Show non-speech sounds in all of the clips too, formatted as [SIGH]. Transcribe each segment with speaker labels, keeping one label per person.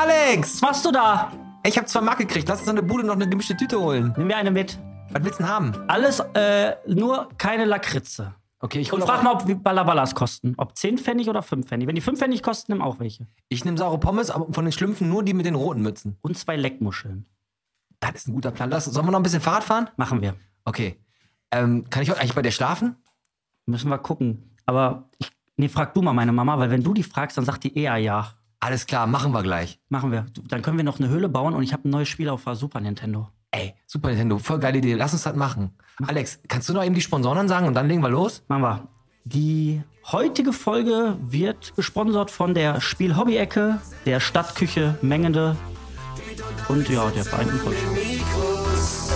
Speaker 1: Alex,
Speaker 2: Was machst du da?
Speaker 1: ich habe zwei Mark gekriegt. Lass uns an der Bude noch eine gemischte Tüte holen.
Speaker 2: Nimm mir eine mit.
Speaker 1: Was willst du denn haben?
Speaker 2: Alles, äh, nur keine Lakritze.
Speaker 1: Okay, ich
Speaker 2: Und frag mal, ob wie Ballaballas kosten. Ob 10 Pfennig oder 5 Pfennig. Wenn die 5 Pfennig kosten, nimm auch welche.
Speaker 1: Ich nehme saure Pommes, aber von den Schlümpfen nur die mit den roten Mützen.
Speaker 2: Und zwei Leckmuscheln.
Speaker 1: Das ist ein guter Plan. Lass, sollen wir noch ein bisschen Fahrrad fahren?
Speaker 2: Machen wir.
Speaker 1: Okay. Ähm, kann ich heute eigentlich bei dir schlafen?
Speaker 2: Müssen wir gucken. Aber, ich, nee, frag du mal meine Mama, weil wenn du die fragst, dann sagt die eher ja.
Speaker 1: Alles klar, machen wir gleich.
Speaker 2: Machen wir. Du- Dann können wir noch eine Höhle bauen und ich habe ein neues Spiel auf der Super Nintendo.
Speaker 1: Ey, Super Nintendo, voll geile Idee. Lass uns das machen. Alex, kannst du noch eben die Sponsoren ansagen und dann legen wir los?
Speaker 2: Machen wir. Die heutige Folge wird gesponsert von der Spiel-Hobby-Ecke, der Stadtküche Mengende und ja, der Vereinten Volksschule.
Speaker 3: Mikros.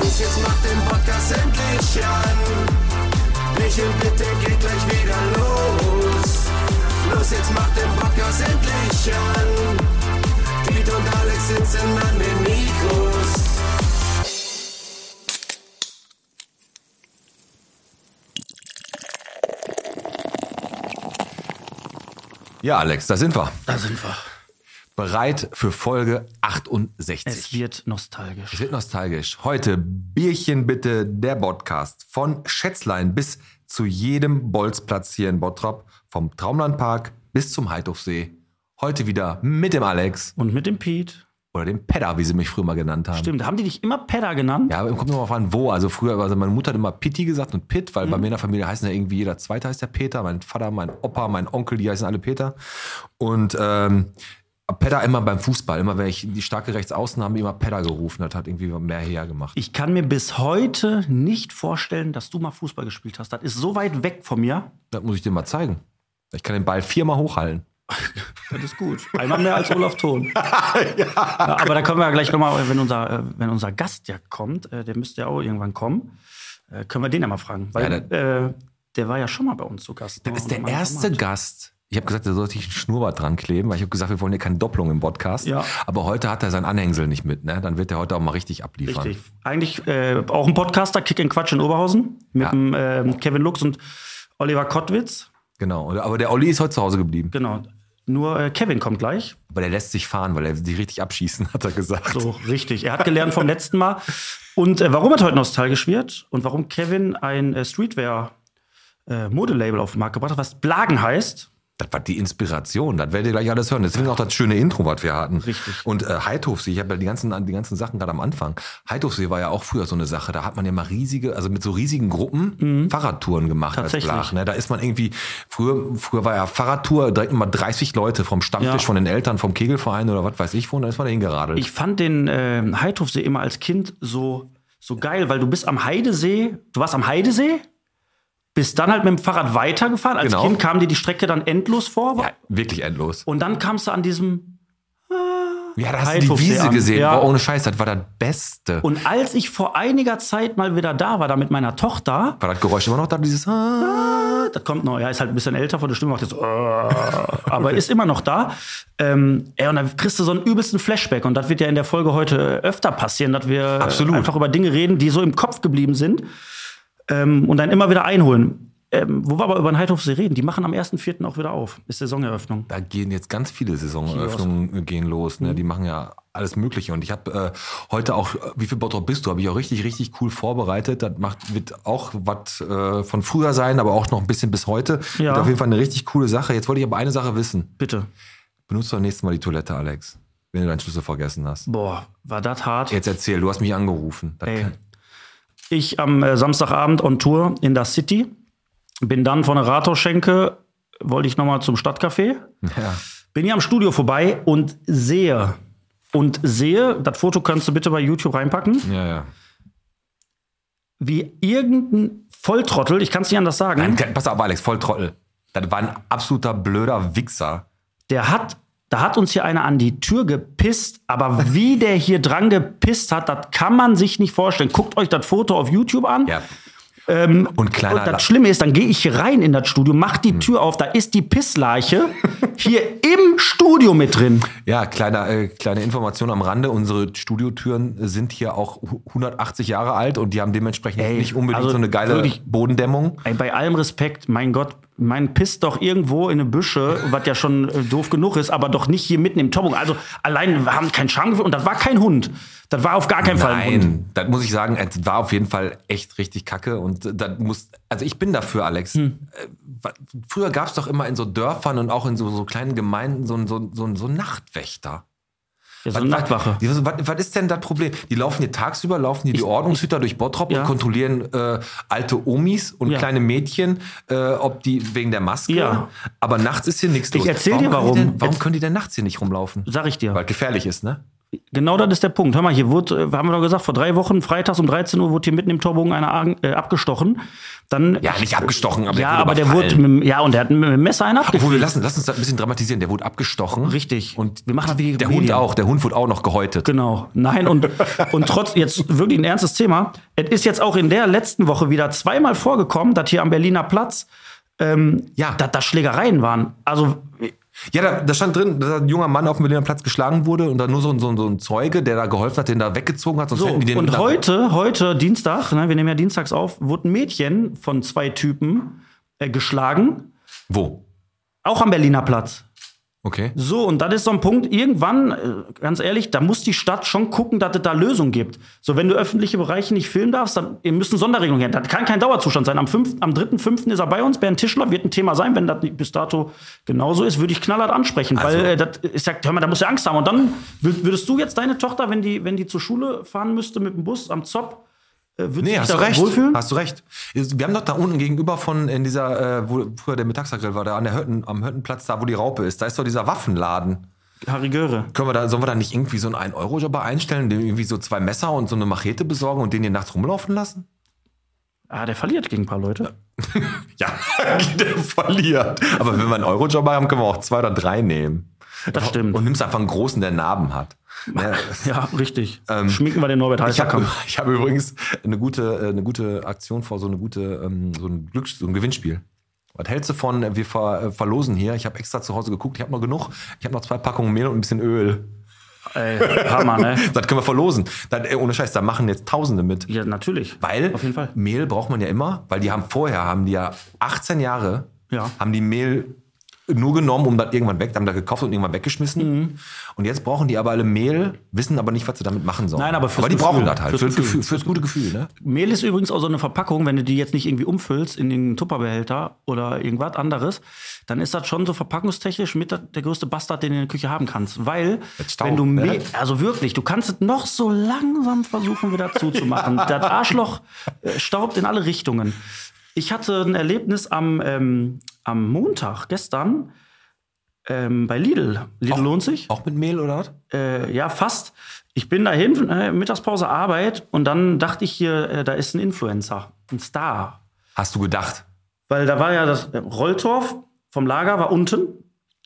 Speaker 3: Bis jetzt macht den Podcast endlich an. Michel, bitte geht gleich wieder los. Los, jetzt macht den Podcast endlich an. Piet und Alex sitzen an den Mikros.
Speaker 4: Ja, Alex, da sind wir.
Speaker 2: Da sind wir.
Speaker 4: Bereit für Folge 68.
Speaker 2: Es wird nostalgisch.
Speaker 4: Es wird nostalgisch. Heute Bierchen bitte, der Podcast. Von Schätzlein bis zu jedem Bolzplatz hier in Bottrop. Vom Traumlandpark bis zum Heidhofsee. Heute wieder mit dem Alex
Speaker 2: Und mit dem Pete.
Speaker 4: oder dem Pedda, wie sie mich früher mal genannt haben.
Speaker 2: Stimmt, haben die dich immer Pedda genannt?
Speaker 4: Ja, aber kommt nur auf an, wo. Also früher, also meine Mutter hat immer Pitti gesagt und Pitt, weil bei mir in der Familie heißen ja irgendwie jeder Zweite heißt ja Peter, mein Vater, mein Opa, mein Onkel, die heißen alle Peter. Und ähm, Pedder immer beim Fußball, immer wenn ich die starke Rechtsaußen haben, die immer Pedder gerufen hat, hat irgendwie mehr hergemacht.
Speaker 2: Ich kann mir bis heute nicht vorstellen, dass du mal Fußball gespielt hast. Das ist so weit weg von mir.
Speaker 4: Das muss ich dir mal zeigen. Ich kann den Ball viermal hochhalten.
Speaker 2: Das ist gut. Einmal mehr als
Speaker 4: [LAUGHS]
Speaker 2: Olaf Thon. ja, aber da können wir ja gleich nochmal, wenn unser, äh, wenn unser Gast ja kommt, äh, der müsste ja auch irgendwann kommen, äh, können wir den ja mal fragen. Weil
Speaker 4: Ja,
Speaker 2: äh, der war ja schon mal bei uns zu Gast.
Speaker 4: Das ist der erste Gast. Ich habe gesagt, da sollte ich einen Schnurrbart dran kleben, weil ich habe gesagt, wir wollen hier keine Doppelung im Podcast.
Speaker 2: Ja.
Speaker 4: Aber heute hat er sein Anhängsel nicht mit, ne? Dann wird er heute auch mal richtig abliefern.
Speaker 2: Richtig. Eigentlich äh, auch ein Podcaster, Kick and Quatsch in Oberhausen, mit
Speaker 4: Ja.
Speaker 2: dem, ähm, Kevin Lux und Oliver Kottwitz.
Speaker 4: Genau. Und- Aber der Olli ist heute zu Hause geblieben.
Speaker 2: Genau. Nur äh, Kevin kommt gleich.
Speaker 4: Aber der lässt sich fahren, weil er sich richtig abschießen, [LAUGHS] hat er gesagt.
Speaker 2: So, richtig. Er hat gelernt vom letzten Mal. Und äh, warum er heute nostalgisch wird und warum Kevin ein äh, Streetwear-Modelabel auf den Markt gebracht hat, was Blagen heißt.
Speaker 4: Das war die Inspiration, das werdet ihr gleich alles hören. Deswegen auch das schöne Intro, was wir hatten.
Speaker 2: Richtig.
Speaker 4: Und äh, Heidhofsee, ich habe ja die ganzen, die ganzen Sachen gerade am Anfang. Heidhofsee war ja auch früher so eine Sache. Da hat man ja mal riesige, also mit so riesigen Gruppen Fahrradtouren gemacht
Speaker 2: Mhm. Tatsächlich.
Speaker 4: Blach. Ne? Da ist man irgendwie, früher, früher war ja Fahrradtour direkt immer 30 Leute vom Stammtisch,
Speaker 2: Ja.
Speaker 4: von den Eltern, vom Kegelverein oder was weiß ich wo. Und da ist man da hingeradelt.
Speaker 2: Ich fand den äh, Heidhofsee immer als Kind so, so geil, weil du bist am Heidesee, du warst am Heidesee, bist dann halt mit dem Fahrrad weitergefahren. Als
Speaker 4: Genau.
Speaker 2: Kind kam dir die Strecke dann endlos vor.
Speaker 4: ja, wirklich endlos.
Speaker 2: Und dann kamst du an diesem
Speaker 4: Ja, da hast du die
Speaker 2: Heidhofsee
Speaker 4: Wiese
Speaker 2: Oh, an.
Speaker 4: gesehen.
Speaker 2: Ja.
Speaker 4: Boah, ohne Scheiß, das war das Beste.
Speaker 2: Und als ich vor einiger Zeit mal wieder da war, da mit meiner Tochter,
Speaker 4: war das Geräusch immer noch da, dieses... Ah?
Speaker 2: das kommt noch, ja, ist halt ein bisschen älter von der Stimme, macht jetzt, so, äh, aber ist immer noch da. Ähm, ey, und dann kriegst du so einen übelsten Flashback. Und das wird ja in der Folge heute öfter passieren, dass wir äh,
Speaker 4: Absolut.
Speaker 2: einfach über Dinge reden, die so im Kopf geblieben sind ähm, und dann immer wieder einholen. Ähm, wo wir aber über den Heidhofsee reden, die machen am 1.4. auch wieder auf. Ist Saisoneröffnung.
Speaker 4: da gehen jetzt ganz viele Saisoneröffnungen gehen los.
Speaker 2: Mhm.
Speaker 4: Ne? Die machen ja alles Mögliche. Und ich habe äh, heute auch, äh, wie viel Bottrop bist du? Habe ich auch richtig, richtig cool vorbereitet. Das macht, wird auch was äh, von früher sein, aber auch noch ein bisschen bis heute.
Speaker 2: Ja.
Speaker 4: Wird auf jeden Fall eine richtig coole Sache. Jetzt wollte ich aber eine Sache wissen.
Speaker 2: Bitte.
Speaker 4: Benutzt doch nächstes Mal die Toilette, Alex, wenn du deinen Schlüssel vergessen hast.
Speaker 2: Boah, war das hart.
Speaker 4: Jetzt erzähl, du hast mich angerufen. Das
Speaker 2: Ey. [LAUGHS]
Speaker 4: kann-
Speaker 2: Ich am äh, Samstagabend on Tour in der City. Bin dann von der Rathauschenke, wollte ich nochmal zum Stadtcafé.
Speaker 4: Ja.
Speaker 2: Bin hier am Studio vorbei und sehe, und sehe, das Foto kannst du bitte bei YouTube reinpacken,
Speaker 4: Ja, ja.
Speaker 2: wie irgendein Volltrottel, ich kann es nicht anders sagen,
Speaker 4: Nein, pass auf, Alex, voll Trottel. Das war ein absoluter blöder Wichser.
Speaker 2: der hat, da hat uns hier einer an die Tür gepisst, aber wie der hier dran gepisst hat, das kann man sich nicht vorstellen. Guckt euch das Foto auf YouTube an.
Speaker 4: Ja. und kleiner
Speaker 2: Ähm, Und das Schlimme ist, dann gehe ich hier rein in das Studio, mach die
Speaker 4: Hm.
Speaker 2: Tür auf, da ist die Pissleiche hier im Studio mit drin.
Speaker 4: Ja, kleine, äh, kleine Information am Rande. Unsere Studiotüren sind hier auch hu- 180 Jahre alt und die haben dementsprechend nicht unbedingt
Speaker 2: also
Speaker 4: so eine geile
Speaker 2: wirklich-
Speaker 4: Bodendämmung.
Speaker 2: Ey, bei allem Respekt, mein Gott, mein pisst doch irgendwo in eine Büsche, was ja schon äh, doof genug ist, aber doch nicht hier mitten im Tobung. Also allein wir haben kein Schamgefühl und das war kein Hund. Das war auf gar keinen Fall ein Hund.
Speaker 4: Nein, das muss ich sagen, es war auf jeden Fall echt richtig kacke und das muss, also ich bin dafür, Alex.
Speaker 2: Hm.
Speaker 4: Äh, wa- Früher gab es doch immer in so Dörfern und auch in so, so kleinen Gemeinden so, so, so, so Nachtwächter.
Speaker 2: Ja, so eine Nachtwache.
Speaker 4: Was, was, was ist denn das Problem? Die laufen hier tagsüber, laufen hier die Ordnungshüter durch Bottrop
Speaker 2: Ja.
Speaker 4: und kontrollieren äh, alte Omis und
Speaker 2: Ja.
Speaker 4: kleine Mädchen, äh, ob die wegen der Maske.
Speaker 2: Ja.
Speaker 4: Aber nachts ist hier nichts
Speaker 2: Ich
Speaker 4: los.
Speaker 2: erzähl dir,
Speaker 4: können die
Speaker 2: warum.
Speaker 4: Denn, warum
Speaker 2: Jetzt-
Speaker 4: können die denn nachts hier nicht rumlaufen?
Speaker 2: Sag ich dir.
Speaker 4: Weil gefährlich ist, ne?
Speaker 2: Genau das ist der Punkt. Hör mal, hier wurde, äh, haben wir doch gesagt, vor drei Wochen, freitags um 13 Uhr, wurde hier mitten im Torbogen einer Argen- äh, abgestochen. Dann,
Speaker 4: Ja, nicht abgestochen, aber
Speaker 2: ja,
Speaker 4: der wurde
Speaker 2: aber der wurde,
Speaker 4: überfallen.
Speaker 2: mit, dem- ja, und der hat mit dem Messer einen
Speaker 4: Obwohl,
Speaker 2: abgestochen.
Speaker 4: wir lassen, lass uns das ein bisschen dramatisieren. Der wurde abgestochen.
Speaker 2: Richtig.
Speaker 4: Und
Speaker 2: Wir machen das wie die
Speaker 4: der Hund
Speaker 2: Medien.
Speaker 4: auch. Der Hund wurde auch noch gehäutet.
Speaker 2: Genau. Nein, und, und trotz, jetzt wirklich ein ernstes Thema. Es ist jetzt auch in der letzten Woche wieder zweimal vorgekommen, dass hier am Berliner Platz, ähm,
Speaker 4: Ja,
Speaker 2: dass da Schlägereien waren. Also,
Speaker 4: ja da, da stand drin, dass ein junger Mann auf dem Berliner Platz geschlagen wurde und dann nur so ein, so ein, so ein Zeuge, der da geholfen hat, den da weggezogen hat. Sonst
Speaker 2: so.
Speaker 4: hätten die den
Speaker 2: Und
Speaker 4: da-
Speaker 2: heute, heute, Dienstag, ne, wir nehmen ja dienstags auf, wurde ein Mädchen von zwei Typen äh, geschlagen.
Speaker 4: Wo?
Speaker 2: Auch am Berliner Platz.
Speaker 4: Okay.
Speaker 2: So, und das ist so ein Punkt, irgendwann, äh, ganz ehrlich, da muss die Stadt schon gucken, dass es da Lösungen gibt. So, wenn du öffentliche Bereiche nicht filmen darfst, dann ihr müssen Sonderregelungen her. Das kann kein Dauerzustand sein. Am, fünf- am 3.5. ist er bei uns, Bernd Tischler, wird ein Thema sein. Wenn das nicht bis dato genauso ist, würde ich knallhart ansprechen,
Speaker 4: Also
Speaker 2: weil äh, das ist ja, hör mal, da musst du Angst haben. Und dann wür- würdest du jetzt deine Tochter, wenn die, wenn die zur Schule fahren müsste mit dem Bus am Zopp, äh, würdest
Speaker 4: Nee,
Speaker 2: du dich
Speaker 4: hast du
Speaker 2: da
Speaker 4: recht.
Speaker 2: wohlfühlen?
Speaker 4: Hast du recht. Wir haben doch da unten gegenüber von in dieser, äh, wo früher der Mittagsgrill war, da an der Hütten, am Hüttenplatz, da wo die Raupe ist, da ist doch dieser Waffenladen.
Speaker 2: Harry Göre.
Speaker 4: Können wir da, sollen wir da nicht irgendwie so einen 1-Euro-Jobber einstellen, dem irgendwie so zwei Messer und so eine Machete besorgen und den hier nachts rumlaufen lassen?
Speaker 2: Ah, der verliert gegen ein paar Leute.
Speaker 4: Ja, [LAUGHS] der verliert. Aber wenn wir einen Eurojobber haben, können wir auch zwei oder drei nehmen.
Speaker 2: Das stimmt.
Speaker 4: Und nimmst einfach einen großen, der Narben hat. Ne?
Speaker 2: Ja, richtig. Schminken wir den Norbert
Speaker 4: Ähm, Ich
Speaker 2: Heißerkamp.
Speaker 4: [LAUGHS] habe hab übrigens eine gute, äh, eine gute Aktion vor, so eine gute, ähm, so ein Glücks-, so ein Gewinnspiel. Was hältst du von, äh, wir ver, äh, verlosen hier, ich habe extra zu Hause geguckt, ich habe noch genug, ich habe noch zwei Packungen Mehl und ein bisschen Öl. [LAUGHS]
Speaker 2: Ey, Hammer, ne?
Speaker 4: Das können wir verlosen. Das, äh, ohne Scheiß, da machen jetzt Tausende mit.
Speaker 2: Ja, natürlich.
Speaker 4: Weil
Speaker 2: Auf jeden Fall.
Speaker 4: Mehl braucht man ja immer, weil die haben vorher, haben die ja 18 Jahre,
Speaker 2: Ja.
Speaker 4: haben die Mehl nur genommen, um dann irgendwann weg, haben da gekauft und irgendwann weggeschmissen.
Speaker 2: Mhm.
Speaker 4: Und jetzt brauchen die aber alle Mehl, wissen aber nicht, was sie damit machen sollen.
Speaker 2: Nein, aber fürs
Speaker 4: aber die
Speaker 2: Gefühl.
Speaker 4: brauchen das halt.
Speaker 2: Fürs
Speaker 4: Fürs,
Speaker 2: Gefühl.
Speaker 4: Gefühl, fürs gute Gefühl, ne?
Speaker 2: Mehl ist übrigens auch so eine Verpackung, wenn du die jetzt nicht irgendwie umfüllst in den Tupperbehälter oder irgendwas anderes, dann ist das schon so verpackungstechnisch mit der- der größte Bastard, den du in der Küche haben kannst. Weil,
Speaker 4: Das staubt,
Speaker 2: wenn du
Speaker 4: ne?
Speaker 2: Mehl, also wirklich, du kannst es noch so langsam versuchen, wieder zuzumachen. Das Arschloch äh, staubt in alle Richtungen. Ich hatte ein Erlebnis am, ähm, am Montag, gestern, ähm, bei Lidl. Lidl lohnt sich
Speaker 4: Auch mit Mehl oder was?
Speaker 2: äh, ja, fast. Ich bin dahin, äh, Mittagspause, Arbeit und dann dachte ich hier, äh, da ist ein Influencer, ein Star.
Speaker 4: Hast du gedacht?
Speaker 2: Weil da war ja das äh, Rolltorf vom Lager war unten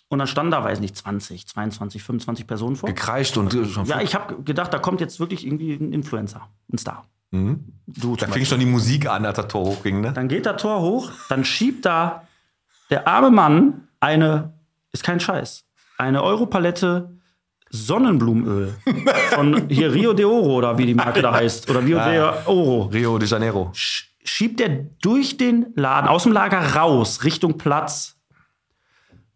Speaker 2: und dann standen da, weiß nicht, 20, 22, 25 Personen vor.
Speaker 4: Gekreischt und äh, schon.
Speaker 2: Ja, ich habe gedacht, da kommt jetzt wirklich irgendwie ein Influencer, ein Star. Du
Speaker 4: da
Speaker 2: zum
Speaker 4: fing schon die Musik an, als das Tor hochging, ne?
Speaker 2: dann geht der Tor hoch, dann schiebt da der arme Mann eine, ist kein Scheiß, eine Europalette Sonnenblumenöl von hier Rio de Oro oder wie die Marke da heißt oder Rio de Oro.
Speaker 4: Rio de Janeiro.
Speaker 2: Sch- Schiebt er durch den Laden, aus dem Lager raus, Richtung Platz.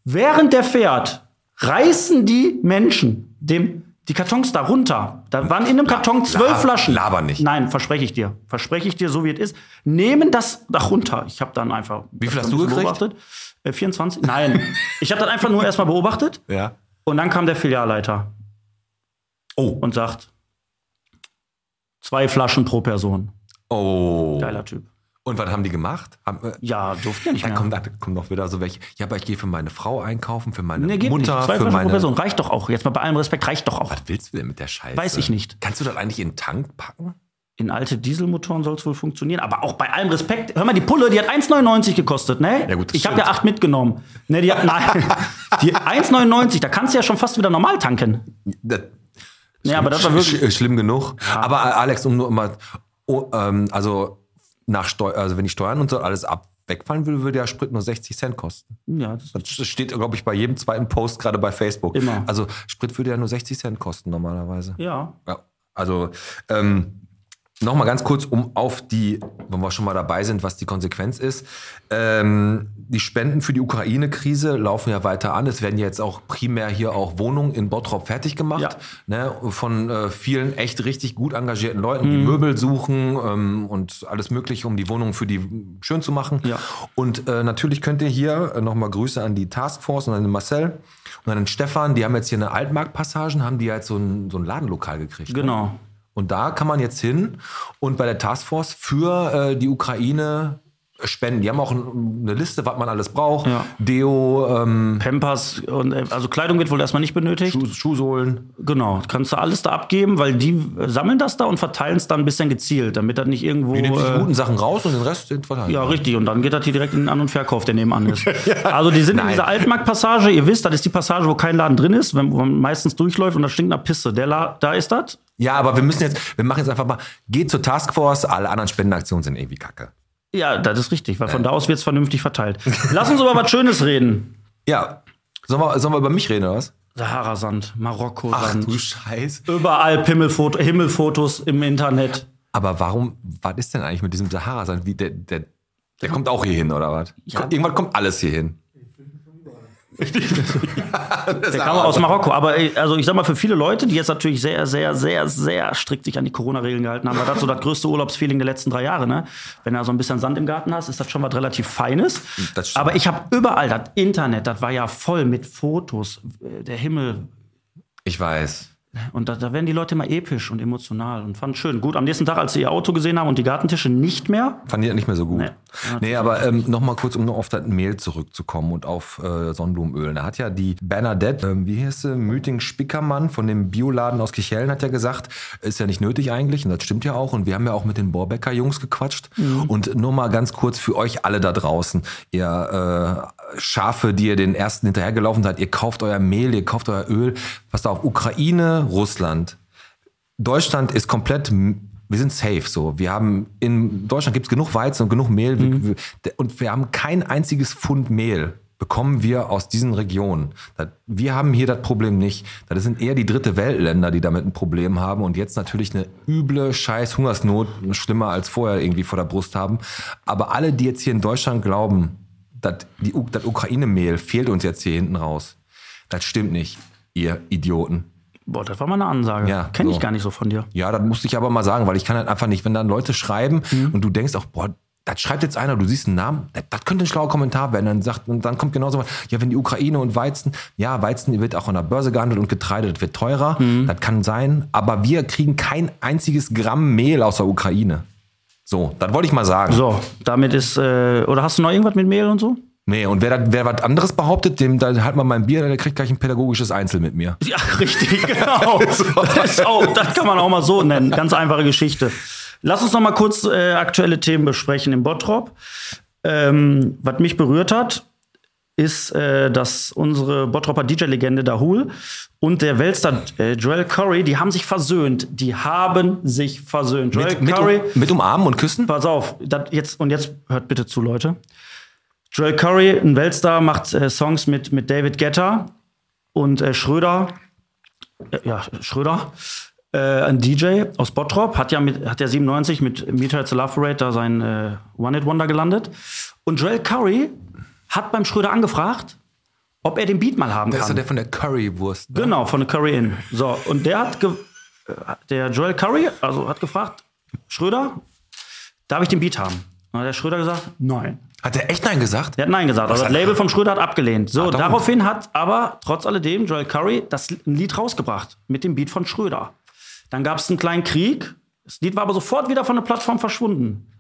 Speaker 2: Während der fährt, reißen die Menschen dem, die Kartons da runter. Da waren in dem Karton zwölf
Speaker 4: laber-
Speaker 2: Flaschen.
Speaker 4: laber nicht.
Speaker 2: Nein, verspreche ich dir. Verspreche ich dir, so wie es ist. Nehmen das da runter. Ich habe dann einfach. Wie
Speaker 4: viel hast du gekriegt?
Speaker 2: Beobachtet. Äh,
Speaker 4: [LAUGHS]
Speaker 2: 24? Nein. ich habe dann einfach nur erstmal beobachtet.
Speaker 4: Ja.
Speaker 2: Und dann kam der Filialleiter
Speaker 4: Oh.
Speaker 2: und sagt: Zwei Flaschen pro Person.
Speaker 4: Oh.
Speaker 2: Geiler Typ.
Speaker 4: Und was haben die gemacht? Haben, äh,
Speaker 2: Ja, durfte ja nicht
Speaker 4: Da
Speaker 2: mehr.
Speaker 4: kommen, da kommen noch wieder so welche. Ja, aber ich gehe für meine Frau einkaufen, für meine
Speaker 2: Nee, geht
Speaker 4: Mutter,
Speaker 2: nicht. Zwei
Speaker 4: für
Speaker 2: Flaschen pro
Speaker 4: meine.
Speaker 2: Person. Reicht doch auch. Jetzt mal bei allem Respekt, reicht doch auch.
Speaker 4: Was willst du denn mit der Scheiße?
Speaker 2: Weiß ich nicht.
Speaker 4: Kannst du das eigentlich in den Tank packen?
Speaker 2: In alte Dieselmotoren soll es wohl funktionieren. Aber auch bei allem Respekt. Hör mal, die Pulle, die hat 1,99 gekostet, ne?
Speaker 4: Ja, gut, das
Speaker 2: ich habe ja
Speaker 4: stimmt.
Speaker 2: acht mitgenommen.
Speaker 4: [LAUGHS]
Speaker 2: Ne, die hat, nein. Die 1,99, da kannst du ja schon fast wieder normal tanken.
Speaker 4: Das,
Speaker 2: Ja, aber das war wirklich.
Speaker 4: schlimm genug. Aber äh, Alex, um nur mal, oh, ähm, also nach Steu also wenn die Steuern und so alles ab wegfallen würde, würde ja Sprit nur 60 Cent kosten.
Speaker 2: Ja, das
Speaker 4: Das steht, glaube ich, bei jedem zweiten Post, gerade bei Facebook.
Speaker 2: Immer.
Speaker 4: Also Sprit würde ja nur 60 Cent kosten normalerweise.
Speaker 2: ja.
Speaker 4: Ja, also ähm, Nochmal ganz kurz, um auf die, wenn wir schon mal dabei sind, was die Konsequenz ist. Ähm, die Spenden für die Ukraine-Krise laufen ja weiter an. Es werden ja jetzt auch primär hier auch Wohnungen in Bottrop fertig gemacht.
Speaker 2: Ja.
Speaker 4: Ne, von äh, vielen echt richtig gut engagierten Leuten,
Speaker 2: Mhm.
Speaker 4: die Möbel suchen ähm, und alles Mögliche, um die Wohnungen für die schön zu machen.
Speaker 2: Ja.
Speaker 4: Und äh, natürlich könnt ihr hier äh, nochmal Grüße an die Taskforce und an den Marcel und an den Stefan. Die haben jetzt hier eine Altmarktpassagen, haben die halt so ein, so ein Ladenlokal gekriegt. ne?
Speaker 2: Genau.
Speaker 4: Und da kann man jetzt hin und bei der Taskforce für äh, die Ukraine spenden. Die haben auch ein, eine Liste, was man alles braucht.
Speaker 2: Ja.
Speaker 4: Deo, ähm,
Speaker 2: Pampers und äh, also Kleidung wird wohl erstmal nicht benötigt.
Speaker 4: Schuh, Schuhsohlen.
Speaker 2: Genau, kannst du alles da abgeben, weil die äh, sammeln das da und verteilen es dann ein bisschen gezielt, damit das nicht irgendwo.
Speaker 4: Die nehmen sich die
Speaker 2: äh,
Speaker 4: guten Sachen raus und den Rest den verteilen.
Speaker 2: Ja, richtig. Und dann geht das hier direkt in den An- und Verkauf, der nebenan ist. Also die sind in dieser Altmarktpassage, ihr wisst, das ist die Passage, wo kein Laden drin ist, wenn wo man meistens durchläuft und das stinkt nach Pisse. Der La da ist das.
Speaker 4: Ja, aber wir müssen jetzt, wir machen jetzt einfach mal, geht zur Taskforce, alle anderen Spendenaktionen sind irgendwie kacke.
Speaker 2: Ja, das ist richtig, weil von da aus wird es vernünftig verteilt. Lass uns über was Schönes reden.
Speaker 4: Ja, sollen wir, sollen wir über mich reden oder was?
Speaker 2: Sahara-Sand, Marokko-Sand.
Speaker 4: Scheiß.
Speaker 2: Überall Pimmelfoto Himmelfotos im Internet.
Speaker 4: Aber warum, was ist denn eigentlich mit diesem Sahara-Sand? Wie, Der, der, der kommt auch hier hin oder was? Irgendwann kommt alles hier hin.
Speaker 2: Der kam aus Marokko. Aber ey, also ich sag mal, für viele Leute, die jetzt natürlich sehr, sehr, sehr, sehr strikt sich an die Corona-Regeln gehalten haben, war das so das größte Urlaubsfeeling der letzten drei Jahre. Ne? Wenn du so ein bisschen Sand im Garten hast, ist das schon was relativ Feines.
Speaker 4: Das stimmt.
Speaker 2: Aber ich habe überall das Internet, das war ja voll mit Fotos, äh, der Himmel.
Speaker 4: Ich weiß.
Speaker 2: Und da, da werden die Leute immer episch und emotional und fanden schön. Gut, am nächsten Tag, als sie ihr Auto gesehen haben und die Gartentische nicht mehr,
Speaker 4: Fand ich nicht mehr so gut.
Speaker 2: Nee.
Speaker 4: Nee, aber ähm, nochmal kurz, um noch auf das Mehl zurückzukommen und auf äh, Sonnenblumenöl. Da hat ja die Bernadette, ähm, wie hieß sie, Müting Spickermann von dem Bioladen aus Kichellen, hat ja gesagt, ist ja nicht nötig eigentlich und das stimmt ja auch. Und wir haben ja auch mit den Borbecker Jungs gequatscht. Und nur mal ganz kurz für euch alle da draußen, ihr äh, Schafe, die ihr den ersten hinterhergelaufen seid, ihr kauft euer Mehl, ihr kauft euer Öl. Passt auf, Ukraine, Russland. Deutschland ist komplett, wir sind safe so. Wir haben, in Deutschland gibt es genug Weizen und genug Mehl wir- wir, und wir haben kein einziges Pfund Mehl bekommen wir aus diesen Regionen. Das, wir haben hier das Problem nicht. Das sind eher die dritte Weltländer, die damit ein Problem haben und jetzt natürlich eine üble scheiß Hungersnot, schlimmer als vorher irgendwie vor der Brust haben. Aber alle, die jetzt hier in Deutschland glauben, dass die U- das Ukraine-Mehl fehlt uns jetzt hier hinten raus, das stimmt nicht, ihr Idioten.
Speaker 2: boah, das war mal eine Ansage.
Speaker 4: Ja,
Speaker 2: Kenne ich
Speaker 4: so.
Speaker 2: gar nicht so von dir.
Speaker 4: Ja, das musste ich aber mal sagen, weil ich kann halt einfach nicht, wenn dann Leute schreiben
Speaker 2: Mhm.
Speaker 4: und du denkst auch, boah, das schreibt jetzt einer, du siehst einen Namen, das, das könnte ein schlauer Kommentar werden. Dann sagt, und dann kommt genauso, ja, wenn die Ukraine und Weizen, ja, Weizen wird auch an der Börse gehandelt und Getreide das wird teurer,
Speaker 2: Mhm.
Speaker 4: das kann sein, aber wir kriegen kein einziges Gramm Mehl aus der Ukraine. So, das wollte ich mal sagen.
Speaker 2: So, damit ist, äh, oder hast du noch irgendwas mit Mehl und so?
Speaker 4: Nee, und wer, das- wer was anderes behauptet, dem da halt mal mein Bier, der kriegt gleich ein pädagogisches Einzel mit mir.
Speaker 2: Ja, richtig, [LAUGHS] genau. das, ist auch, das kann man auch mal so nennen. Ganz einfache Geschichte. Lass uns noch mal kurz äh, aktuelle Themen besprechen im Bottrop. Ähm, was mich berührt hat, ist, äh, dass unsere Bottroper DJ-Legende Dahul und der Weltstar äh, Joel Curry, die haben sich versöhnt. Die haben sich versöhnt. Joel
Speaker 4: Mit, mit,
Speaker 2: Curry,
Speaker 4: um, mit umarmen und küssen?
Speaker 2: pass auf, dat jetzt, und jetzt hört bitte zu, Leute. Joel Curry, ein Weltstar, macht äh, Songs mit, mit David Guetta und äh, Schröder. Äh, ja, Schröder. Äh, ein DJ aus Bottrop hat ja mit hat ja 97 mit Meter to Love Parade da sein äh, One Hit Wonder gelandet und Joel Curry hat beim Schröder angefragt, ob er den Beat mal haben
Speaker 4: Das
Speaker 2: kann.
Speaker 4: ist ja der von der Currywurst. ne?
Speaker 2: Genau, von Curry Inn. So, und der hat, ge äh, der Joel Curry, also hat gefragt, Schröder, darf ich den Beat haben? Und hat der Schröder gesagt, nein.
Speaker 4: Hat der echt Nein gesagt?
Speaker 2: Der hat nein gesagt, also das Label vom Schröder hat abgelehnt. So,
Speaker 4: Ah, doch.
Speaker 2: daraufhin hat aber trotz alledem Joel Curry das ein Lied rausgebracht mit dem Beat von Schröder. Dann gab es einen kleinen Krieg. Das Lied war aber sofort wieder von der Plattform verschwunden.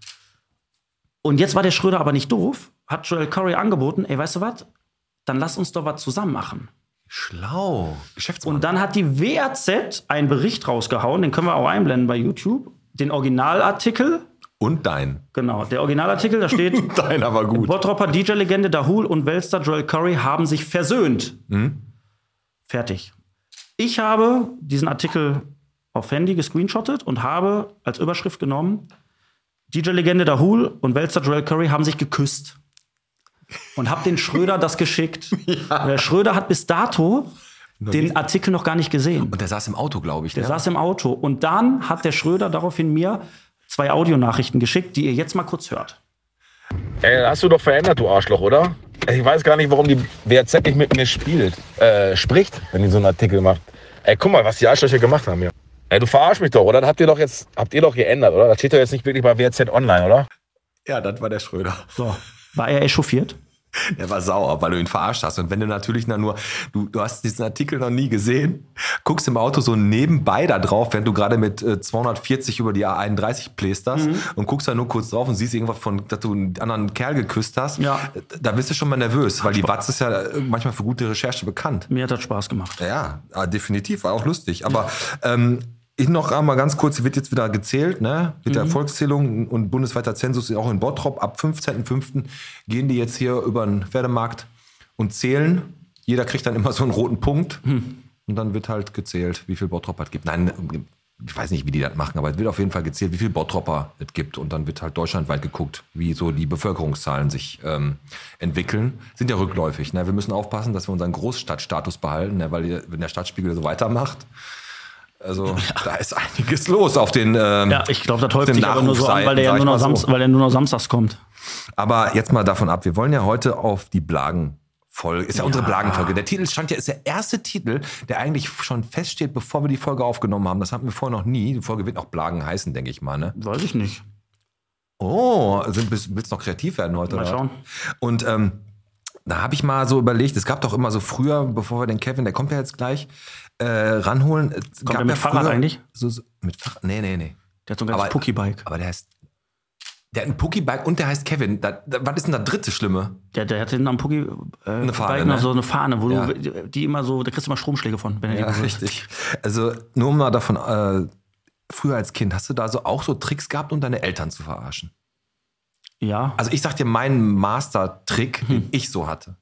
Speaker 2: Und jetzt war der Schröder aber nicht doof, hat Joel Curry angeboten, ey, weißt du was? Dann lass uns doch was zusammen machen.
Speaker 4: Schlau. Geschäftsmann.
Speaker 2: Und dann hat die WAZ einen Bericht rausgehauen, den können wir auch einblenden bei YouTube. Den Originalartikel,
Speaker 4: Und dein. [LAUGHS]
Speaker 2: genau, der Originalartikel, da steht,
Speaker 4: Dein aber gut.
Speaker 2: Bottropper DJ-Legende Dahul und Weltstar Joel Curry haben sich versöhnt. Fertig. Ich habe diesen Artikel auf Handy gescreenshottet und habe als Überschrift genommen, DJ-Legende Dahul und Weltstar Joel Curry haben sich geküsst. Und habe den Schröder das geschickt. Der Schröder hat bis dato den Artikel noch gar nicht gesehen.
Speaker 4: Und der saß im Auto, glaube ich.
Speaker 2: Der
Speaker 4: ne?
Speaker 2: saß im Auto. Und dann hat der Schröder daraufhin mir zwei Audionachrichten geschickt, die ihr jetzt mal kurz hört.
Speaker 5: Ey, hast du doch verändert, du Arschloch, oder? Ich weiß gar nicht, warum die WZ nicht mit mir spielt, äh, spricht, wenn die so einen Artikel macht. Ey, guck mal, was die Arschlöcher gemacht haben hier. Ey, du verarsch mich doch, oder? Das habt ihr doch jetzt, habt ihr doch geändert, oder? Das steht doch jetzt nicht wirklich bei WZ online, oder?
Speaker 4: Ja, das war der Schröder.
Speaker 2: So, war er echauffiert?
Speaker 4: Der war sauer, weil du ihn verarscht hast. Und wenn du natürlich dann nur, du, du hast diesen Artikel noch nie gesehen, guckst im Auto so nebenbei da drauf, während du gerade mit äh, 240 über die A31 plästerst und guckst da nur kurz drauf und siehst irgendwas von, dass du einen anderen Kerl geküsst hast, äh,
Speaker 2: Ja.
Speaker 4: da bist du schon mal nervös, weil die Watz ist ja äh, manchmal für gute Recherche bekannt.
Speaker 2: Mir hat das Spaß gemacht.
Speaker 4: Ja, ah, definitiv, war auch lustig. Aber ähm, ich noch einmal ganz kurz, wird jetzt wieder gezählt, ne? Mit der Volkszählung und bundesweiter Zensus auch in Bottrop. Ab 15.05. gehen die jetzt hier über den Pferdemarkt und zählen. Jeder kriegt dann immer so einen roten Punkt. Und dann wird halt gezählt, wie viel Bottrop es gibt. Nein, ich weiß nicht, wie die das machen, aber es wird auf jeden Fall gezählt, wie viel Bottropper es gibt. Und dann wird halt deutschlandweit geguckt, wie so die Bevölkerungszahlen sich ähm, entwickeln. Sind ja rückläufig. Ne? Wir müssen aufpassen, dass wir unseren Großstadtstatus behalten, ne? weil die- wenn der Stadtspiegel so weitermacht.
Speaker 2: [LAUGHS]
Speaker 4: Also da ist einiges los auf den. Ähm,
Speaker 2: Ja, ich glaube, das
Speaker 4: auf
Speaker 2: häuft
Speaker 4: den
Speaker 2: sich aber nur so an, weil der, ja
Speaker 4: Nachrufseiten,
Speaker 2: nur noch
Speaker 4: sag ich mal
Speaker 2: Samst,
Speaker 4: so.
Speaker 2: weil der nur noch samstags kommt.
Speaker 4: Aber jetzt mal davon ab, wir wollen ja heute auf die Blagenfolge, ist ja, unsere Blagenfolge. Der Titel stand ja, ist der erste Titel, der eigentlich schon feststeht, bevor wir die Folge aufgenommen haben. Das hatten wir vorher noch nie. Die Folge wird auch Blagen heißen, denke ich mal. Ne?
Speaker 2: Weiß ich nicht.
Speaker 4: Oh, sind, willst, willst noch kreativ werden heute?
Speaker 2: Mal
Speaker 4: oder was?
Speaker 2: schauen.
Speaker 4: Und ähm, da habe ich mal so überlegt, es gab doch immer so früher, bevor wir den Kevin, der kommt ja jetzt gleich, äh, ranholen. Es gab
Speaker 2: der mit
Speaker 4: ja
Speaker 2: Fahrrad
Speaker 4: früher
Speaker 2: eigentlich?
Speaker 4: So, so, mit Fahrrad? Nee, nee, nee.
Speaker 2: Der hat so ein ganzes
Speaker 4: Aber- äh,
Speaker 2: Pookie-Bike.
Speaker 4: Aber der heißt. Der hat ein Pookie-Bike und der heißt Kevin. Da, da, was ist denn der dritte Schlimme?
Speaker 2: Der, der hatte hinten am Pookie äh, eine
Speaker 4: Fahne, ne?
Speaker 2: so eine Fahne, wo
Speaker 4: Ja.
Speaker 2: du die immer so, da kriegst du immer Stromschläge von, wenn er
Speaker 4: Ja,
Speaker 2: die berührt.
Speaker 4: richtig. [LAUGHS] Also nur mal davon, äh, früher als Kind, hast du da so auch so Tricks gehabt, um deine Eltern zu verarschen?
Speaker 2: Ja.
Speaker 4: Also ich sag dir meinen Master-Trick, den ich so hatte.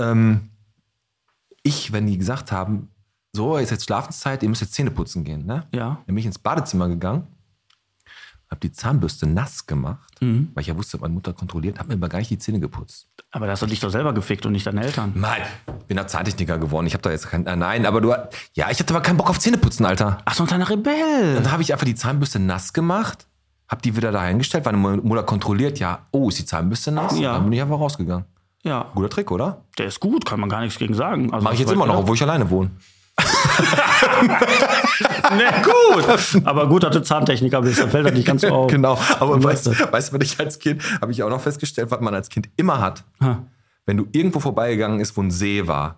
Speaker 4: Ähm, ich, wenn die gesagt haben, so, ist jetzt Schlafenszeit, ihr müsst jetzt Zähne putzen gehen, ne?
Speaker 2: Ja.
Speaker 4: Dann bin ich ins Badezimmer gegangen, habe die Zahnbürste nass gemacht, weil ich ja wusste, meine Mutter kontrolliert, habe mir aber gar nicht die Zähne geputzt.
Speaker 2: Aber da hast du dich doch selber gefickt und nicht deine Eltern.
Speaker 4: Nein, bin da Zahntechniker geworden. Ich habe da jetzt kein, ah, nein, aber du, ja, ich hatte aber keinen Bock auf Zähneputzen, Alter.
Speaker 2: Ach, so ein kleiner Rebell.
Speaker 4: Dann habe ich einfach die Zahnbürste nass gemacht, habe die wieder dahingestellt, weil meine Mutter kontrolliert, ja, oh, ist die Zahnbürste nass?
Speaker 2: Ja.
Speaker 4: Dann bin ich einfach rausgegangen.
Speaker 2: Ja.
Speaker 4: Guter Trick, oder?
Speaker 2: Der ist gut, kann man gar nichts gegen sagen. Also,
Speaker 4: Mache ich jetzt
Speaker 2: weil-
Speaker 4: immer noch, obwohl ich alleine wohne.
Speaker 2: [LAUGHS] Nee, [LAUGHS] gut. Aber gut, dass du Zahntechniker bist, dann fällt das nicht ganz so auf.
Speaker 4: [LAUGHS] Genau, aber
Speaker 2: Du
Speaker 4: weißt
Speaker 2: weißt
Speaker 4: weißt du, was ich als Kind, habe ich auch noch festgestellt, was man als Kind immer hat. Wenn du irgendwo vorbeigegangen ist, wo ein See war,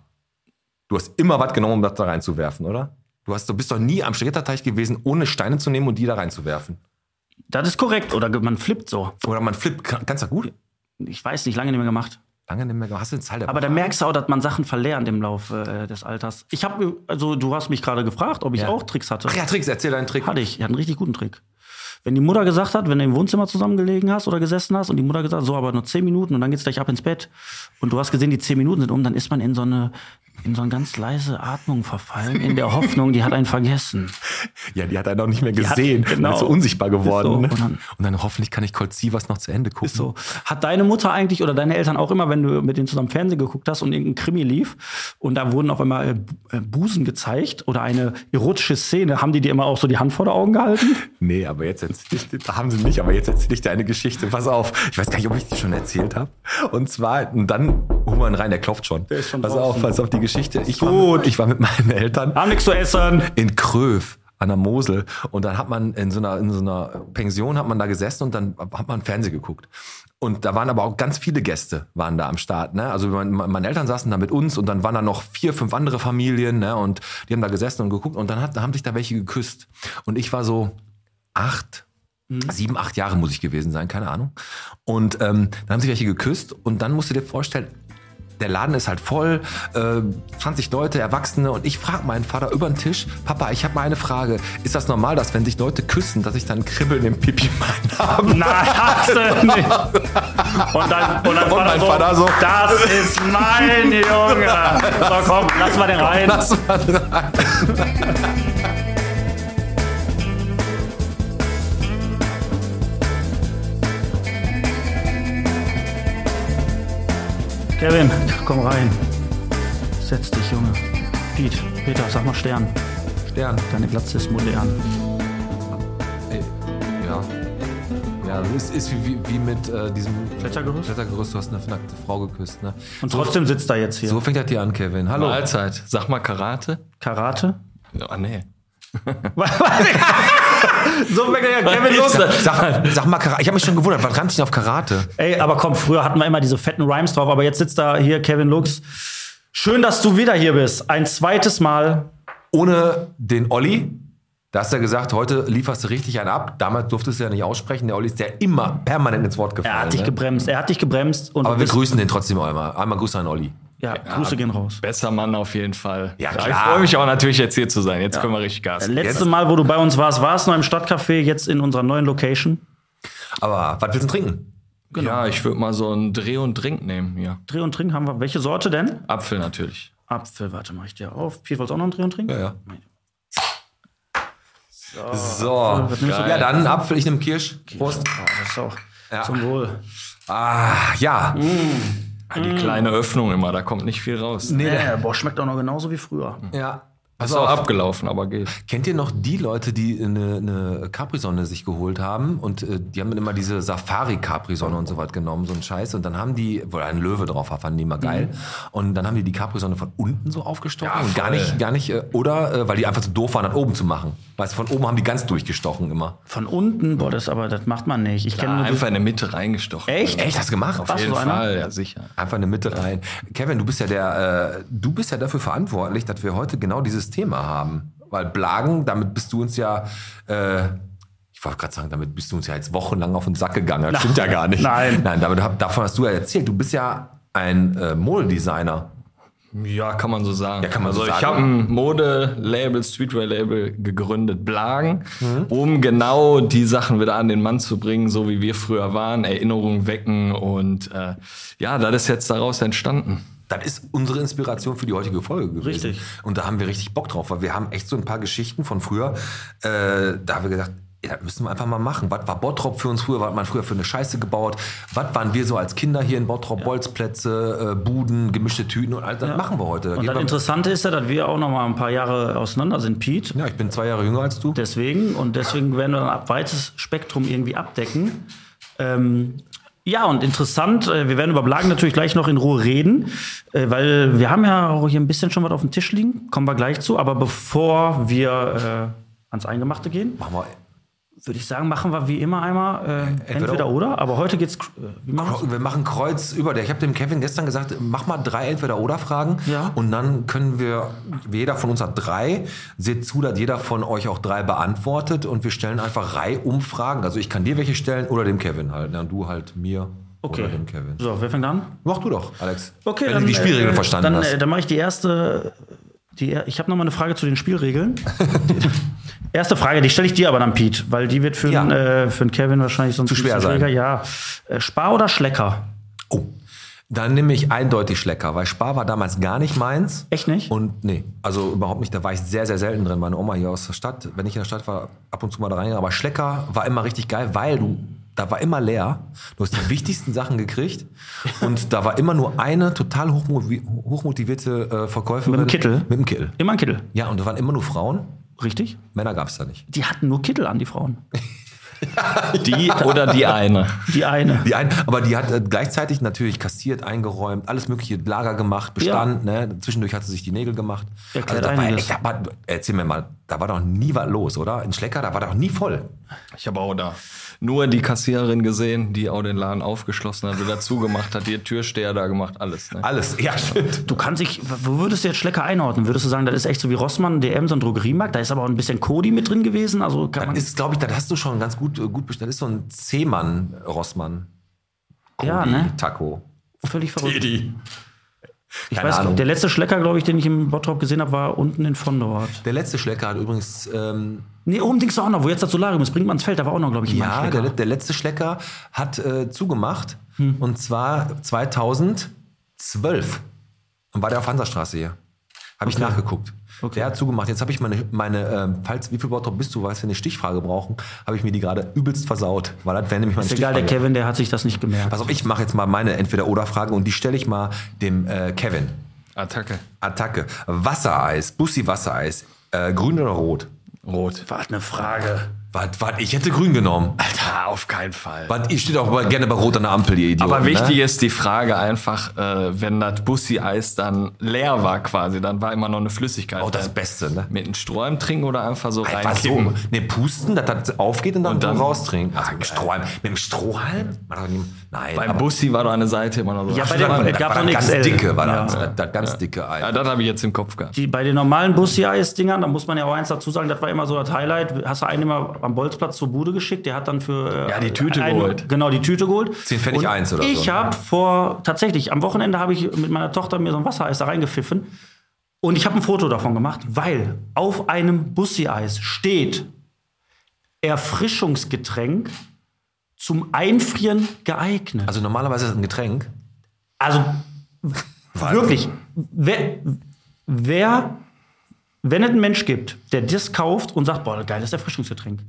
Speaker 4: du hast immer was genommen, um das da reinzuwerfen, oder? Du, hast, du bist doch nie am Schritterteich gewesen, ohne Steine zu nehmen und die da reinzuwerfen.
Speaker 2: Das ist korrekt. Oder ge- man flippt so.
Speaker 4: Oder man flippt, kann- kannst du gut.
Speaker 2: Ich weiß nicht, lange nicht mehr gemacht.
Speaker 4: Lange nicht mehr, gemacht. hast du den Zahl der
Speaker 2: Aber da merkst du auch, dass man Sachen verlernt im Laufe äh, des Alters. Ich habe, also du hast mich gerade gefragt, ob ich
Speaker 4: Ja.
Speaker 2: auch Tricks hatte.
Speaker 4: Ach ja, Tricks, erzähl deinen Trick.
Speaker 2: Hatte ich. Ich hatte einen richtig guten Trick. Wenn die Mutter gesagt hat, wenn du im Wohnzimmer zusammengelegen hast oder gesessen hast und die Mutter gesagt hat, so, aber nur 10 Minuten und dann geht's gleich ab ins Bett und du hast gesehen, die 10 Minuten sind um, dann ist man in so eine, in so eine ganz leise Atmung verfallen, in der Hoffnung, die hat einen vergessen.
Speaker 4: Ja, die hat einen auch nicht mehr
Speaker 2: hat-
Speaker 4: gesehen. Die
Speaker 2: genau.
Speaker 4: ist so unsichtbar geworden. ne?
Speaker 2: Ist so. Und dann-
Speaker 4: und dann hoffentlich kann ich Colt Sievers noch zu Ende gucken.
Speaker 2: So. Hat deine Mutter eigentlich oder deine Eltern auch immer, wenn du mit denen zusammen Fernsehen geguckt hast und irgendein Krimi lief und da wurden auf einmal äh, Bu- äh, Busen gezeigt oder eine erotische Szene, haben die dir immer auch so die Hand vor der Augen gehalten?
Speaker 4: Nee, aber jetzt erzähl ich dir, da haben sie nicht, aber jetzt erzähle ich dir eine Geschichte. Pass auf. Ich weiß gar nicht, ob ich die schon erzählt habe. Und zwar, und dann hol mal einen rein, der klopft schon. Der
Speaker 2: ist schon
Speaker 4: pass
Speaker 2: draußen.
Speaker 4: auf, pass auf die Geschichte. Ich war, mit- ich war mit meinen Eltern
Speaker 2: Haben nichts zu essen.
Speaker 4: in Kröv an der Mosel und dann hat man in so einer in so einer Pension hat man da gesessen und dann hat man Fernsehen geguckt und da waren aber auch ganz viele Gäste waren da am Start ne also mein, meine Eltern saßen da mit uns und dann waren da noch vier fünf andere Familien ne und die haben da gesessen und geguckt und dann hat, haben sich da welche geküsst und ich war so acht Sieben, acht Jahre muss ich gewesen sein, keine Ahnung. Und ähm, dann haben sich welche geküsst und dann musst du dir vorstellen, der Laden ist halt voll, äh, 20 Leute, Erwachsene und ich frage meinen Vater über den Tisch, Papa, ich habe mal eine Frage, ist das normal, dass wenn sich Leute küssen, dass ich dann Kribbeln im Pipi mein [LAUGHS] habe?
Speaker 2: Nein, hast du nicht. Und dann, und dann
Speaker 4: Und mein Vater so.
Speaker 2: Das ist [LAUGHS] mein Junge. So, komm, lass mal den rein. Kevin, komm rein. Setz dich, Junge. Piet, Peter, sag mal Stern.
Speaker 4: Stern.
Speaker 2: Deine Glatze ist modern.
Speaker 4: Ey, ja. Ja, es ist wie, wie, wie mit äh, diesem
Speaker 2: Klettergerüst?
Speaker 4: Klettergerüst. Du hast eine nackte Frau geküsst. Ne?
Speaker 2: Und trotzdem sitzt er jetzt hier.
Speaker 4: So fängt das hier an, Kevin. Hallo.
Speaker 1: Mahlzeit. Sag mal Karate.
Speaker 2: Karate?
Speaker 1: Ah, nee.
Speaker 2: [LAUGHS] so fängt er ja Kevin los.
Speaker 4: Sag, sag mal, Karate. ich habe mich schon gewundert, was rannt ich denn auf Karate?
Speaker 2: Ey, aber komm, früher hatten wir immer diese fetten Rhymes drauf, aber jetzt sitzt da hier Kevin Lux. Schön, dass du wieder hier bist. Ein zweites Mal.
Speaker 4: Ohne den Olli, da hast du ja gesagt, heute lieferst du richtig einen ab. Damals durftest du ja nicht aussprechen. Der Olli ist ja immer permanent ins Wort gefallen.
Speaker 2: Er hat dich
Speaker 4: ne?
Speaker 2: gebremst. Er hat dich gebremst. Und
Speaker 4: Aber
Speaker 2: du
Speaker 4: wir
Speaker 2: bist-
Speaker 4: grüßen den trotzdem einmal. Einmal Grüße an Olli.
Speaker 2: Ja, Grüße gehen raus.
Speaker 1: Besser Mann auf jeden Fall.
Speaker 4: Ja,
Speaker 1: Ich
Speaker 4: klar.
Speaker 1: freue mich auch natürlich jetzt hier zu sein. Jetzt können wir richtig Gas. geben.
Speaker 2: Letzte Mal, wo du bei uns warst, warst du noch im Stadtcafé, jetzt in unserer neuen Location.
Speaker 4: Aber was willst du denn trinken?
Speaker 1: Ja, ich würde mal so einen Dreh und Drink nehmen hier.
Speaker 2: Dreh und Trink haben wir. Welche Sorte denn?
Speaker 1: Apfel natürlich.
Speaker 2: Apfel, warte, mach ich dir auf. Piet, wolltest du auch noch einen Dreh und Trink?
Speaker 4: ja. So.
Speaker 2: Was nimmst du?
Speaker 4: Ja, dann Apfel, ich nehme Kirsch. Prost.
Speaker 2: Ah, das ist auch
Speaker 4: Ja.
Speaker 2: zum Wohl.
Speaker 4: Ah, ja.
Speaker 2: Mhm.
Speaker 1: Ah, Die kleine Öffnung immer, da kommt nicht viel raus.
Speaker 4: Nee, da-
Speaker 2: Äh, boah, schmeckt auch noch genauso wie früher.
Speaker 4: ja. Also
Speaker 1: Ist
Speaker 4: Pass
Speaker 1: auch
Speaker 4: auf.
Speaker 1: abgelaufen, aber geht.
Speaker 4: Kennt ihr noch die Leute, die eine, eine Capri-Sonne sich geholt haben und äh, die haben dann immer diese Safari-Capri-Sonne und so was genommen, so ein Scheiß und dann haben die, weil ein Löwe drauf war, fanden die immer geil
Speaker 1: Mhm.
Speaker 4: und dann haben die die Capri-Sonne von unten so aufgestochen und gar nicht, gar nicht, äh, oder, äh, weil die einfach zu doof waren, das oben zu machen. Weißt du, von oben haben die ganz durchgestochen immer.
Speaker 2: Von unten, boah, das aber, das macht man nicht. Ich kenne
Speaker 1: Ah,
Speaker 2: nur die-
Speaker 1: einfach in der Mitte reingestochen.
Speaker 2: Echt?
Speaker 4: Echt, hast du gemacht?
Speaker 1: Auf jeden
Speaker 2: so einer?
Speaker 1: Fall, ja sicher.
Speaker 4: Einfach in die Mitte rein. Kevin, du bist ja der, äh, du bist ja dafür verantwortlich, dass wir heute genau dieses Thema haben. Weil Blagen, damit bist du uns ja, äh, ich wollte gerade sagen, damit bist du uns ja jetzt wochenlang auf den Sack gegangen. Das stimmt ja gar nicht.
Speaker 2: Nein.
Speaker 4: Nein, damit, hab- davon hast du ja erzählt. Du bist ja ein äh, Modedesigner.
Speaker 1: Ja, kann man so sagen.
Speaker 4: Ja, kann man so
Speaker 1: also ich
Speaker 4: sagen.
Speaker 1: habe ein Mode-Label, Streetwear-Label gegründet, Blagen, um genau die Sachen wieder an den Mann zu bringen, so wie wir früher waren, Erinnerungen wecken und äh, ja, das ist jetzt daraus entstanden.
Speaker 4: Das ist unsere Inspiration für die heutige Folge gewesen.
Speaker 2: Richtig.
Speaker 4: Und da haben wir richtig Bock drauf, weil wir haben echt so ein paar Geschichten von früher, äh, da haben wir gesagt, ja, das müssen wir einfach mal machen. Was war Bottrop für uns früher? Was hat man früher für eine Scheiße gebaut? Was waren wir so als Kinder hier in Bottrop? Bolzplätze, äh, Buden, gemischte Tüten und all das machen wir heute. Da
Speaker 2: Und
Speaker 4: gehen
Speaker 2: das
Speaker 4: wir,
Speaker 2: Interessante ist ja, dass wir auch noch mal ein paar Jahre auseinander sind, Pete.
Speaker 4: ja, ich bin zwei Jahre jünger als du.
Speaker 2: Deswegen und deswegen werden wir ein weites Spektrum irgendwie abdecken. Ähm, ja, und interessant, äh, wir werden über Blagen natürlich gleich noch in Ruhe reden, äh, weil wir haben ja auch hier ein bisschen schon was auf dem Tisch liegen, kommen wir gleich zu. Aber bevor wir äh, ans Eingemachte gehen,
Speaker 4: Machen wir,
Speaker 2: würde ich sagen, machen wir wie immer einmal äh, entweder, oder. Aber heute geht's. Äh, wie machen wir's?
Speaker 4: wir machen Kreuz über der. Ich habe dem Kevin gestern gesagt, mach mal drei Entweder-Oder-Fragen.
Speaker 2: Ja.
Speaker 4: Und dann können wir, jeder von uns hat drei. Seht zu, dass jeder von euch auch drei beantwortet. Und wir stellen einfach reihum Fragen. Also ich kann dir welche stellen oder dem Kevin halt. Dann du halt mir
Speaker 2: Okay.
Speaker 4: oder dem Kevin.
Speaker 2: So, wer fängt an?
Speaker 4: Mach du doch, Alex.
Speaker 2: Okay,
Speaker 4: Wenn du die Spielregeln
Speaker 2: äh,
Speaker 4: verstanden
Speaker 2: dann,
Speaker 4: hast.
Speaker 2: Äh, dann mache ich die erste. Die, er- ich habe noch mal eine Frage zu den
Speaker 4: [LAUGHS]
Speaker 2: Spielregeln. Die- erste Frage, die stelle ich dir aber dann, Pete, weil die wird für,
Speaker 4: Ja.
Speaker 2: den, äh, für den Kevin wahrscheinlich sonst
Speaker 4: Zu
Speaker 2: ein
Speaker 4: schwer
Speaker 2: bisschen
Speaker 4: sein.
Speaker 2: schwieriger. Ja. Äh, Spar oder Schlecker?
Speaker 4: oh. Dann nehme ich eindeutig Schlecker, weil Spar war damals gar nicht meins.
Speaker 2: Echt nicht?
Speaker 4: Und nee, also überhaupt nicht. Da war ich sehr, sehr selten drin. Meine Oma hier aus der Stadt, wenn ich in der Stadt war, ab und zu mal da reingegangen. Aber Schlecker war immer richtig geil, weil du, da war immer leer. Du hast
Speaker 2: [LAUGHS]
Speaker 4: die wichtigsten Sachen gekriegt. Und da war immer nur eine total hochmotivi- hochmotivierte äh, Verkäuferin.
Speaker 2: Mit dem Kittel?
Speaker 4: Mit dem Kittel.
Speaker 2: Immer ein Kittel,
Speaker 4: Ja, und da waren immer nur Frauen.
Speaker 2: richtig?
Speaker 4: Männer gab es da nicht.
Speaker 2: Die hatten nur Kittel an, die Frauen.
Speaker 1: Die oder die eine.
Speaker 2: Die eine.
Speaker 4: [LAUGHS] Die ein, aber die hat äh, gleichzeitig natürlich kassiert, eingeräumt, alles mögliche, Lager gemacht, Bestand, ne? Zwischendurch hat sie sich die Nägel gemacht. Also
Speaker 2: Erklärt
Speaker 4: da war,
Speaker 2: einiges.
Speaker 4: echt- da war, erzähl mir mal, da war doch nie was los, oder? In Schlecker, da war doch nie voll.
Speaker 1: Ich habe auch da nur die Kassiererin gesehen, die auch den Laden aufgeschlossen hat, wieder zugemacht hat, die Türsteher da gemacht, alles. Ne?
Speaker 4: Alles, ja, stimmt.
Speaker 2: Du kannst dich, wo würdest du jetzt Schlecker einordnen? Würdest du sagen, das ist echt so wie Rossmann, DM, so ein Drogeriemarkt? Da ist aber auch ein bisschen Kodi mit drin gewesen. Also kann man,
Speaker 4: Das ist, glaube ich, das hast du schon ganz gut, äh, gut bestellt. Das ist so ein C-Mann, Rossmann.
Speaker 2: ja, ne?
Speaker 4: Taco.
Speaker 2: Völlig verrückt. Ich
Speaker 4: Keine
Speaker 2: weiß,
Speaker 4: Ahnung.
Speaker 2: der letzte Schlecker, glaube ich, den ich im Bottrop gesehen habe, war unten in Fondort.
Speaker 4: Der letzte Schlecker hat übrigens, ähm,
Speaker 2: Nee, oben links war auch noch, wo jetzt das Solarium ist, bringt man ins Feld, da war auch noch, glaube ich, immer
Speaker 4: ja,
Speaker 2: ein
Speaker 4: der,
Speaker 2: Schlecker.
Speaker 4: le- der letzte Schlecker hat äh, zugemacht.
Speaker 2: Hm.
Speaker 4: Und zwar 2012. Und war der auf Hansastraße hier. Habe ich nachgeguckt. Der hat zugemacht. Jetzt habe ich meine, meine ähm, falls wie viel Bottrop bist du, weißt du, eine Stichfrage brauchen, habe ich mir die gerade übelst versaut. Weil das wäre nämlich meine
Speaker 2: Ist egal, der
Speaker 4: Stichfrage.
Speaker 2: Kevin, der hat sich das nicht gemerkt.
Speaker 4: Pass auf, ich mache jetzt mal meine Entweder-Oder-Frage und die stelle ich mal dem äh, Kevin.
Speaker 1: Attacke.
Speaker 4: Attacke. Wassereis, Bussi Wassereis, äh, grün oder rot?
Speaker 1: Rot.
Speaker 2: Warte, eine Frage.
Speaker 4: Was, was, ich hätte grün genommen.
Speaker 1: Ja, auf keinen Fall.
Speaker 4: Was, ich steht auch bei- gerne bei rot an der Ampel, ihr Idioten.
Speaker 1: Aber wichtig
Speaker 4: ne?
Speaker 1: ist die Frage einfach, äh, wenn das Bussi-Eis dann leer war quasi, dann war immer noch eine Flüssigkeit.
Speaker 4: Auch
Speaker 2: Äh,
Speaker 4: das
Speaker 1: drin.
Speaker 4: Beste, ne?
Speaker 1: Mit einem Sträum trinken oder Oh, einfach so
Speaker 4: Einfach so.
Speaker 1: reinkippen.
Speaker 4: Ne, pusten, dass das aufgeht und dann,
Speaker 1: Und dann-
Speaker 4: raustrinken. Also mit dem Strohhalm. Mit dem Strohhalm? Man hat doch nie- Nein.
Speaker 1: Beim
Speaker 4: aber-
Speaker 1: Bussi war doch an der Seite immer noch so.
Speaker 2: Ja,
Speaker 1: Ach,
Speaker 2: bei dem-
Speaker 1: Mann.
Speaker 2: äh,
Speaker 4: das
Speaker 2: gab
Speaker 4: war
Speaker 2: doch
Speaker 4: das ganz
Speaker 2: XL.
Speaker 4: dicke, war
Speaker 2: Ja.
Speaker 4: das. äh, Das, das ganz dicke Ei.
Speaker 1: ja, das habe ich jetzt im Kopf gehabt.
Speaker 2: Die, bei den normalen Bussi-Eis-Dingern, da muss man ja auch eins dazu sagen, das war immer so das Highlight. Hast du einen immer am Bolzplatz zur Bude geschickt, der hat dann für. äh,
Speaker 1: Ja, die Tüte geholt.
Speaker 2: Genau, die Tüte geholt.
Speaker 4: Zehn Pfennig
Speaker 2: Und
Speaker 4: eins oder so,
Speaker 2: Ich
Speaker 4: ne?
Speaker 2: habe vor, tatsächlich, am Wochenende habe ich mit meiner Tochter mir so ein Wassereis da reingepfiffen. Und ich habe ein Foto davon gemacht, weil auf einem Bussi-Eis steht Erfrischungsgetränk zum Einfrieren geeignet.
Speaker 4: Also normalerweise ist das ein Getränk.
Speaker 2: Also
Speaker 4: Also
Speaker 2: wirklich, wer, wer, wenn es einen Mensch gibt, der das kauft und sagt, boah,
Speaker 4: [LAUGHS]
Speaker 2: geiles Erfrischungsgetränk,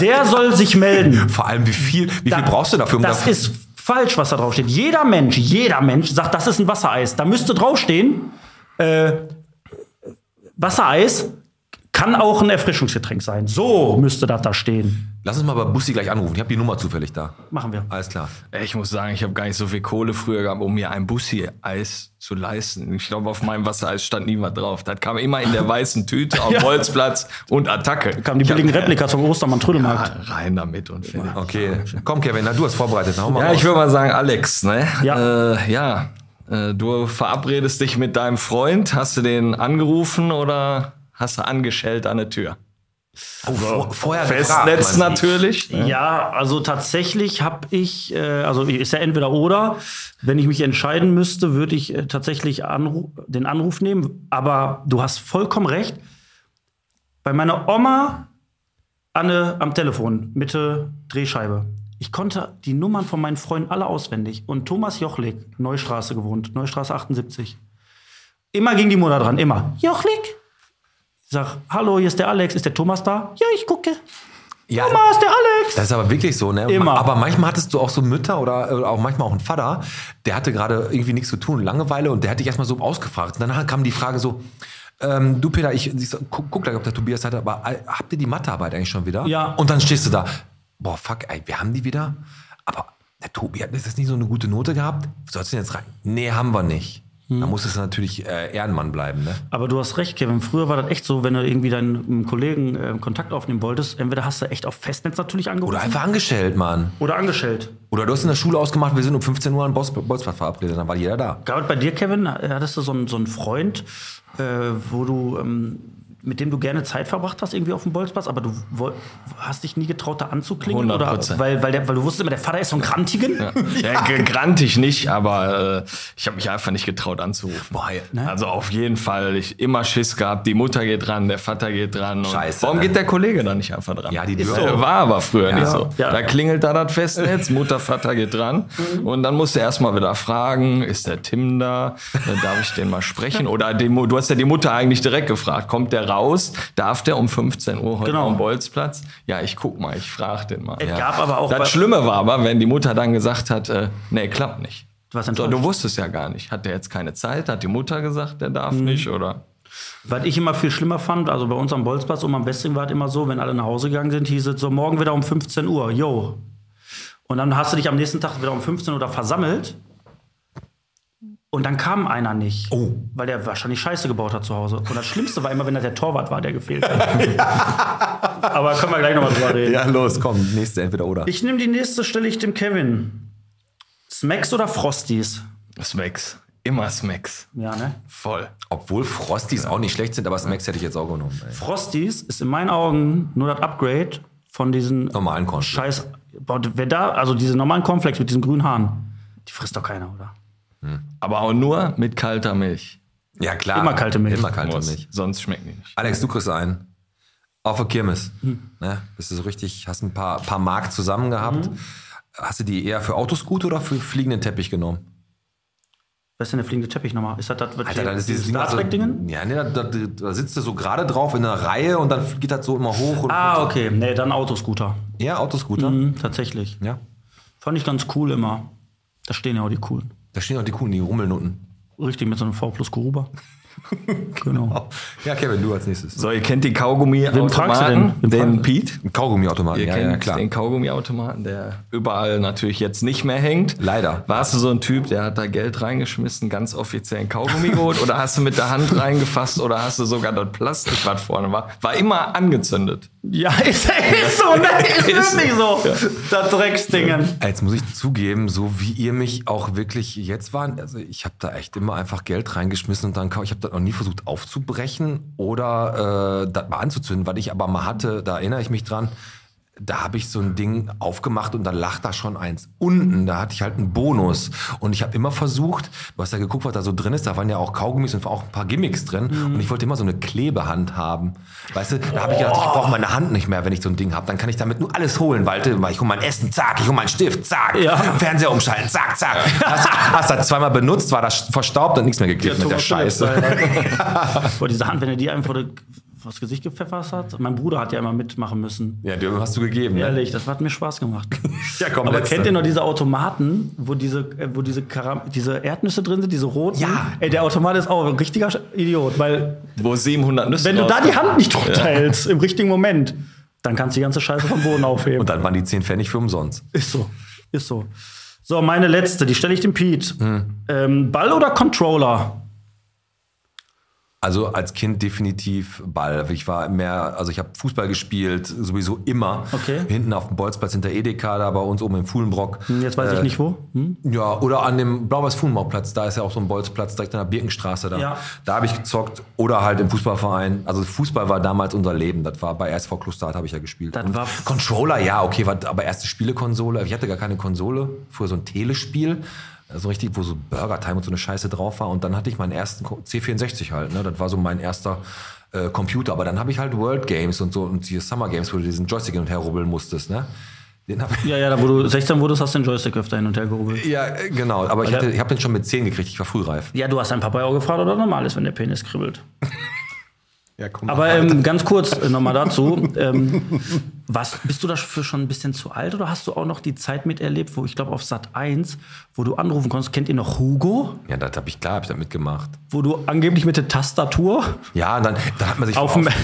Speaker 2: der soll sich melden.
Speaker 4: Vor allem, wie viel, wie
Speaker 2: Da-
Speaker 4: viel brauchst du dafür, um
Speaker 2: Das ist falsch, was da draufsteht. Jeder Mensch, jeder Mensch sagt, das ist ein Wassereis. Da müsste draufstehen, äh, Wassereis kann auch ein Erfrischungsgetränk sein. So müsste das da stehen.
Speaker 4: Lass uns mal bei Bussi gleich anrufen. Ich habe die Nummer zufällig da.
Speaker 2: Machen wir.
Speaker 4: Alles klar.
Speaker 1: Ey, Ich muss sagen, ich habe gar nicht so viel Kohle früher gehabt, um mir ein Bussi-Eis zu leisten. Ich glaube, auf meinem Wassereis stand niemand drauf. Das kam immer in der
Speaker 2: [LAUGHS]
Speaker 1: weißen Tüte auf Bolzplatz und Attacke.
Speaker 2: Kamen die
Speaker 1: Ich hab-
Speaker 2: billigen Replikas vom Ostermann
Speaker 1: Ah,
Speaker 2: Trödelmarkt.
Speaker 1: Rein damit und fertig.
Speaker 4: Okay. Komm, Kevin, na, du hast vorbereitet. Na, hau mal
Speaker 1: Ja,
Speaker 4: raus.
Speaker 1: ich würde mal sagen, Alex, ne?
Speaker 2: Ja.
Speaker 1: Äh, ja. Äh, du verabredest dich mit deinem Freund. Hast du den angerufen oder hast du angeschellt an der Tür?
Speaker 4: oh, vor, vorher
Speaker 1: Festnetz
Speaker 4: gefragt, meinst du?
Speaker 1: natürlich.
Speaker 2: Ah, Ja, also tatsächlich habe ich, äh, also ist ja entweder oder. Wenn ich mich entscheiden müsste, würde ich äh, tatsächlich Anru den Anruf nehmen. Aber du hast vollkommen recht. Bei meiner Oma Anne am Telefon, Mitte Drehscheibe. Ich konnte die Nummern von meinen Freunden alle auswendig. Und Thomas Jochlik, Neustraße gewohnt, Neustraße 78. Immer ging die Mutter dran, immer. Jochlik? Ich sag, hallo, hier ist der Alex, ist der Thomas da? Ja, ich gucke.
Speaker 4: Ja,
Speaker 2: Thomas, der Alex!
Speaker 4: Das ist aber wirklich so, ne?
Speaker 2: Immer.
Speaker 4: Aber manchmal hattest du auch so Mütter oder, oder auch manchmal auch einen Vater, der hatte gerade irgendwie nichts zu tun, Langeweile und der hat dich erstmal so ausgefragt. Und dann kam die Frage so, ähm, du Peter, ich, ich so, guck, guck gleich, ob der Tobias hat, aber äh, habt ihr die Mathearbeit eigentlich schon wieder?
Speaker 2: Ja.
Speaker 4: Und dann stehst du da, boah, fuck, ey, wir haben die wieder, aber der Tobi hat jetzt nicht so eine gute Note gehabt, sollst du denn jetzt rein? Nee, haben wir nicht.
Speaker 2: Hm.
Speaker 4: Da muss es natürlich äh, Ehrenmann bleiben, ne?
Speaker 2: Aber du hast recht, Kevin. Früher war das echt so, wenn du irgendwie deinen ähm, Kollegen äh, Kontakt aufnehmen wolltest, entweder hast du echt auf Festnetz natürlich angerufen
Speaker 4: Oder einfach angestellt, Mann.
Speaker 2: oder angestellt.
Speaker 4: Oder du hast in der Schule ausgemacht, wir sind um 15 Uhr an Bolz- Bolzplatz verabredet, dann war jeder da.
Speaker 2: Gab es bei dir, Kevin, äh, hattest du so einen, so einen Freund, äh, wo du, ähm, mit dem du gerne Zeit verbracht hast, irgendwie auf dem Bolzplatz, aber du woll- hast dich nie getraut, da anzuklingen?
Speaker 1: 100%.
Speaker 2: Oder, weil, weil, der, weil du wusstest immer, der Vater ist so ein Krantigen? [LAUGHS]
Speaker 1: Ja, genau. grantig nicht, aber äh, ich habe mich einfach nicht getraut anzurufen. Also auf jeden Fall, ich immer Schiss gehabt. Die Mutter geht dran, der Vater geht dran. Und
Speaker 4: Scheiße,
Speaker 1: Warum
Speaker 4: ne?
Speaker 1: geht der Kollege dann nicht einfach dran?
Speaker 4: Ja, die
Speaker 1: Ist
Speaker 4: Dürre.
Speaker 1: so. War aber früher nicht so.
Speaker 2: Ja.
Speaker 1: Da klingelt da das Festnetz, Mutter, Vater geht dran. Und dann musst du erstmal wieder fragen, ist der Tim da? Äh, Darf ich den mal sprechen? Oder die, Mu- du hast ja die Mutter eigentlich direkt gefragt, kommt der raus? Darf der um 15 Uhr heute
Speaker 2: Genau.
Speaker 1: am Bolzplatz? Ja, ich guck mal, ich frage den mal.
Speaker 2: Es
Speaker 1: ja.
Speaker 2: gab aber auch bei-
Speaker 1: Das Schlimme war aber, wenn die Mutter dann gesagt hat, äh, nee, klappt nicht.
Speaker 2: Du warst
Speaker 1: so,
Speaker 2: enttäuscht.
Speaker 1: du wusstest ja gar nicht. Hat der jetzt keine Zeit? Hat die Mutter gesagt, der
Speaker 2: Mhm.
Speaker 1: darf nicht? Oder?
Speaker 2: Was ich immer viel schlimmer fand, also bei uns am Bolzplatz und am Westring war es immer so, wenn alle nach Hause gegangen sind, hieß es so, morgen wieder um 15 Uhr, yo. Und dann hast du dich am nächsten Tag wieder um 15 Uhr da versammelt und dann kam einer nicht.
Speaker 4: Oh.
Speaker 2: Weil der wahrscheinlich Scheiße gebaut hat zu Hause. Und das Schlimmste war immer, wenn das der Torwart war, der gefehlt hat.
Speaker 4: [LAUGHS]
Speaker 2: Aber können wir gleich nochmal drüber reden.
Speaker 4: Ja, los, komm, nächste entweder oder.
Speaker 2: Ich nehme die nächste, stelle ich dem Kevin. Smacks oder Frosties?
Speaker 1: Smacks. Immer Smacks.
Speaker 2: Ja, ne?
Speaker 1: Voll.
Speaker 4: Obwohl Frosties auch nicht schlecht sind, aber Smacks hätte ich jetzt auch genommen. Ey.
Speaker 2: Frosties ist in meinen Augen nur das Upgrade von diesen
Speaker 4: Normalen Korn.
Speaker 2: Scheiß. Boah, wer da, also diese normalen Cornflakes mit diesen grünen Haaren, die frisst doch keiner, oder?
Speaker 1: Aber auch nur mit kalter Milch.
Speaker 4: Ja, klar.
Speaker 2: Immer kalte Milch.
Speaker 4: Immer kalte
Speaker 1: Muss.
Speaker 4: Milch.
Speaker 1: Sonst schmecken die nicht.
Speaker 4: Alex, du kriegst einen. Auf der Kirmes.
Speaker 2: Hm.
Speaker 4: Ne? Bist du so richtig, hast ein paar, paar Mark zusammen gehabt.
Speaker 2: Mhm.
Speaker 4: Hast du die eher für Autoscooter oder für fliegenden Teppich genommen?
Speaker 2: Was ist denn der fliegende Teppich nochmal? Ist das das wirklich
Speaker 4: dann ist dieses Ding
Speaker 2: Star
Speaker 4: also-
Speaker 2: Trek-Dingen?
Speaker 4: Ja, ne, da, da, da sitzt du so gerade drauf in einer Reihe und dann geht das so immer hoch. Und
Speaker 2: Ah, okay. Nee, dann Autoscooter.
Speaker 4: Ja, Autoscooter.
Speaker 2: Mhm, tatsächlich.
Speaker 4: Ja.
Speaker 2: Fand ich ganz cool immer. Da stehen ja auch die coolen.
Speaker 4: Da stehen auch die Kunden, die rummeln unten. [LAUGHS]
Speaker 2: Richtig, mit so einem V plus Kuruba.
Speaker 4: Oh,
Speaker 2: Genau.
Speaker 4: Ja, Kevin, du als nächstes.
Speaker 1: So, ihr kennt den Kaugummi-Automaten,
Speaker 2: fragst du denn? Wen
Speaker 1: den Pete.
Speaker 4: Kaugummiautomaten,
Speaker 1: Ihr
Speaker 4: ja,
Speaker 1: kennt
Speaker 4: ja, klar.
Speaker 1: den Kaugummi-Automaten, der überall natürlich jetzt nicht mehr hängt.
Speaker 4: Leider.
Speaker 1: Warst du so ein Typ, der hat da Geld reingeschmissen, ganz offiziell einen Kaugummi geholt oder hast du mit der Hand reingefasst oder hast du sogar das Plastik, was vorne war, war immer angezündet.
Speaker 2: Ja, [LAUGHS] ist, ist
Speaker 1: [LAUGHS]
Speaker 2: so, ne? Ist wirklich so. Das Drecksdingen.
Speaker 4: Äh, Jetzt muss ich zugeben, so wie ihr mich auch wirklich jetzt waren, also ich habe da echt immer einfach Geld reingeschmissen und dann kau- ich habe das noch nie versucht aufzubrechen oder äh, das mal anzuzünden, was ich aber mal hatte, da erinnere ich mich dran. Da habe ich so ein Ding aufgemacht und dann lag da schon eins unten. Da hatte ich halt einen Bonus. Und ich habe immer versucht, du hast ja geguckt, was da so drin ist. Da waren ja auch Kaugummis und auch ein paar Gimmicks drin.
Speaker 2: Mhm.
Speaker 4: Und ich wollte immer so eine Klebehand haben. Weißt du, da habe ich gedacht, ich brauche meine Hand nicht mehr, wenn ich so ein Ding habe. Dann kann ich damit nur alles holen, weil ich hole mein Essen, zack, ich hole meinen Stift, zack,
Speaker 2: Ja.
Speaker 4: Fernseher umschalten, zack, zack. Hast, hast das zweimal benutzt, war das verstaubt und nichts mehr geklebt mit der
Speaker 2: Thomas
Speaker 4: Scheiße. [LAUGHS]
Speaker 2: Phillips, Alter. Boah, diese Hand, wenn er die einem vor, die, vor das Gesicht gepfeffert hat. Mein Bruder hat ja immer mitmachen müssen.
Speaker 4: Ja, die hast du gegeben. Ne?
Speaker 2: Ehrlich, das hat mir Spaß gemacht.
Speaker 4: Ja, komm,
Speaker 2: Aber
Speaker 4: letzte.
Speaker 2: kennt ihr noch diese Automaten, wo diese, äh, wo diese, Karam diese Erdnüsse drin sind, diese roten?
Speaker 4: Ja.
Speaker 2: Ey, der Automat ist auch ein richtiger Sch- Idiot, weil
Speaker 1: Wo 700 Nüsse
Speaker 2: wenn du da
Speaker 1: drauf-
Speaker 2: die Hand
Speaker 4: [LAUGHS]
Speaker 2: nicht runterhältst im richtigen Moment, dann kannst du die ganze Scheiße vom Boden aufheben.
Speaker 4: Und dann waren die 10 Pfennig für umsonst.
Speaker 2: Ist so, ist so. So, meine letzte, die stelle ich dem Pete.
Speaker 4: Hm.
Speaker 2: Ähm, Ball oder Controller?
Speaker 4: Also als Kind definitiv Ball. Ich war mehr, also ich habe Fußball gespielt, sowieso immer.
Speaker 2: Okay.
Speaker 4: Hinten auf dem Bolzplatz hinter Edeka, da bei uns oben im Fuhlenbrock. Äh,
Speaker 2: Jetzt weiß ich nicht wo. Hm?
Speaker 4: Ja, oder an dem Blau-Weiß-Fuhlenbauplatz, da ist ja auch so ein Bolzplatz direkt an der Birkenstraße da.
Speaker 2: Ja.
Speaker 4: Da habe ich gezockt oder halt im Fußballverein. Also Fußball war damals unser Leben. Das war bei SV Klostad habe ich ja gespielt.
Speaker 2: Das
Speaker 4: Und
Speaker 2: war-
Speaker 4: Controller, ja, okay, war, aber erste Spielekonsole. Ich hatte gar keine Konsole, früher so ein Telespiel. So richtig, wo so Burger Time und so eine Scheiße drauf war. Und dann hatte ich meinen ersten Co- C64 halt. Ne? Das war so mein erster äh, Computer. Aber dann habe ich halt World Games und so und die Summer Games, wo du diesen Joystick hin und her rubbeln musstest. Ne? Den habe ich
Speaker 2: Ja, ja, da wo du 16 wurdest, hast du den Joystick öfter hin und her
Speaker 4: [LAUGHS]
Speaker 2: gerubbelt.
Speaker 4: ja, äh, genau. Aber ich, hatte- ich habe den schon mit 10 gekriegt. Ich war frühreif.
Speaker 2: Ja, du hast deinen Papa ja auch gefragt, ob das normal ist, wenn der Penis kribbelt.
Speaker 4: [LAUGHS] Ja, komm.
Speaker 2: Aber ähm, ganz kurz äh, nochmal
Speaker 4: [LAUGHS]
Speaker 2: dazu. ähm, was, bist du dafür schon ein bisschen zu alt oder hast du auch noch die Zeit miterlebt, wo ich glaube auf Sat 1, wo du anrufen konntest, kennt ihr noch Hugo?
Speaker 4: ja, das habe ich klar, habe ich da mitgemacht.
Speaker 2: Wo du angeblich mit der Tastatur
Speaker 4: Ja, dann, da hat man sich
Speaker 2: auf dem. [LAUGHS]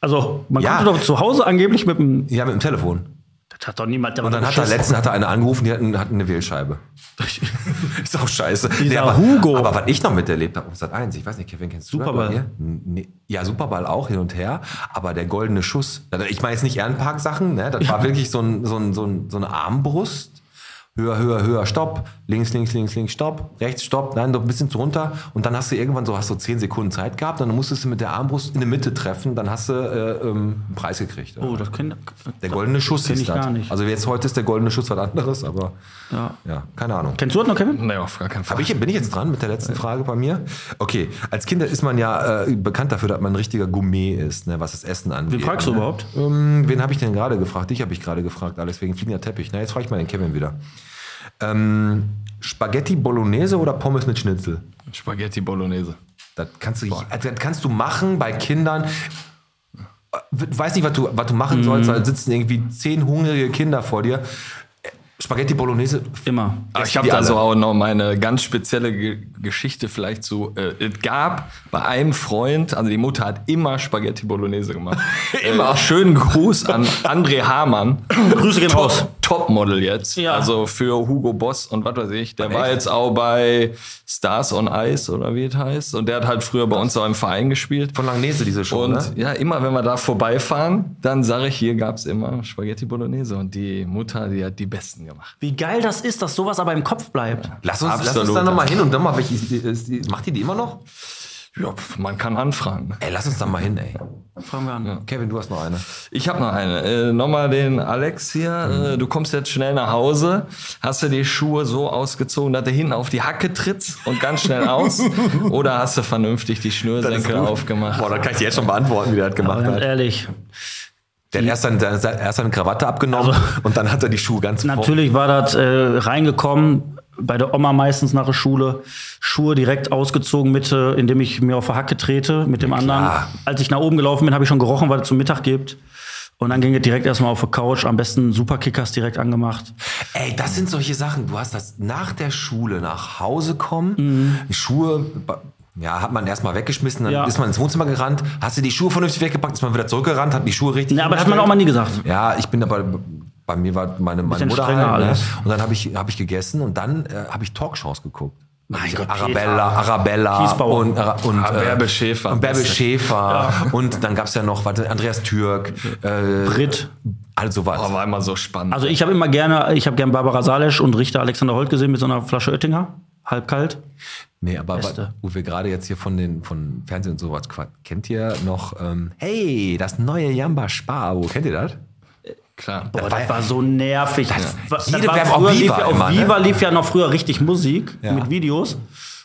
Speaker 2: Also, man
Speaker 4: Ja.
Speaker 2: konnte doch zu Hause angeblich mit dem.
Speaker 4: ja, mit dem Telefon.
Speaker 2: Das hat doch niemand
Speaker 4: Und dann hat er letztens hat er eine angerufen, die hat, ein- hat eine Wählscheibe. [LAUGHS] ist auch scheiße.
Speaker 2: Dieser Hugo.
Speaker 4: Aber was ich noch miterlebt habe, Sat 1, ich weiß nicht, Kevin, kennst du das
Speaker 2: Superball.
Speaker 4: bei dir? Nee, ne, ja, Superball auch hin und her, aber der goldene Schuss. Ich meine jetzt nicht Ehrenpark-Sachen, ne? das war wirklich so, ein, so, ein, so, ein, so eine Armbrust. Höher, höher, höher, stopp. Links, links, links, links, stopp. Rechts, stopp. Nein, doch ein bisschen zu runter. Und dann hast du irgendwann so, hast du 10 Sekunden Zeit gehabt. Dann musstest du mit der Armbrust in der Mitte treffen. Dann hast du äh, ähm, einen Preis gekriegt.
Speaker 2: [LAUGHS] Oh, das kennt
Speaker 4: Der goldene Schuss
Speaker 2: Kenn
Speaker 4: hieß
Speaker 2: ich
Speaker 4: das.
Speaker 2: gar nicht.
Speaker 4: Also jetzt heute ist der goldene Schuss was anderes, aber
Speaker 2: Ja.
Speaker 4: ja, keine Ahnung.
Speaker 2: Kennst du das noch, Kevin?
Speaker 1: Nee, auf gar keinen Fall.
Speaker 4: Hab ich, bin ich jetzt dran mit der letzten Frage bei mir? Okay, als Kind ist man ja äh, bekannt dafür, dass man ein richtiger Gourmet ist, ne, was das Essen angeht.
Speaker 2: Wen fragst du
Speaker 4: ne?
Speaker 2: überhaupt?
Speaker 4: Ähm, wen habe ich denn gerade gefragt? Dich habe ich gerade gefragt, Alex, wegen fliegender Teppich. Na, jetzt frage ich mal den Kevin wieder. Ähm, Spaghetti Bolognese oder Pommes mit Schnitzel?
Speaker 1: Spaghetti Bolognese.
Speaker 4: Das kannst du, das kannst du machen bei Kindern. Weiß nicht, was du, was du machen sollst.
Speaker 2: Mhm.
Speaker 4: Da sitzen irgendwie zehn hungrige Kinder vor dir. Spaghetti Bolognese.
Speaker 2: Immer.
Speaker 1: Aber Ah, ich habe
Speaker 4: die
Speaker 1: da
Speaker 4: alle.
Speaker 1: so auch noch meine ganz spezielle Ge Geschichte vielleicht so. Äh, es gab bei einem Freund, also die Mutter hat immer Spaghetti
Speaker 4: [LAUGHS]
Speaker 1: Bolognese gemacht. immer. Äh, schönen Gruß an
Speaker 4: [CLEARS THROAT]
Speaker 1: André Hamann.
Speaker 2: Grüße gehen raus.
Speaker 1: Topmodel jetzt.
Speaker 2: Ja.
Speaker 1: Also für Hugo Boss und was weiß ich. Der war jetzt auch bei Stars on Ice oder wie es heißt. Und der hat halt früher bei uns auch im Verein gespielt.
Speaker 4: Von Langnese, diese Show.
Speaker 1: Und
Speaker 4: ne?
Speaker 1: ja, immer wenn wir da vorbeifahren, dann sage ich, hier gab's immer Spaghetti Bolognese. Und die Mutter, die hat die besten gemacht.
Speaker 2: Wie geil das ist, dass sowas aber im Kopf bleibt.
Speaker 4: Lass uns, lass uns
Speaker 1: Absolut.
Speaker 4: da nochmal hin und dann mal, welche, ist die, macht ihr die immer noch?
Speaker 1: Ja, pf, man kann anfragen.
Speaker 4: Ey, lass uns da mal hin, ey.
Speaker 2: Fangen wir an.
Speaker 4: Kevin, du hast noch eine.
Speaker 1: Ich habe noch eine. Äh, Nochmal den Alex hier. Äh, du kommst jetzt schnell nach Hause, hast du die Schuhe so ausgezogen, dass du hinten auf die Hacke trittst und ganz schnell [LAUGHS] aus? oder hast du vernünftig die Schnürsenkel aufgemacht?
Speaker 4: Boah, dann kann ich dir jetzt schon beantworten, wie der das gemacht
Speaker 2: Ganz
Speaker 4: hat.
Speaker 2: ehrlich,
Speaker 4: Der hat erst seine, seine, erst seine Krawatte abgenommen und dann hat er die Schuhe ganz vor.
Speaker 2: Also, natürlich war das äh, reingekommen, bei der Oma meistens nach der Schule, Schuhe direkt ausgezogen, Mitte, indem ich mir auf der Hacke trete mit dem anderen. Als ich nach oben gelaufen bin, habe ich schon gerochen, was es zum Mittag gibt. Und dann ging es direkt erstmal auf die Couch, am besten Superkickers direkt angemacht.
Speaker 4: Ey, das sind solche Sachen. Du hast das nach der Schule nach Hause kommen, Schuhe. ba- Ja, hat man erstmal weggeschmissen, dann
Speaker 2: Mhm. Ja.
Speaker 4: ist man ins Wohnzimmer gerannt, hast du die Schuhe vernünftig weggepackt, ist man wieder zurückgerannt, hat die Schuhe richtig.
Speaker 2: Ja, aber das hat man auch mal nie gesagt.
Speaker 4: Ja, ich bin dabei. Bei mir war meine, meine
Speaker 2: Bisschen
Speaker 4: Mutter
Speaker 2: strenger
Speaker 4: halt, ne?
Speaker 2: alles.
Speaker 4: und dann habe ich, hab ich gegessen und dann äh, habe ich Talkshows geguckt. Hab ich
Speaker 2: Gott,
Speaker 4: Arabella, Arabella
Speaker 2: Kiesbauer.
Speaker 4: und, Ara- und äh,
Speaker 1: Ah, Bärbel Schäfer.
Speaker 4: Und Bärbel Schäfer. Und dann gab's ja noch warte, Andreas Türk, äh,
Speaker 2: Brit.
Speaker 4: also was.
Speaker 1: Aber war immer so spannend.
Speaker 2: Also ich habe immer gerne, ich habe gerne Barbara Salesch und Richter Alexander Holt gesehen mit so einer Flasche Oettinger. Halb kalt.
Speaker 4: Nee, aber
Speaker 2: Beste.
Speaker 4: wa- wo wir gerade jetzt hier von den von Fernsehen und sowas quatschen, kennt ihr noch, ähm, hey, das neue Jamba Spar-Abo, kennt ihr das?
Speaker 1: Klar.
Speaker 2: Boah, das war so nervig. Das,
Speaker 4: Jede Werbung auf
Speaker 2: lief
Speaker 4: Viva
Speaker 2: ja, auf
Speaker 4: immer, ne?
Speaker 2: Viva lief ja noch früher richtig Musik
Speaker 4: Ja.
Speaker 2: mit Videos.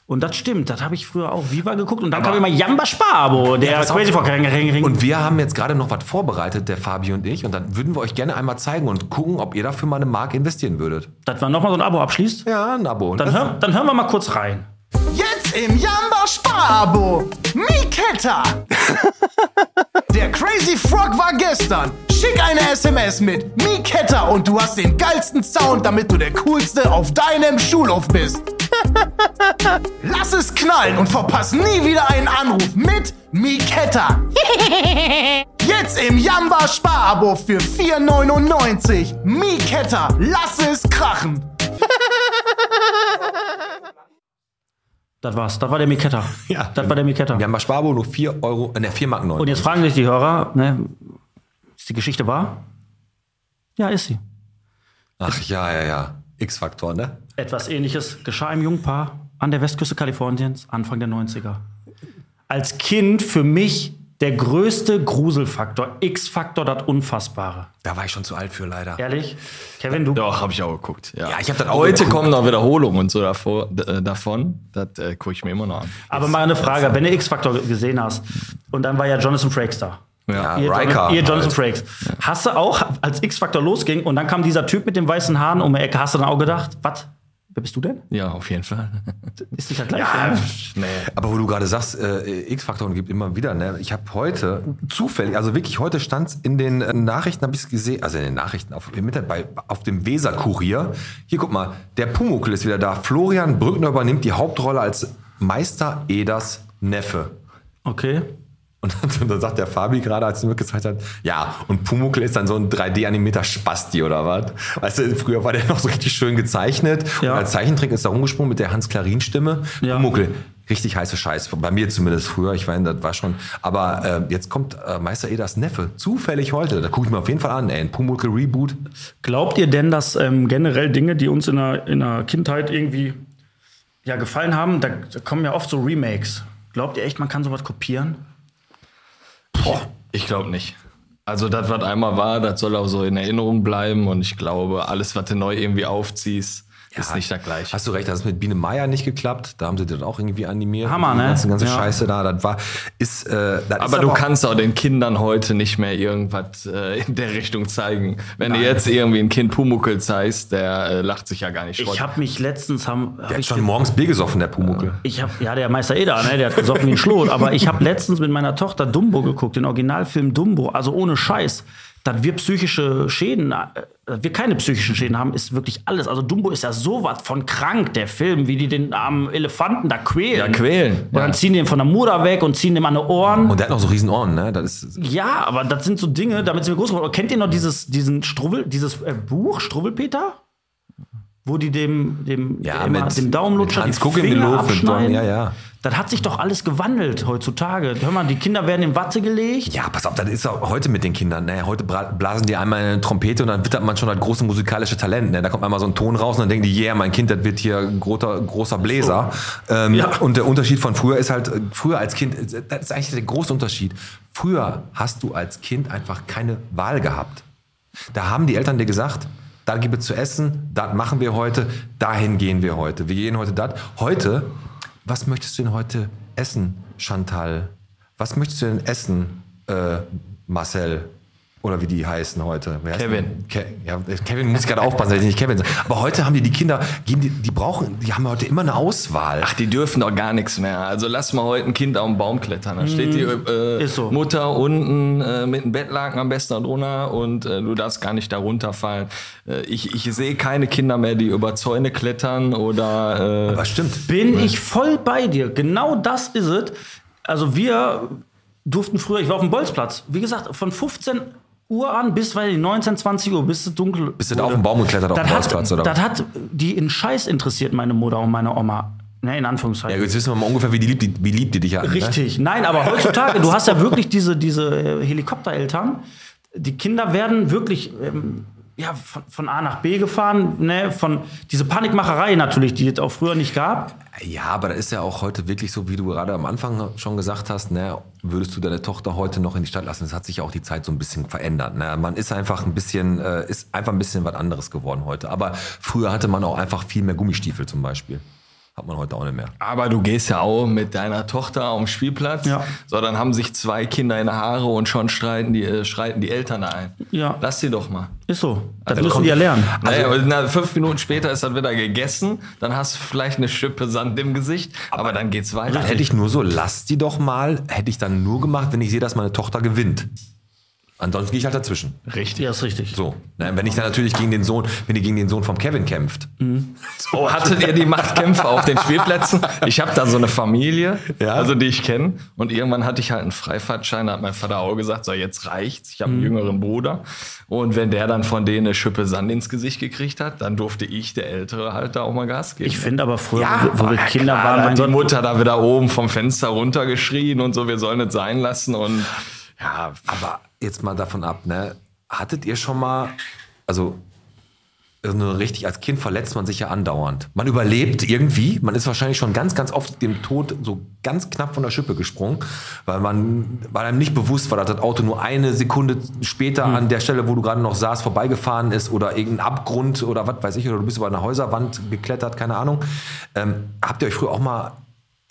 Speaker 2: Und das stimmt, das habe ich früher auch Viva geguckt. Und dann kam immer Jamba Sparbo, der Crazy Frog. Ring, ring, ring.
Speaker 4: Und wir haben jetzt gerade noch was vorbereitet, der Fabi und ich, und dann würden wir euch gerne einmal zeigen und gucken, ob ihr dafür mal eine Mark investieren würdet.
Speaker 2: das war nochmal so ein Abo abschließt.
Speaker 4: Ja, ein Abo.
Speaker 2: Dann, hör, dann hören wir mal kurz rein.
Speaker 6: Jetzt im Jamba Sparabo. Miketta. Der Crazy Frog war gestern. Schick eine SMS mit Miketta und du hast den geilsten Sound, damit du der coolste auf deinem Schulhof bist. Lass es knallen und verpass nie wieder einen Anruf mit Miketta. Jetzt im Jamba Sparabo für 4,99. Miketta, lass es krachen.
Speaker 2: Das war's. Das war der Miketta.
Speaker 4: [LAUGHS] Ja.
Speaker 2: Das war der Miketta.
Speaker 4: wir haben bei Sparbo nur 4 Euro, äh, ne, 4 Mark 9.
Speaker 2: Und jetzt fragen sich die Hörer, ne, ist die Geschichte wahr? Ja, ist sie.
Speaker 4: Ach ja, ja, ja. X-Faktor, ne?
Speaker 2: Etwas ähnliches geschah einem jungen Paar an der Westküste Kaliforniens Anfang der 90er. Als Kind für mich der größte Gruselfaktor, X-Faktor, das Unfassbare.
Speaker 4: Da war ich schon zu alt für leider.
Speaker 2: Ehrlich? Kevin, du.
Speaker 1: Doch, habe ich auch geguckt. Ja,
Speaker 4: Ja, ich hab das auch
Speaker 1: Heute
Speaker 4: geguckt.
Speaker 1: kommen noch Wiederholungen und so davor, d- äh, davon. Das äh, gucke ich mir immer noch an.
Speaker 2: Aber mal eine Frage, wenn du X-Faktor g- gesehen hast und dann war ja Jonathan Frakes da.
Speaker 4: Ja,
Speaker 2: Ihr,
Speaker 4: Riker.
Speaker 2: Jon- ihr Jonathan
Speaker 4: halt.
Speaker 2: Frakes. Hast du auch, als X-Faktor losging und dann kam dieser Typ mit den weißen Haaren um die Ecke, hast du dann auch gedacht, was? Wer bist du denn?
Speaker 1: Ja, auf jeden Fall.
Speaker 2: Ist nicht das gleiche. ne?
Speaker 1: nee.
Speaker 4: Aber wo du gerade sagst, äh, X-Faktoren gibt immer wieder, ne? Ich habe heute zufällig, also wirklich heute stand's in den äh, Nachrichten, habe ich es gesehen, also in den Nachrichten auf im Internet bei auf dem Weser Kurier. Hier guck mal, der Pumuckl ist wieder da. Florian Brückner übernimmt die Hauptrolle als Meister Eders Neffe.
Speaker 2: Okay.
Speaker 4: Und dann, dann sagt der Fabi gerade, als er mir gezeigt hat, ja, und Pumuckl ist dann so ein 3D-animierter Spasti oder was? Weißt du, früher war der [LAUGHS] noch so richtig schön gezeichnet.
Speaker 2: Ja.
Speaker 4: Und als Zeichentrick ist er rumgesprungen mit der Hans-Klarin-Stimme.
Speaker 2: Ja.
Speaker 4: Pumuckl, richtig heiße Scheiß. Bei mir zumindest früher, ich meine, das war schon. Aber äh, jetzt kommt äh, Meister Eders Neffe, zufällig heute. Da gucke ich mir auf jeden Fall an, ey, ein Pumuckl-Reboot.
Speaker 2: Glaubt ihr denn, dass ähm, generell Dinge, die uns in der, in der Kindheit irgendwie ja, gefallen haben, da, da kommen ja oft so Remakes. Glaubt ihr echt, man kann sowas kopieren?
Speaker 1: Ich glaube nicht. Also das, was einmal war, das soll auch so in Erinnerung bleiben. Und ich glaube, alles, was du neu irgendwie aufziehst, ist nicht das gleiche.
Speaker 4: Hast du recht, das hat mit Biene Meier nicht geklappt. Da haben sie das auch irgendwie animiert.
Speaker 2: Hammer,
Speaker 4: Die
Speaker 2: ne?
Speaker 4: ganze, ganze
Speaker 2: Ja.
Speaker 4: Scheiße da. Das war, ist, äh, das ist
Speaker 1: Aber du kannst auch den Kindern heute nicht mehr irgendwas äh, in der Richtung zeigen. Wenn du jetzt irgendwie ein Kind Pumuckel zeigst, der äh, lacht sich ja gar nicht
Speaker 2: Ich habe mich letztens haben, hab
Speaker 4: Der hat
Speaker 2: ich,
Speaker 4: schon morgens Bier gesoffen, der Pumuckl.
Speaker 2: ich hab, ja der Meister Eder, ne, der hat gesoffen wie ein Schlot, aber ich habe letztens mit meiner Tochter Dumbo geguckt, den Originalfilm Dumbo, also ohne Scheiß. Dass wir psychische Schäden, äh, dass wir keine psychischen Schäden haben, ist wirklich alles. Also Dumbo ist ja sowas von krank, der Film, wie die den armen Elefanten da quälen.
Speaker 1: Ja, quälen.
Speaker 2: Und dann
Speaker 1: Ja.
Speaker 2: ziehen die den von der Mutter weg und ziehen dem an die Ohren.
Speaker 4: Und der hat noch so riesen Ohren, ne? Das ist,
Speaker 2: Ja, aber das sind so Dinge, damit sind wir groß geworden. Und Kennt ihr noch dieses, diesen Struwel, dieses äh, Buch, Struwwelpeter? Wo die dem, dem,
Speaker 4: Ja,
Speaker 2: immer
Speaker 4: mit-
Speaker 2: dem Daumenlutscher
Speaker 4: mit Hans
Speaker 2: die
Speaker 4: Guck in den
Speaker 2: Finger
Speaker 4: Lof und
Speaker 2: abschneiden.
Speaker 4: dann- ja, ja.
Speaker 2: Das hat sich doch alles gewandelt heutzutage. Hör mal, die Kinder werden in Watte gelegt.
Speaker 4: ja, pass auf, das ist auch heute mit den Kindern. Ne? Heute bra- blasen die einmal eine Trompete und dann wittert man schon das große musikalische Talent. Ne? Da kommt einmal so ein Ton raus und dann denken die, yeah, mein Kind, das wird hier ein großer, großer Bläser. Ähm,
Speaker 2: Ja.
Speaker 4: Und der Unterschied von früher ist halt, äh, früher als Kind, äh, das ist eigentlich der große Unterschied. Früher hast du als Kind einfach keine Wahl gehabt. Da haben die Eltern dir gesagt, da gibt es zu essen, das machen wir heute, dahin gehen wir heute. Wir gehen heute das. Heute, was möchtest du denn heute essen, Chantal? Was möchtest du denn essen, äh, Marcel? Oder wie die heißen heute. Wer heißt
Speaker 1: Kevin.
Speaker 4: Ke ja, Kevin muss ich gerade aufpassen, dass ich nicht Kevin sage. Aber heute haben die, die Kinder, geben die, die brauchen, die haben heute immer eine Auswahl.
Speaker 1: Ach, die dürfen doch gar nichts mehr. Also lass mal heute ein Kind auf den Baum klettern. Da steht die äh,
Speaker 2: Mhm. Ist so.
Speaker 1: Mutter unten äh, mit einem Bettlaken am besten drunter und äh, du darfst gar nicht da runterfallen. Äh, ich ich sehe keine Kinder mehr, die über Zäune klettern oder. Äh,
Speaker 4: Aber stimmt.
Speaker 2: Bin ich voll bei dir. Genau das ist es. Also wir durften früher, ich war auf dem Bolzplatz, wie gesagt, von 15 Uhr an bis weil 19, 20 Uhr, bis es dunkel
Speaker 4: Bist du da auf den Baum geklettert auf
Speaker 2: das
Speaker 4: dem Bolzplatz
Speaker 2: hat,
Speaker 4: oder?
Speaker 2: Das
Speaker 4: was?
Speaker 2: hat die in Scheiß interessiert, meine Mutter und meine Oma. Ne, in
Speaker 4: Ja,
Speaker 2: Anführungszeichen.
Speaker 4: jetzt wissen wir mal ungefähr, wie, die lieb, die, wie lieb die dich hatten. Ne?
Speaker 2: Richtig. Nein, aber heutzutage, du hast ja wirklich diese, diese äh, Helikoptereltern. Die Kinder werden wirklich ähm, ja, von, von A nach B gefahren. Ne? Von diese Panikmacherei natürlich, die es auch früher nicht gab.
Speaker 4: Ja, aber da ist ja auch heute wirklich so, wie du gerade am Anfang schon gesagt hast, ne, würdest du deine Tochter heute noch in die Stadt lassen? Es hat sich ja auch die Zeit so ein bisschen verändert. Ne? Man ist einfach ein bisschen, äh, ist einfach ein bisschen was anderes geworden heute. Aber früher hatte man auch einfach viel mehr Gummistiefel zum Beispiel. Hat man heute auch nicht mehr.
Speaker 1: aber du gehst ja auch mit deiner Tochter auf den Spielplatz.
Speaker 2: Ja.
Speaker 1: So, dann haben sich zwei Kinder in die Haare und schon streiten die, äh, schreiten die Eltern da ein.
Speaker 2: Ja.
Speaker 1: Lass sie doch mal.
Speaker 2: Ist so. Das
Speaker 1: Also
Speaker 2: müssen
Speaker 1: kommt-
Speaker 2: die ja lernen.
Speaker 1: naja, aber na, fünf Minuten später ist das wieder gegessen, dann hast du vielleicht eine Schippe Sand im Gesicht, aber dann geht's weiter.
Speaker 4: Da hätte ich nur so, lass die doch mal, hätte ich dann nur gemacht, wenn ich sehe, dass meine Tochter gewinnt. Ansonsten gehe ich halt dazwischen.
Speaker 2: Richtig. Ja, ist richtig.
Speaker 4: So. Ne? Wenn ich dann natürlich gegen den Sohn, wenn die gegen den Sohn vom Kevin kämpft.
Speaker 1: Oh, hattet ihr die Machtkämpfe auf den Spielplätzen? Ich habe da so eine Familie, also die ich kenne. Und irgendwann hatte ich halt einen Freifahrtschein, da hat mein Vater auch gesagt, so jetzt reicht's, ich habe
Speaker 2: Mhm.
Speaker 1: einen jüngeren Bruder. Und wenn der dann von denen eine Schippe Sand ins Gesicht gekriegt hat, dann durfte ich, der Ältere, halt da auch mal Gas geben.
Speaker 2: Ich finde aber früher,
Speaker 1: Ja,
Speaker 2: wo wir
Speaker 1: war
Speaker 2: Kinder
Speaker 1: klar, da
Speaker 2: waren, mein
Speaker 1: hat die
Speaker 2: Gott,
Speaker 1: Mutter da wieder oben vom Fenster runtergeschrien und so, wir sollen es sein lassen und ja,
Speaker 4: Aber jetzt mal davon ab, ne? Hattet ihr schon mal, also nur richtig, als Kind verletzt man sich ja andauernd. Man überlebt irgendwie, man ist wahrscheinlich schon ganz, ganz oft dem Tod so ganz knapp von der Schippe gesprungen, weil man, weil einem nicht bewusst war, dass das Auto nur eine Sekunde später
Speaker 2: Hm.
Speaker 4: an der Stelle, wo du gerade noch saßt, vorbeigefahren ist oder irgendein Abgrund oder was weiß ich, oder du bist über eine Häuserwand geklettert, keine Ahnung. Ähm, habt ihr euch früher auch mal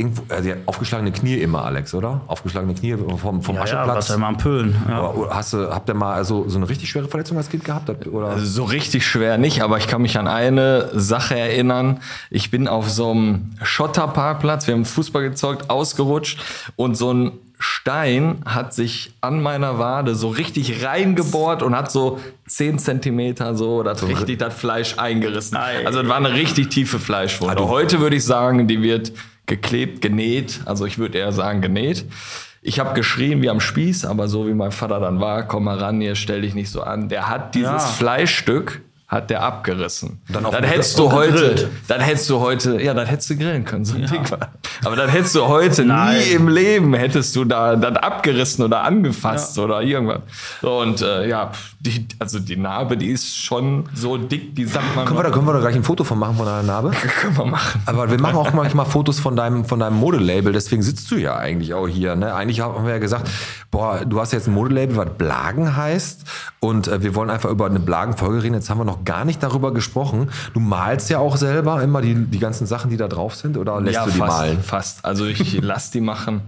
Speaker 4: irgendwo, äh, die aufgeschlagene Knie immer, Alex, oder? Aufgeschlagene Knie vom, vom
Speaker 2: ja, ja, was
Speaker 4: Ascheplatz.
Speaker 2: soll man pölen? Ja.
Speaker 4: Aber oder hast du, habt ihr mal also so eine richtig schwere Verletzung als Kind gehabt? Oder?
Speaker 1: Also so richtig schwer nicht, aber ich kann mich an eine Sache erinnern. Ich bin auf so einem Schotterparkplatz, wir haben Fußball gezockt, ausgerutscht und so ein Stein hat sich an meiner Wade so richtig reingebohrt und hat so 10 Zentimeter so, das richtig das Fleisch eingerissen.
Speaker 2: Ei.
Speaker 1: Also das war eine richtig tiefe Fleischwunde. Heute würde ich sagen, die wird geklebt, genäht. Also ich würde eher sagen genäht. Ich habe geschrien wie am Spieß, aber so wie mein Vater dann war, komm mal ran hier, stell dich nicht so an. Der hat dieses
Speaker 2: Ja.
Speaker 1: Fleischstück hat der abgerissen.
Speaker 4: Dann
Speaker 1: Dann,
Speaker 4: auf-
Speaker 1: hättest du
Speaker 4: und
Speaker 1: heute,
Speaker 4: gegrillt.
Speaker 1: dann hättest du heute, ja, dann hättest du grillen können, so ein Ding war. Aber dann hättest du heute
Speaker 2: Nein.
Speaker 1: nie im Leben hättest du da dann abgerissen oder angefasst oder irgendwas. So, und äh, ja, die, also die Narbe, die ist schon so dick, die sagt man,
Speaker 4: Können wir, da, können wir da gleich ein Foto von machen von deiner Narbe?
Speaker 1: können wir machen.
Speaker 4: Aber wir machen auch manchmal Fotos von deinem, von deinem Modelabel, deswegen sitzt du ja eigentlich auch hier. Ne? Eigentlich haben wir ja gesagt, boah, du hast jetzt ein Modelabel, was Blagen heißt. Und äh, wir wollen einfach über eine Blagenfolge reden. Jetzt haben wir noch gar nicht darüber gesprochen. Du malst ja auch selber immer die, die ganzen Sachen, die da drauf sind, oder lässt du die
Speaker 1: fast,
Speaker 4: malen?
Speaker 1: Fast. Also
Speaker 4: [LAUGHS]
Speaker 1: ich lass die machen.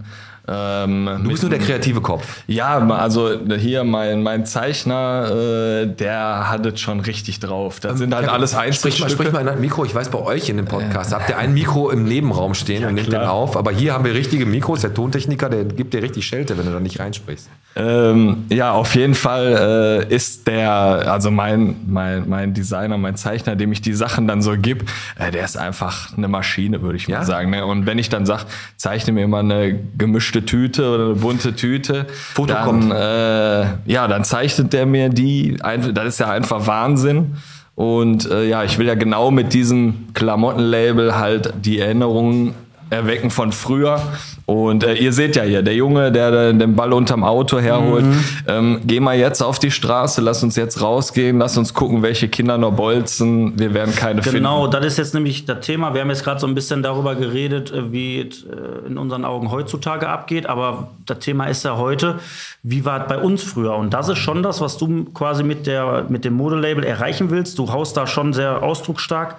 Speaker 1: Ähm,
Speaker 4: Du bist nur der kreative Kopf.
Speaker 1: Ja, ma- also hier mein, mein Zeichner, äh, der hat es schon richtig drauf. Das sind halt
Speaker 4: Ähm, Kevin,
Speaker 1: alles
Speaker 4: Sprich mal, sprich
Speaker 1: Einzelstücke.
Speaker 4: mal in ein Mikro. Ich weiß bei euch in dem Podcast, habt ihr ein Mikro im Nebenraum stehen und nehmt den auf. Aber hier haben wir richtige Mikros. Der Tontechniker, der gibt dir richtig Schelte, wenn du da nicht reinsprichst.
Speaker 1: Ähm, ja, auf jeden Fall äh, ist der, also mein, mein, mein Designer, mein Zeichner, dem ich die Sachen dann so gib, äh, der ist einfach eine Maschine, würde ich
Speaker 4: Ja?
Speaker 1: mal sagen. Ne? Und wenn ich dann sag, zeichne mir mal eine gemischte Tüte oder eine bunte Tüte, Foto dann,
Speaker 4: kommt.
Speaker 1: Äh, ja, dann zeichnet der mir die. Ein, das ist ja einfach Wahnsinn. Und äh, ja, ich will ja genau mit diesem Klamottenlabel halt die Erinnerungen erwecken von früher. Und äh, ihr seht ja hier, der Junge, der, da den Ball unterm Auto herholt. Ähm, geh mal jetzt auf die Straße, lass uns jetzt rausgehen, lass uns gucken, welche Kinder noch bolzen. Wir werden keine
Speaker 2: Genau,
Speaker 1: finden.
Speaker 2: das ist jetzt nämlich das Thema. Wir haben jetzt gerade so ein bisschen darüber geredet, äh, wie es äh, in unseren Augen heutzutage abgeht. Aber das Thema ist ja heute, wie war es bei uns früher? Und das ist schon das, was du quasi mit, der, mit dem Modelabel ähm, erreichen willst. Du haust da schon sehr ausdrucksstark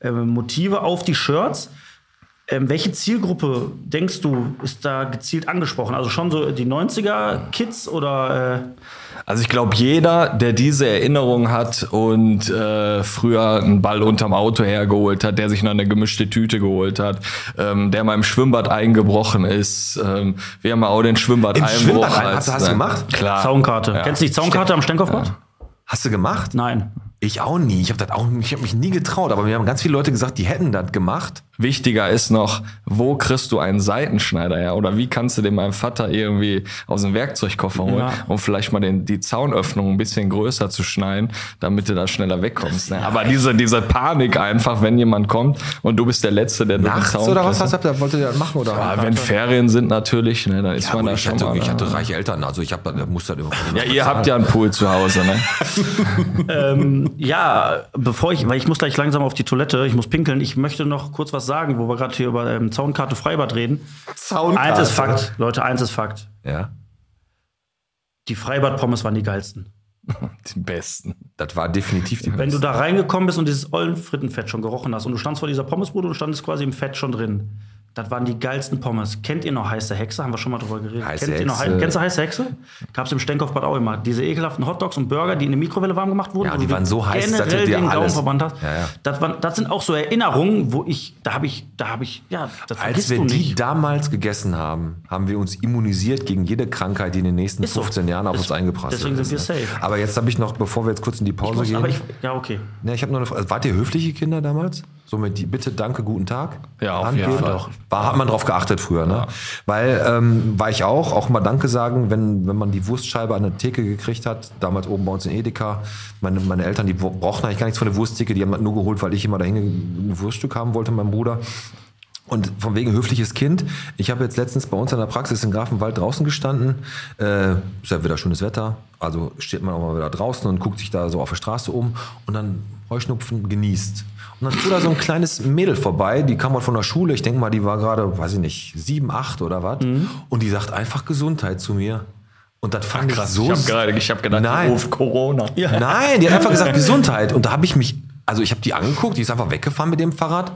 Speaker 2: äh, Motive auf die Shirts. Ähm, welche Zielgruppe denkst du, ist da gezielt angesprochen? Also schon so die 90er-Kids oder äh,
Speaker 1: Also ich glaube, jeder, der diese Erinnerung hat und äh, früher einen Ball unterm Auto hergeholt hat, der sich noch eine gemischte Tüte geholt hat, ähm, der mal im Schwimmbad eingebrochen ist, ähm, wir haben auch den Schwimmbad
Speaker 4: Im Schwimmbad rein- hast du- hast du gemacht?
Speaker 1: Klar.
Speaker 2: äh, Zaunkarte?
Speaker 1: Ja.
Speaker 2: Kennst du die Zaunkarte am Stenkopfbad?
Speaker 4: Hast du gemacht?
Speaker 2: Nein.
Speaker 4: Ich auch nie. Ich habe das auch, ich habe mich nie getraut. Aber mir haben ganz viele Leute gesagt, die hätten das gemacht.
Speaker 1: Wichtiger ist noch, wo kriegst du einen Seitenschneider her? Oder wie kannst du den meinem Vater irgendwie aus dem Werkzeugkoffer holen,
Speaker 2: Ja.
Speaker 1: um vielleicht mal den, die Zaunöffnung ein bisschen größer zu schneiden, damit du da schneller wegkommst. Ne? Aber diese, diese Panik einfach, wenn jemand kommt und du bist der Letzte, der durch den
Speaker 4: Nachts
Speaker 1: Zaun
Speaker 4: oder was?
Speaker 1: klettert.
Speaker 4: was habt ihr, wolltet ihr das machen? Oder?
Speaker 1: Ah, wenn Ferien sind natürlich, ne, dann ist
Speaker 4: ja,
Speaker 1: man
Speaker 4: gut,
Speaker 1: da
Speaker 4: ich,
Speaker 1: schon
Speaker 4: hatte,
Speaker 1: mal.
Speaker 4: ich
Speaker 1: ne?
Speaker 4: hatte reiche Eltern. Also ich hab, das- musste das immer.
Speaker 1: ja, ihr habt ja einen Pool zu Hause,
Speaker 4: [LAUGHS]
Speaker 1: ne?
Speaker 2: Ja, bevor ich, weil ich muss gleich langsam auf die Toilette, ich muss pinkeln, ich möchte noch kurz was sagen, wo wir gerade hier über ähm, Zaunkarte Freibad reden.
Speaker 4: Zaunkarte.
Speaker 2: Eins ist Fakt, Leute, eins ist Fakt.
Speaker 4: Ja,
Speaker 2: Die Freibad-Pommes waren die geilsten.
Speaker 1: Den besten.
Speaker 4: das war definitiv die
Speaker 2: Wenn du da reingekommen bist und dieses ollen Frittenfett schon gerochen hast und du standst vor dieser Pommesbude und du standest quasi im Fett schon drin. Das waren die geilsten Pommes. Kennt ihr noch heiße Hexe? Haben wir schon mal drüber geredet.
Speaker 4: Heiße
Speaker 2: Kennt ihr noch,
Speaker 4: Hexe.
Speaker 2: kennst du heiße Hexe? Gab's im Stenkopfbad auch immer. Diese ekelhaften Hotdogs und Burger, die in der Mikrowelle warm gemacht wurden.
Speaker 4: Ja,
Speaker 2: wo
Speaker 4: die
Speaker 2: du
Speaker 4: waren so heiß, dass du
Speaker 2: generell
Speaker 4: dir
Speaker 2: den Gaumen
Speaker 4: alles-
Speaker 2: verbrannt hast.
Speaker 4: Ja, ja.
Speaker 2: Das, waren, das sind auch so Erinnerungen, wo ich, da habe ich, da habe ich, ja, das
Speaker 4: Als
Speaker 2: vergisst
Speaker 4: wir
Speaker 2: du
Speaker 4: die
Speaker 2: nicht.
Speaker 4: damals gegessen haben, haben wir uns immunisiert gegen jede Krankheit, die in den nächsten
Speaker 2: Ist so.
Speaker 4: 15 Jahren auf
Speaker 2: Ist-
Speaker 4: uns eingeprasselt
Speaker 2: deswegen sind wir
Speaker 4: ist, ne?
Speaker 2: safe.
Speaker 4: Aber jetzt habe ich noch, bevor wir jetzt kurz in die Pause
Speaker 2: Muss,
Speaker 4: gehen.
Speaker 2: aber ich, ja, okay.
Speaker 4: ne, ich habe noch eine Frage. Wart ihr höfliche Kinder damals? So mit die, bitte, danke, guten Tag.
Speaker 1: Ja, auf
Speaker 4: Handgeben?
Speaker 1: jeden Fall. Doch.
Speaker 4: War, hat man drauf geachtet früher, ne? Weil ähm, war ich auch, auch mal Danke sagen, wenn, wenn man die Wurstscheibe an der Theke gekriegt hat, damals oben bei uns in Edeka. Meine, meine Eltern, die bra- brauchten eigentlich gar nichts von der Wursttheke, die haben das nur geholt, weil ich immer dahin ge- ein Wurststück haben wollte, mein Bruder. Und von wegen höfliches Kind. Ich habe jetzt letztens bei uns in der Praxis in Grafenwald draußen gestanden. Äh, ist ja wieder schönes Wetter. Also steht man auch mal wieder draußen und guckt sich da so auf der Straße um und dann Heuschnupfen genießt. Und dann fuhr da so ein kleines Mädel vorbei, die kam mal von der Schule. Ich denke mal, die war gerade, weiß ich nicht, sieben, acht oder was.
Speaker 1: Mhm.
Speaker 4: Und die sagt einfach Gesundheit zu mir. Und das fand ich so.
Speaker 1: ich habe gerade, ich habe gedacht, oh,
Speaker 4: Nein.
Speaker 1: auf Corona.
Speaker 4: Nein, die hat einfach gesagt Gesundheit. Und da habe ich mich, also ich habe die angeguckt, die ist einfach weggefahren mit dem Fahrrad.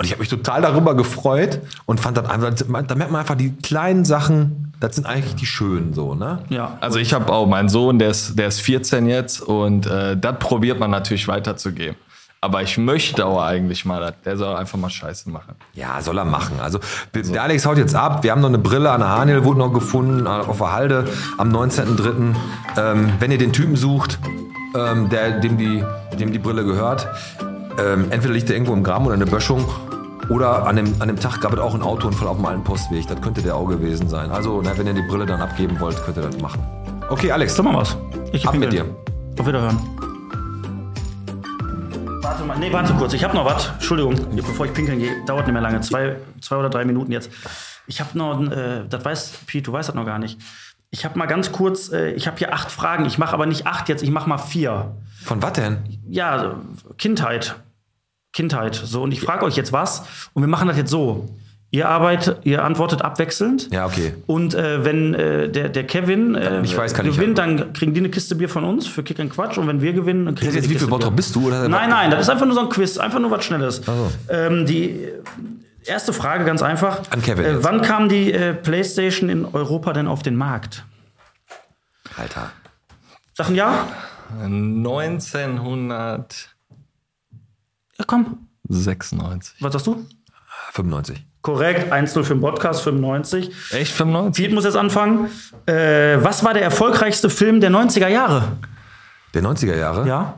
Speaker 4: Und ich habe mich total darüber gefreut und fand dann einfach, da merkt man einfach die kleinen Sachen, das sind eigentlich die schönen so, ne?
Speaker 2: Ja.
Speaker 1: Also ich habe auch meinen Sohn, der ist, der ist 14 jetzt und äh, das probiert man natürlich weiterzugeben. Aber ich möchte auch eigentlich mal, dass- der soll einfach mal Scheiße machen.
Speaker 4: Ja, soll er machen. Also, wir- der Alex haut jetzt ab. Wir haben noch eine Brille an der Hanel, wurde noch gefunden, äh, auf der Halde am 19.03. Ähm, wenn ihr den Typen sucht, ähm, der, dem, die, dem die Brille gehört, ähm, entweder liegt er irgendwo im Graben oder in der Böschung. Oder an dem, an dem Tag gab es auch einen Autounfall auf dem alten Postweg. Das könnte der auch gewesen sein. Also, na, wenn ihr die Brille dann abgeben wollt, könnt ihr das machen. Okay, Alex,
Speaker 2: Sag mal was. Ich
Speaker 4: ab mit dir.
Speaker 2: pinkeln. Auf Wiederhören. Warte mal, nee, warte kurz. Ich habe noch was. Entschuldigung, bevor ich pinkeln gehe, dauert nicht mehr lange. Zwei, zwei oder drei Minuten jetzt. Ich habe noch, ein, äh, das weiß Piet, du weißt das noch gar nicht. Ich habe mal ganz kurz, äh, ich habe hier acht Fragen. Ich mache aber nicht acht jetzt, ich mache mal vier.
Speaker 4: Von was denn?
Speaker 2: Ja, also, Kindheit. Kindheit. So, und ich frage euch jetzt was. Und wir machen das jetzt so. Ihr arbeitet, ihr antwortet abwechselnd.
Speaker 4: Ja, okay.
Speaker 2: Und äh, wenn äh, der, der Kevin äh,
Speaker 4: Ich weiß, kann ich
Speaker 2: gewinnt, dann kriegen die eine Kiste Bier von uns für Kick and Quatsch. Und wenn wir gewinnen, dann kriegen
Speaker 4: Jetzt,
Speaker 2: die
Speaker 4: jetzt
Speaker 2: eine
Speaker 4: wie viel
Speaker 2: Kiste
Speaker 4: Bottrop
Speaker 2: Bier.
Speaker 4: bist du? Oder?
Speaker 2: Nein, nein, das ist einfach nur so ein Quiz, einfach nur was Schnelles. Ähm, die äh, erste Frage ganz einfach.
Speaker 4: An Kevin
Speaker 2: Äh,
Speaker 4: jetzt.
Speaker 2: wann kam die äh, PlayStation in Europa denn auf den Markt?
Speaker 4: Alter.
Speaker 2: Sag ein Ja?
Speaker 1: 1996.
Speaker 2: Ja, komm. Was sagst du?
Speaker 4: 95.
Speaker 2: Korrekt, 1-0 für den Podcast, 95.
Speaker 1: Echt 95?
Speaker 2: Piet muss jetzt anfangen. Äh, was war der erfolgreichste Film der 90er Jahre?
Speaker 4: Der 90er Jahre?
Speaker 2: Ja.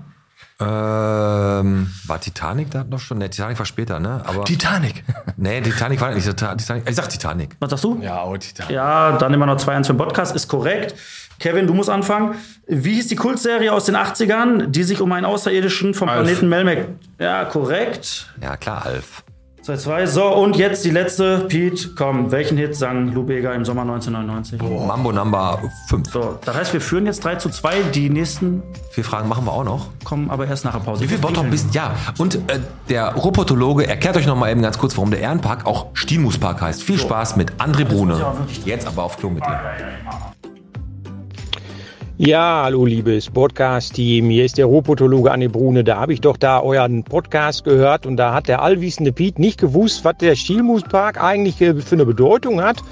Speaker 4: Ähm, war Titanic da noch schon? Ne, Titanic war später, ne? Aber
Speaker 1: Titanic.
Speaker 4: nee, Titanic war nicht so Ta- Titanic. Ich sag Titanic.
Speaker 2: Was sagst du?
Speaker 1: Ja, oh, Titanic.
Speaker 2: Ja, dann immer noch 2-1 für den Podcast, ist korrekt. Kevin, du musst anfangen. Wie hieß die Kultserie aus den 80ern, die sich um einen Außerirdischen vom
Speaker 1: Alf.
Speaker 2: Planeten Melmac... Ja, korrekt.
Speaker 4: Ja, klar, Alf.
Speaker 2: 2-2. So, und jetzt die letzte. Pete, komm, welchen Hit sang Lou Bega im Sommer 1999?
Speaker 4: Mambo Number 5.
Speaker 2: So, das heißt, wir führen jetzt 3 zu 2. Die nächsten
Speaker 4: Vier Fragen machen wir auch noch.
Speaker 2: kommen aber erst nach der Pause.
Speaker 4: Wie viel Bottrop bist Ja, und äh, der Robotologe erklärt euch noch mal eben ganz kurz, warum der Ehrenpark auch Stielmuspark heißt. Viel Spaß mit André Brune. Jetzt aber auf Klo mit dir.
Speaker 7: Ja, hallo liebes Podcast-Team. Hier ist der Ruhrpotologe Anne Brune. Da habe ich doch da euren Podcast gehört und da hat der allwissende Piet nicht gewusst, was der Stielmuspark eigentlich äh, für eine Bedeutung hat.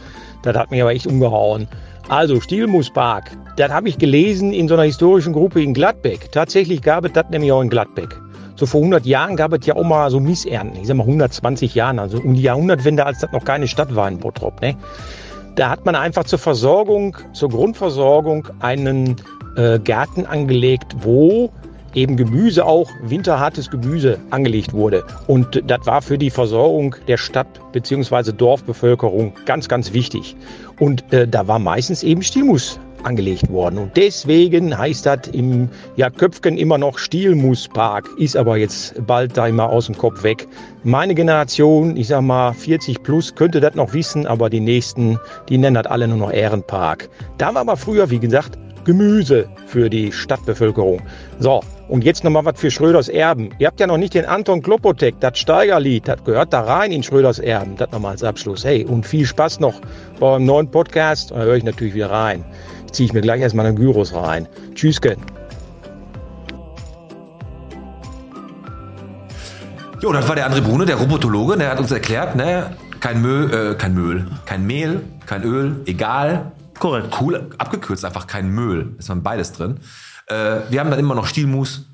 Speaker 7: Das hat mich aber echt umgehauen. Also Stielmuspark, das habe ich gelesen in so einer historischen Gruppe in Gladbeck. Tatsächlich gab es das nämlich auch in Gladbeck. So vor 100 Jahren gab es ja auch mal so Missernten. Ich sag mal 120 Jahren, also um die Jahrhundertwende, als das noch keine Stadt war in Bottrop. Ne? Da hat man einfach zur Versorgung, zur Grundversorgung einen äh, Garten angelegt, wo eben Gemüse auch, winterhartes Gemüse angelegt wurde. Und das war für die Versorgung der Stadt- bzw. Dorfbevölkerung ganz, ganz wichtig. Und äh, da war meistens eben Stimus angelegt worden. Und deswegen heißt das im ja, Köpfken immer noch Stielmuspark, ist aber jetzt bald da immer aus dem Kopf weg. Meine Generation, ich sag mal 40 plus, könnte das noch wissen, aber die nächsten, die nennen das alle nur noch Ehrenpark. Da war aber früher, wie gesagt, Gemüse für die Stadtbevölkerung. So, und jetzt nochmal was für Schröders Erben. Ihr habt ja noch nicht den Anton Klopotek, das Steigerlied, das gehört da rein in Schröders Erben. Das nochmal als Abschluss. Hey, und viel Spaß noch beim neuen Podcast. Da höre ich natürlich wieder rein. Ziehe ich mir gleich erstmal einen Gyros rein. Tschüsschen.
Speaker 4: Jo, das war der André Brune, der Robotologe, der hat uns erklärt, ne? Kein Müll, äh, kein Müll, kein Mehl, kein Öl, egal.
Speaker 2: Korrekt.
Speaker 4: Cool, abgekürzt einfach kein Müll. Ist man beides drin. Äh, wir haben dann immer noch Stielmus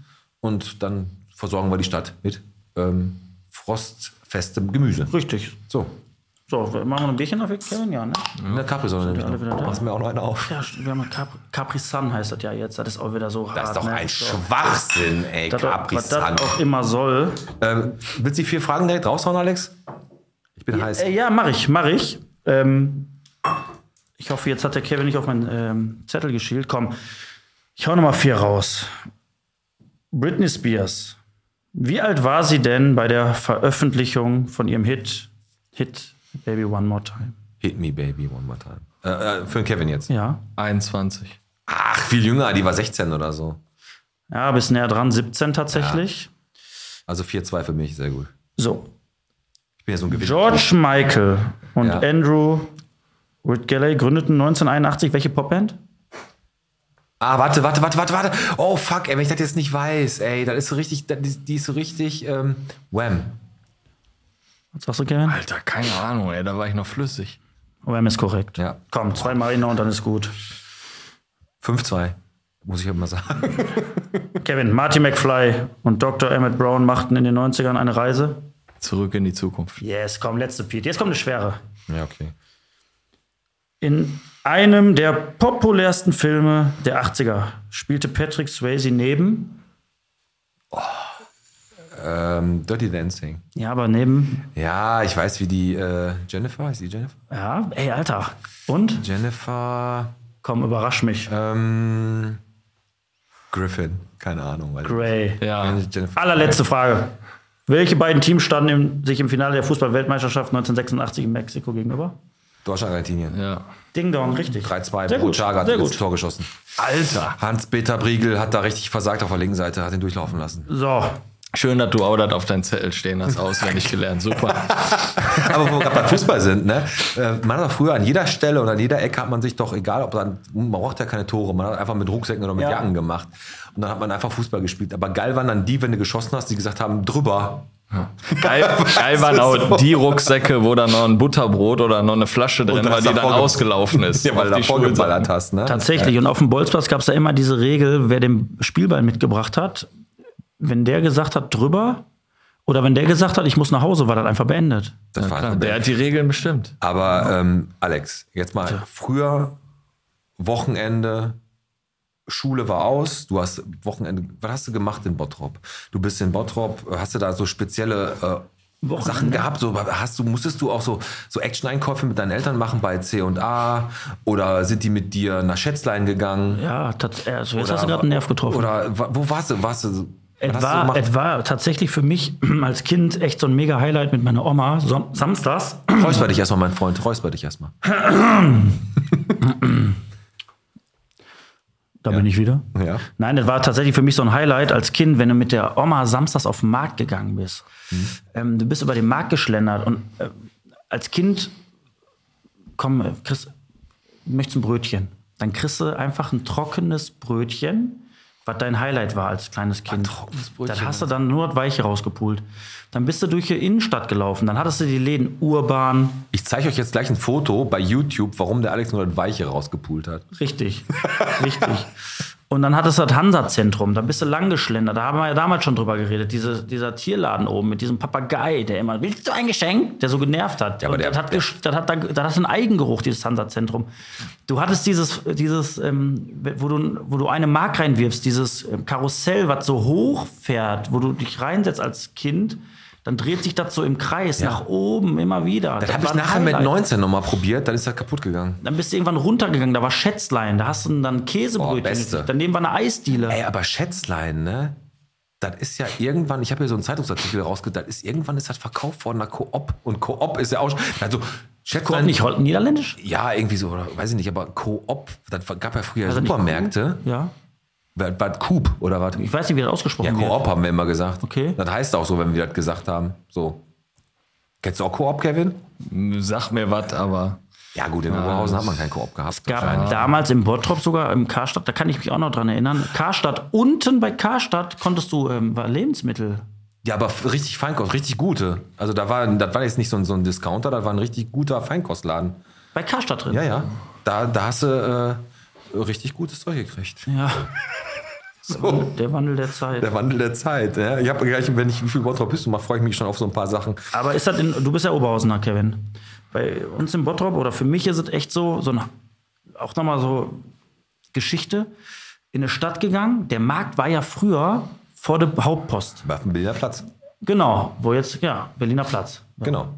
Speaker 4: und dann versorgen wir die Stadt mit ähm, frostfestem Gemüse.
Speaker 2: Richtig.
Speaker 4: So,
Speaker 2: So, machen wir noch ein Bierchen auf, Kevin? Ja, ne?
Speaker 4: in der Capri-Sonne nämlich
Speaker 2: alle wieder
Speaker 4: noch.
Speaker 2: da?
Speaker 4: Machst mir auch noch eine auf.
Speaker 2: Ja, wir haben ja Cap Capri Sun heißt das ja jetzt. Das ist auch wieder so
Speaker 4: Das ist
Speaker 2: hart.
Speaker 4: doch
Speaker 2: ne?
Speaker 4: ein
Speaker 2: So.
Speaker 4: Schwachsinn, ey,
Speaker 2: Das, was das
Speaker 4: Capri-Sonne.
Speaker 2: auch immer soll.
Speaker 4: Ähm, willst du die vier Fragen direkt raushauen, Alex? Ich bin heiß.
Speaker 2: Äh, ja, mache ich, mache ich. Ähm, ich hoffe, jetzt hat der Kevin nicht auf meinen ähm, Zettel geschielt. Komm, ich hau nochmal vier raus. Britney Spears. Wie alt war sie denn bei der Veröffentlichung von ihrem Hit, Hit Baby One More Time?
Speaker 4: Hit me, baby, one more time. Äh, äh, für den Kevin jetzt.
Speaker 2: Ja.
Speaker 1: 21.
Speaker 4: Ach, viel jünger, die war 16 oder so.
Speaker 2: Ja, bis näher dran, 17 tatsächlich.
Speaker 4: Also 4-2 für mich, sehr gut.
Speaker 2: So,
Speaker 4: Ich bin ja so ein Gewinner.
Speaker 2: George Michael und
Speaker 4: Ja.
Speaker 2: Andrew Ridgeley gründeten 1981 welche Popband?
Speaker 4: Ah, warte, warte, warte, warte, warte. Oh, fuck, ey, wenn ich das jetzt nicht weiß, ey, das ist so richtig, das, die, die ist so richtig, ähm, wham.
Speaker 2: Was sagst du, Kevin?
Speaker 1: Alter, keine Ahnung, ey, da war ich noch flüssig.
Speaker 2: OM ist korrekt.
Speaker 4: Ja.
Speaker 2: Komm, zwei Mariner und dann ist gut.
Speaker 4: 5-2, muss ich ja mal sagen.
Speaker 2: Kevin, Marty McFly und Dr. Emmett Brown machten in den 90ern eine Reise.
Speaker 1: Zurück in die Zukunft.
Speaker 2: Yes, komm, letzte Pete. Jetzt kommt eine schwere.
Speaker 4: [LAUGHS] Ja, okay.
Speaker 2: In einem der populärsten Filme der 80er spielte Patrick Swayze neben.
Speaker 4: Ähm, Dirty Dancing.
Speaker 2: Ja, aber neben.
Speaker 4: Ja, ich weiß, wie die, äh, Jennifer, ist die Jennifer?
Speaker 2: Ja, ey, Alter. Und?
Speaker 4: Jennifer,
Speaker 2: Komm, überrasch mich.
Speaker 4: ähm, Griffin, keine Ahnung. Weil
Speaker 2: Gray.
Speaker 1: Ja,
Speaker 4: Jennifer.
Speaker 2: Allerletzte Frage. Welche beiden Teams standen im, sich im Finale der Fußball-Weltmeisterschaft 1986 in Mexiko gegenüber?
Speaker 4: Deutschland, Argentinien.
Speaker 1: ja.
Speaker 2: Ding Dong, richtig.
Speaker 4: 3-2,
Speaker 2: Sehr gut,
Speaker 4: Bochaga hat
Speaker 2: sehr
Speaker 4: das
Speaker 2: gut.
Speaker 4: Tor geschossen. Alter! Hans-Peter Briegel hat da richtig versagt auf der linken Seite, hat ihn durchlaufen lassen.
Speaker 2: So,
Speaker 1: Schön, dass du auch das auf deinen Zettel stehen hast, auswendig gelernt. Super.
Speaker 4: Aber wo wir gerade bei Fußball sind, ne? Äh, Man hat doch früher an jeder Stelle oder an jeder Ecke hat man sich doch, egal ob dann, man braucht ja keine Tore, man hat einfach mit Rucksäcken oder mit
Speaker 2: Ja.
Speaker 4: Jacken gemacht. Und dann hat man einfach Fußball gespielt. Aber geil waren dann die, wenn du geschossen hast, die gesagt haben, drüber. [LAUGHS]
Speaker 1: Geil, geil waren auch die Rucksäcke, wo dann noch ein Butterbrot oder noch eine Flasche drin
Speaker 4: dann
Speaker 1: war,
Speaker 4: ist
Speaker 1: die dann
Speaker 4: davor ge- [LAUGHS]
Speaker 1: ausgelaufen ist.
Speaker 4: Ja, weil
Speaker 1: Auf
Speaker 4: du
Speaker 1: die
Speaker 4: davor
Speaker 1: Schulseite.
Speaker 4: geballert hast, ne?
Speaker 2: tatsächlich. Und auf dem Bolzplatz gab es da immer diese Regel, wer den Spielball mitgebracht hat, wenn der gesagt hat, drüber, oder wenn der gesagt hat, ich muss nach Hause, war das einfach beendet.
Speaker 4: Das war
Speaker 1: Klar,
Speaker 4: einfach
Speaker 1: der hat die Regeln bestimmt.
Speaker 4: Aber ähm, Alex, jetzt mal früher Wochenende, Schule war aus, du hast Wochenende, was hast du gemacht in Bottrop? Du bist in Bottrop, hast du da so spezielle äh,
Speaker 2: Wochenende?
Speaker 4: Sachen gehabt? So, hast du, musstest du auch so, so Action-Einkäufe mit deinen Eltern machen bei C&A? Oder sind die mit dir nach Schätzlein gegangen?
Speaker 2: Ja, tats- also jetzt
Speaker 4: Oder-
Speaker 2: hast du gerade einen Nerv getroffen.
Speaker 4: Oder wa- wo warst du? Warst du was
Speaker 2: Es
Speaker 4: hast du
Speaker 2: war,
Speaker 4: gemacht?
Speaker 2: es war tatsächlich für mich [CLEARS THROAT] als Kind echt so ein mega Highlight mit meiner Oma. Son- Samstags [CLEARS THROAT]
Speaker 4: Räusper dich erstmal, mein Freund, räusper dich erstmal.
Speaker 2: Da bin ich wieder.
Speaker 4: Ja.
Speaker 2: Nein, das war tatsächlich für mich so ein Highlight als Kind, wenn du mit der Oma samstags auf den Markt gegangen bist. Ähm, du bist über den Markt geschlendert und äh, als Kind, komm, äh, Chris, du möchtest ein Brötchen. dann kriegst du einfach ein trockenes Brötchen, was dein Highlight war als kleines Kind. trockenes Brötchen. Dann hast du dann nur das Weiche rausgepult. Dann bist du durch die Innenstadt gelaufen. Dann hattest du die Läden urban.
Speaker 4: Ich zeige euch jetzt gleich ein Foto bei YouTube, warum der Alex nur das Weiche rausgepult hat.
Speaker 2: Richtig, richtig. Und dann hattest du das Hansa-Zentrum, da bist du lang geschlendert, da haben wir ja damals schon drüber geredet, Diese, dieser Tierladen oben mit diesem Papagei, der immer, willst du ein Geschenk? Der so genervt hat. Ja,
Speaker 4: aber der-
Speaker 2: das, hat gesch- das, hat, dann- das hat einen Eigengeruch, dieses Hansa-Zentrum. Du hattest dieses, dieses ähm, wo, du, wo du eine Mark reinwirfst, dieses ähm, Karussell, was so hoch fährt, wo du dich reinsetzt als Kind, dann dreht sich das so im Kreis, nach oben, immer wieder.
Speaker 4: Das habe
Speaker 2: war
Speaker 4: ich
Speaker 2: ein
Speaker 4: nachher mit
Speaker 2: Highlight.
Speaker 4: 19 nochmal probiert, dann ist er kaputt gegangen.
Speaker 2: Dann bist du irgendwann runtergegangen, da war Schätzlein, da hast du dann
Speaker 4: Boah,
Speaker 2: Käsebrötchen.
Speaker 4: beste.
Speaker 2: gekriegt. Daneben war eine Eisdiele.
Speaker 4: Ey, aber Schätzlein, ne? Das ist ja irgendwann, ich habe hier so einen Zeitungsartikel rausgedacht, ist irgendwann ist das verkauft worden nach Koop. Und Koop ist ja auch schon. Also,
Speaker 2: Kommt
Speaker 4: Schätzlein.
Speaker 2: nicht Hol- niederländisch?
Speaker 4: Ja, irgendwie so, oder weiß ich nicht, aber Koop, das gab ja früher
Speaker 2: Also nicht
Speaker 4: Supermärkte.
Speaker 2: Ja.
Speaker 4: Was was, Coop oder was?
Speaker 2: Ich weiß nicht, wie das ausgesprochen
Speaker 4: Ja,
Speaker 2: wird.
Speaker 4: Koop haben wir immer gesagt.
Speaker 2: Okay.
Speaker 4: Das heißt auch so, wenn wir das gesagt haben. So. Kennst du auch Koop, Kevin?
Speaker 1: Sag mir was, aber.
Speaker 4: Ja, gut, in Oberhausen hat man kein Koop gehabt.
Speaker 2: gab damals im Bottrop sogar, im Karstadt, da kann ich mich auch noch dran erinnern. Karstadt, unten bei Karstadt konntest du ähm, war Lebensmittel.
Speaker 4: Ja, aber f- richtig Feinkost, richtig gute. Also da war, das war jetzt nicht so ein, so ein Discounter, das war ein richtig guter Feinkostladen.
Speaker 2: Bei Karstadt drin.
Speaker 4: Ja, ja. Da, da hast du äh, richtig gutes Zeug gekriegt.
Speaker 2: Ja,
Speaker 4: So.
Speaker 2: der Wandel der Zeit.
Speaker 4: Der Wandel der Zeit. Ja. Ich habe gleich, wenn ich wie viel Bottrop bist, du mal freue ich mich schon auf so ein paar Sachen.
Speaker 2: Aber ist das in, du bist ja Oberhausener, Kevin. Bei uns in Bottrop oder für mich ist es echt so, so eine, auch nochmal so Geschichte. In eine Stadt gegangen, der Markt war ja früher vor der Hauptpost.
Speaker 4: Waffenbilder Platz.
Speaker 2: Genau, wo jetzt, ja, Berliner Platz.
Speaker 4: Genau.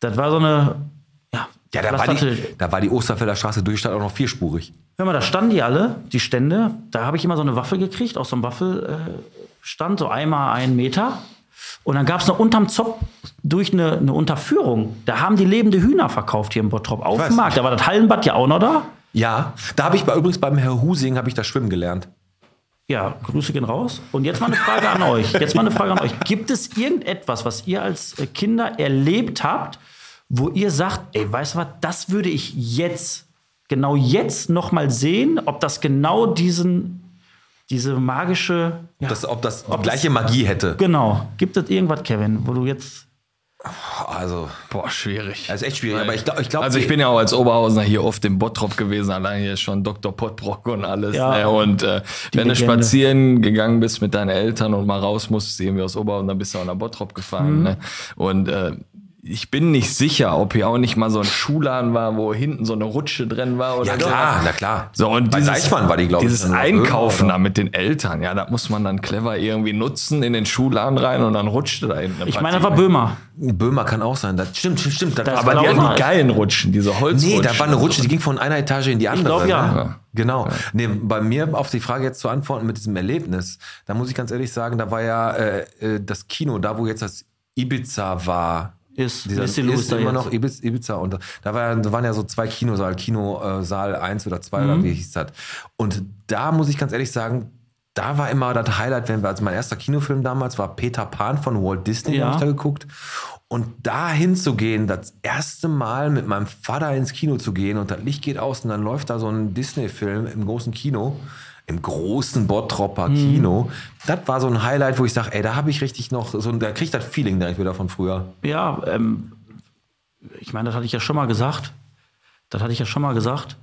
Speaker 2: Das war so eine, ja,
Speaker 4: Ja, da war, die, da war die Osterfelder Straße durch die Stadt auch noch vierspurig.
Speaker 2: Hör mal, da standen die alle, die Stände. Da habe ich immer so eine Waffel gekriegt, aus so einem Waffelstand, äh, Stand, so einmal einen Meter. Und dann gab es noch unterm Zopf durch eine, eine Unterführung. Da haben die lebende Hühner verkauft hier im Bottrop auf
Speaker 4: weiß.
Speaker 2: dem Markt. Da war das Hallenbad ja auch noch da.
Speaker 4: Ja, da habe ich bei, übrigens beim Herr Husing habe ich das Schwimmen gelernt.
Speaker 2: Ja, Grüße gehen raus. Und jetzt mal eine Frage an euch. Jetzt mal eine Frage an euch. Gibt es irgendetwas, was ihr als äh, Kinder erlebt habt, wo ihr sagt, ey, weißt du was, das würde ich jetzt, genau jetzt noch mal sehen, ob das genau diesen, diese magische, ja,
Speaker 4: Das, ob das die
Speaker 2: Ob das-
Speaker 4: gleiche Magie hätte.
Speaker 2: genau. Gibt es irgendwas, Kevin, wo du jetzt,
Speaker 4: Also,
Speaker 1: Boah, schwierig.
Speaker 4: das ist echt schwierig. Aber ich glaube, ich glaub,
Speaker 1: also ich bin ja auch als Oberhausener hier oft im Bottrop gewesen, allein hier schon Dr. Pottbrock und alles.
Speaker 2: Ja.
Speaker 1: ne? Und äh, wenn
Speaker 2: Legende.
Speaker 1: du spazieren gegangen bist mit deinen Eltern und mal raus musst, sehen wir aus Oberhausen, dann bist du auch nach Bottrop gefahren. Ne? Und äh, ich bin nicht sicher, ob hier auch nicht mal so ein Schuhladen war, wo hinten so eine Rutsche drin war. Oder
Speaker 4: Ja,
Speaker 1: so.
Speaker 4: klar, na klar.
Speaker 1: So, und
Speaker 4: Bei Deichmann war die, glaub ich,
Speaker 1: Dieses
Speaker 4: dann noch
Speaker 1: Einkaufen
Speaker 4: irgendwo,
Speaker 1: da mit den Eltern, ja, das muss man dann clever irgendwie nutzen, in den Schuhladen rein und dann rutschte da hinten. eine
Speaker 2: ich meine, das
Speaker 1: Partie
Speaker 2: war Böhmer.
Speaker 4: Uh, Böhmer kann auch sein. Das stimmt, stimmt, stimmt. Das,
Speaker 2: Das
Speaker 1: Aber
Speaker 2: glaub
Speaker 1: die
Speaker 2: ich
Speaker 1: hatten
Speaker 2: mal.
Speaker 1: die geilen Rutschen, diese Holzrutschen. Also
Speaker 4: Nee, da war eine Rutsche, die ging von einer Etage in die andere.
Speaker 2: glaub, ja.
Speaker 4: ne?
Speaker 1: Ja.
Speaker 4: Genau. Nee, bei mir auf die Frage jetzt zu antworten mit diesem Erlebnis, da muss ich ganz ehrlich sagen, da war ja äh, äh, das Kino, da wo jetzt das Ibiza war.
Speaker 2: Ist-
Speaker 4: dieser,
Speaker 2: ist
Speaker 4: ist,
Speaker 2: die Louis da
Speaker 4: immer
Speaker 2: jetzt.
Speaker 4: noch Ibiz, Ibiza und da- da, war, ja- da waren ja so zwei Kinosaal, Kinosaal 1 oder 2
Speaker 2: Mhm.
Speaker 4: oder wie hieß das. Und da muss ich ganz ehrlich sagen, da war immer das Highlight, wenn wir, also mein erster Kinofilm damals war Peter Pan von Walt Disney,
Speaker 2: Ja.
Speaker 4: ja. ich da geguckt. Und da hinzugehen, das erste Mal mit meinem Vater ins Kino zu gehen und das Licht geht aus und dann läuft da so ein Disney-Film im großen Kino, im großen Bottropper
Speaker 2: Mhm.
Speaker 4: Kino, das war so ein Highlight, wo ich sage, ey, da habe ich richtig noch, so, ein- da krieg ich das Feeling direkt wieder von früher.
Speaker 2: Ja, ähm, ich meine, das hatte ich ja schon mal gesagt. Das hatte ich ja schon mal gesagt.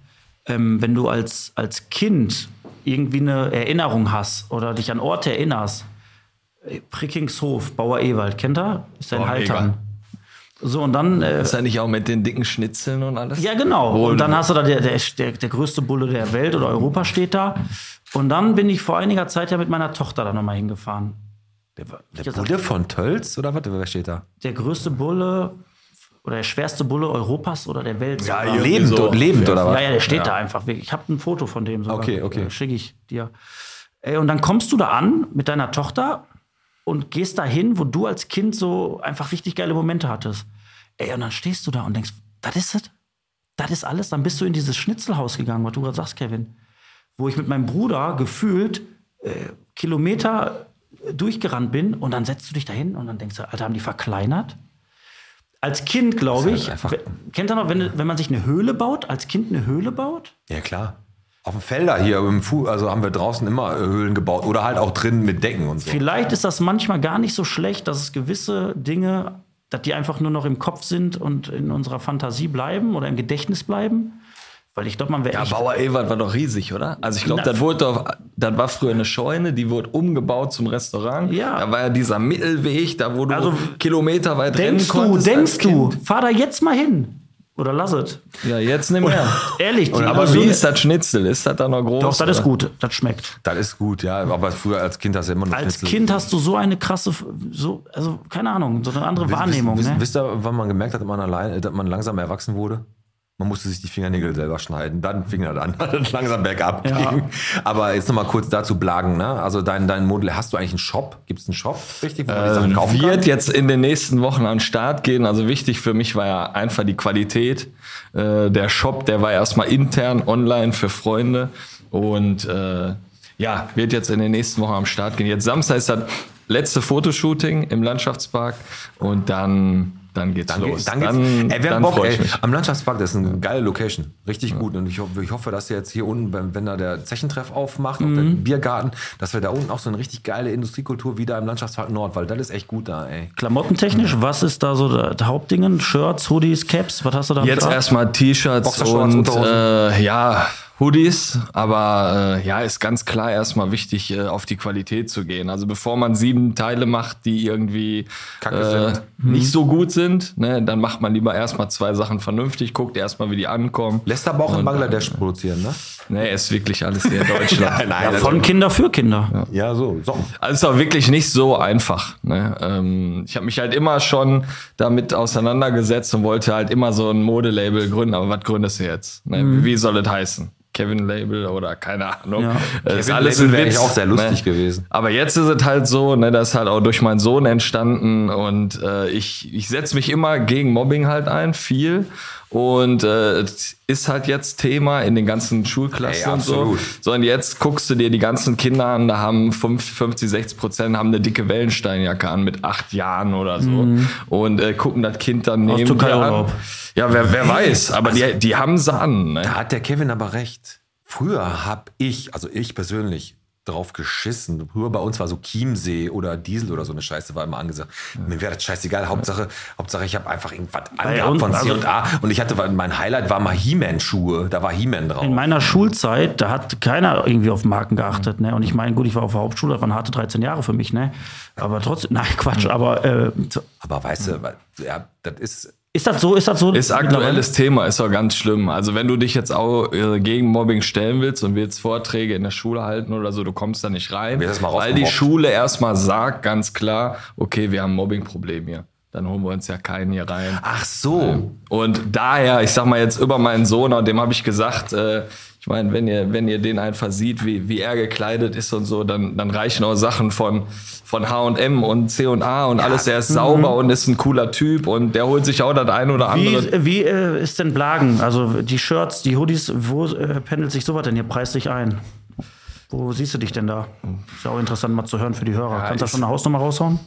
Speaker 2: Ähm, wenn du als, als Kind irgendwie eine Erinnerung hast oder dich an Orte erinnerst, äh, Prickingshof, Bauer Ewald, kennt er? Ist ein
Speaker 1: Bauer
Speaker 2: Haltern.
Speaker 1: Ewald.
Speaker 2: So, und dann. Äh,
Speaker 1: Ist er nicht auch mit den dicken Schnitzeln und alles?
Speaker 2: ja, genau.
Speaker 1: Wo-
Speaker 2: Und dann hast du da der, der, der, der größte Bulle der Welt oder Europa steht da. Und dann bin ich vor einiger Zeit ja mit meiner Tochter da nochmal hingefahren. Der, war- ich
Speaker 4: Der
Speaker 2: gesagt,
Speaker 4: Bulle von Tölz oder was? Wer steht da?
Speaker 2: der größte Bulle oder der schwerste Bulle Europas oder der Welt. sogar.
Speaker 1: irgendwie
Speaker 4: Lebend,
Speaker 1: so.
Speaker 4: lebend oder was?
Speaker 2: Ja, ja, der steht da einfach. Ich habe ein Foto von dem sogar.
Speaker 4: Okay, okay.
Speaker 2: Schicke ich dir. Ey, und dann kommst du da an mit deiner Tochter und gehst da hin, wo du als Kind so einfach richtig geile Momente hattest. Ey, und dann stehst du da und denkst, das ist es? Das ist alles? Dann bist du in dieses Schnitzelhaus gegangen, was du gerade sagst, Kevin. Wo ich mit meinem Bruder gefühlt äh, Kilometer äh, durchgerannt bin und dann setzt du dich da hin und dann denkst du, Alter, haben die verkleinert? Als Kind, glaube ich,
Speaker 4: einfach-
Speaker 2: we- kennt ihr noch, wenn, wenn man sich eine Höhle baut, als Kind eine Höhle baut?
Speaker 4: Ja, klar. Auf dem Felder hier, im Fu also haben wir draußen immer äh, Höhlen gebaut oder halt auch drin mit Decken und so.
Speaker 2: Vielleicht ist das manchmal gar nicht so schlecht, dass es gewisse Dinge, dass die einfach nur noch im Kopf sind und in unserer Fantasie bleiben oder im Gedächtnis bleiben. Weil ich glaube, man wäre
Speaker 1: Ja,
Speaker 2: echt.
Speaker 1: Bauer Ewald war doch riesig, oder? Also ich glaube,
Speaker 2: Na,
Speaker 1: das wurde doch, das war früher eine Scheune, die wurde umgebaut zum Restaurant.
Speaker 2: Ja.
Speaker 1: Da war ja dieser Mittelweg, da wo du
Speaker 2: Also,
Speaker 1: Kilometer weit rennen
Speaker 2: Denkst du,
Speaker 1: konntest.
Speaker 2: denkst
Speaker 1: als
Speaker 2: du,
Speaker 1: Kind.
Speaker 2: fahr da jetzt mal hin. Oder lass es.
Speaker 1: Ja, jetzt
Speaker 2: [LAUGHS]
Speaker 1: nimm [LAUGHS] her.
Speaker 2: Ehrlich, die-
Speaker 1: Aber
Speaker 2: also-
Speaker 1: wie ist das Schnitzel? Ist das da noch groß?
Speaker 2: Doch, das ist
Speaker 1: oder?
Speaker 2: gut, das schmeckt.
Speaker 4: Das ist gut, ja. Aber früher als Kind hast du immer noch
Speaker 2: Als
Speaker 1: Also-
Speaker 4: Schnitzel-
Speaker 2: Kind hast du so eine krasse, so, also keine Ahnung, so eine andere Wahrnehmung.
Speaker 4: Wisst,
Speaker 2: ne?
Speaker 4: wisst, wisst ihr, wann man gemerkt hat, dass man, allein, dass man langsam erwachsen wurde? Man musste sich die Fingernägel selber schneiden. Dann fing er an, [LAUGHS] dass es langsam bergab
Speaker 2: Ja.
Speaker 4: ging. Aber jetzt nochmal kurz dazu blagen. Ne? Also dein, dein Model, hast du eigentlich einen Shop? Gibt es einen Shop? Richtig, wo man die Sachen kaufen
Speaker 1: Ähm, wird
Speaker 4: kann?
Speaker 1: jetzt in den nächsten Wochen an den Start gehen. Also wichtig für mich war ja einfach die Qualität. Äh, der Shop, der war erstmal intern online für Freunde und äh, ja, wird jetzt in den nächsten Wochen am Start gehen. Jetzt Samstag ist das letzte Fotoshooting im Landschaftspark und dann dann geht's
Speaker 4: Dann,
Speaker 1: los.
Speaker 4: geht's- dann, dann, ey, wer
Speaker 1: dann
Speaker 4: Bock,
Speaker 1: freu
Speaker 4: ey,
Speaker 1: ich mich.
Speaker 4: am Landschaftspark, das ist eine geile Location. Richtig gut. Und ich, ho- ich hoffe, dass ihr jetzt hier unten, wenn, wenn da der Zechentreff
Speaker 1: Mhm.
Speaker 4: aufmacht, und der Biergarten, dass wir da unten auch so eine richtig geile Industriekultur wieder im Landschaftspark Nord, weil das ist echt gut da, ey.
Speaker 2: Klamottentechnisch, was ist da so da- das Hauptdingen? Shirts, Hoodies, Caps, was hast du da? am
Speaker 1: Jetzt
Speaker 2: Start?
Speaker 1: erstmal T-Shirts
Speaker 4: Boxershorts,
Speaker 1: und
Speaker 4: Unterhosen.
Speaker 1: äh, ja, Hoodies, aber äh, ja, ist ganz klar erstmal wichtig, äh, auf die Qualität zu gehen. Also bevor man sieben Teile macht, die irgendwie
Speaker 4: Kacke
Speaker 1: äh,
Speaker 4: sind. Mhm.
Speaker 1: nicht so gut sind, ne, dann macht man lieber erstmal zwei Sachen vernünftig, guckt erstmal, wie die ankommen.
Speaker 4: Lässt aber auch in
Speaker 1: Und,
Speaker 4: Bangladesch produzieren, ne?
Speaker 1: Ne, ist wirklich alles hier
Speaker 4: [LAUGHS]
Speaker 1: in Deutschland.
Speaker 4: nein,
Speaker 2: Von Kinder für Kinder.
Speaker 4: Ja, so, Socken.
Speaker 1: Also es war wirklich nicht so einfach. Ne? Ähm, ich habe mich halt immer schon damit auseinandergesetzt und wollte halt immer so ein Modelabel gründen. Aber was gründest du jetzt? Ne? Wie soll das heißen? Kevin Label oder keine Ahnung.
Speaker 2: Ja.
Speaker 1: Äh,
Speaker 4: Kevin Label wäre eigentlich auch sehr lustig gewesen.
Speaker 1: ne? Aber jetzt ist es halt so, ne, das ist halt auch durch meinen Sohn entstanden und äh, ich, ich setze mich immer gegen Mobbing halt ein, viel. Und äh, es ist halt jetzt Thema in den ganzen Schulklassen
Speaker 4: Ey,
Speaker 1: und so.
Speaker 4: absolut.
Speaker 1: Sondern jetzt guckst du dir die ganzen Kinder an, da haben 50, 50 60 Prozent haben eine dicke Wellensteinjacke an mit acht Jahren oder so. Und äh, gucken das Kind dann
Speaker 2: Aus
Speaker 1: neben dir an.
Speaker 2: Türkei-Urlaub.
Speaker 1: Ja, wer, wer weiß, aber die, die haben sie an. Ne?
Speaker 4: Da hat der Kevin aber recht. Früher hab ich, also ich persönlich, drauf geschissen. Früher bei uns war so Chiemsee oder Diesel oder so eine Scheiße war immer angesagt. Mir wäre das scheißegal. Hauptsache, Hauptsache ich habe einfach irgendwas angehabt
Speaker 2: uns-
Speaker 4: von
Speaker 2: also-
Speaker 4: C&A. Und ich hatte, mein Highlight war mal He-Man-Schuhe. Da war He-Man drauf.
Speaker 2: In meiner Schulzeit, da hat keiner irgendwie auf Marken geachtet, ne? Und ich meine, gut, ich war auf der Hauptschule, das waren harte 13 Jahre für mich, ne? Aber trotzdem, [LAUGHS] nein, Quatsch, aber äh,
Speaker 4: aber weißt du, weil- ja, das ist...
Speaker 2: ist das so, ist das so?
Speaker 1: Ist aktuelles Thema, ist doch ganz schlimm. Also wenn du dich jetzt auch äh, gegen Mobbing stellen willst und willst Vorträge in der Schule halten oder so, du kommst da nicht rein,
Speaker 4: Wird erst mal
Speaker 1: weil die
Speaker 4: rausgemobbt.
Speaker 1: Schule erstmal sagt ganz klar, okay, wir haben ein Mobbing-Problem hier. Dann holen wir uns ja keinen hier rein.
Speaker 4: Ach so.
Speaker 1: Und daher, ich sag mal jetzt über meinen Sohn, und dem habe ich gesagt, äh, ich meine, wenn ihr, wenn ihr den einfach seht, wie, wie er gekleidet ist und so, dann, dann reichen auch Sachen von, von H&M und C&A und alles. Er ist sauber und ist ein cooler Typ und der holt sich auch das ein oder
Speaker 2: Wie,
Speaker 1: andere
Speaker 2: wie äh, ist denn Blagen? Also die Shirts, die Hoodies, wo äh, pendelt sich sowas denn hier preislich ein? Wo siehst du dich denn da? Ist ja auch interessant mal zu hören für die Hörer. Kannst du da
Speaker 1: ist-
Speaker 2: schon eine Hausnummer raushauen?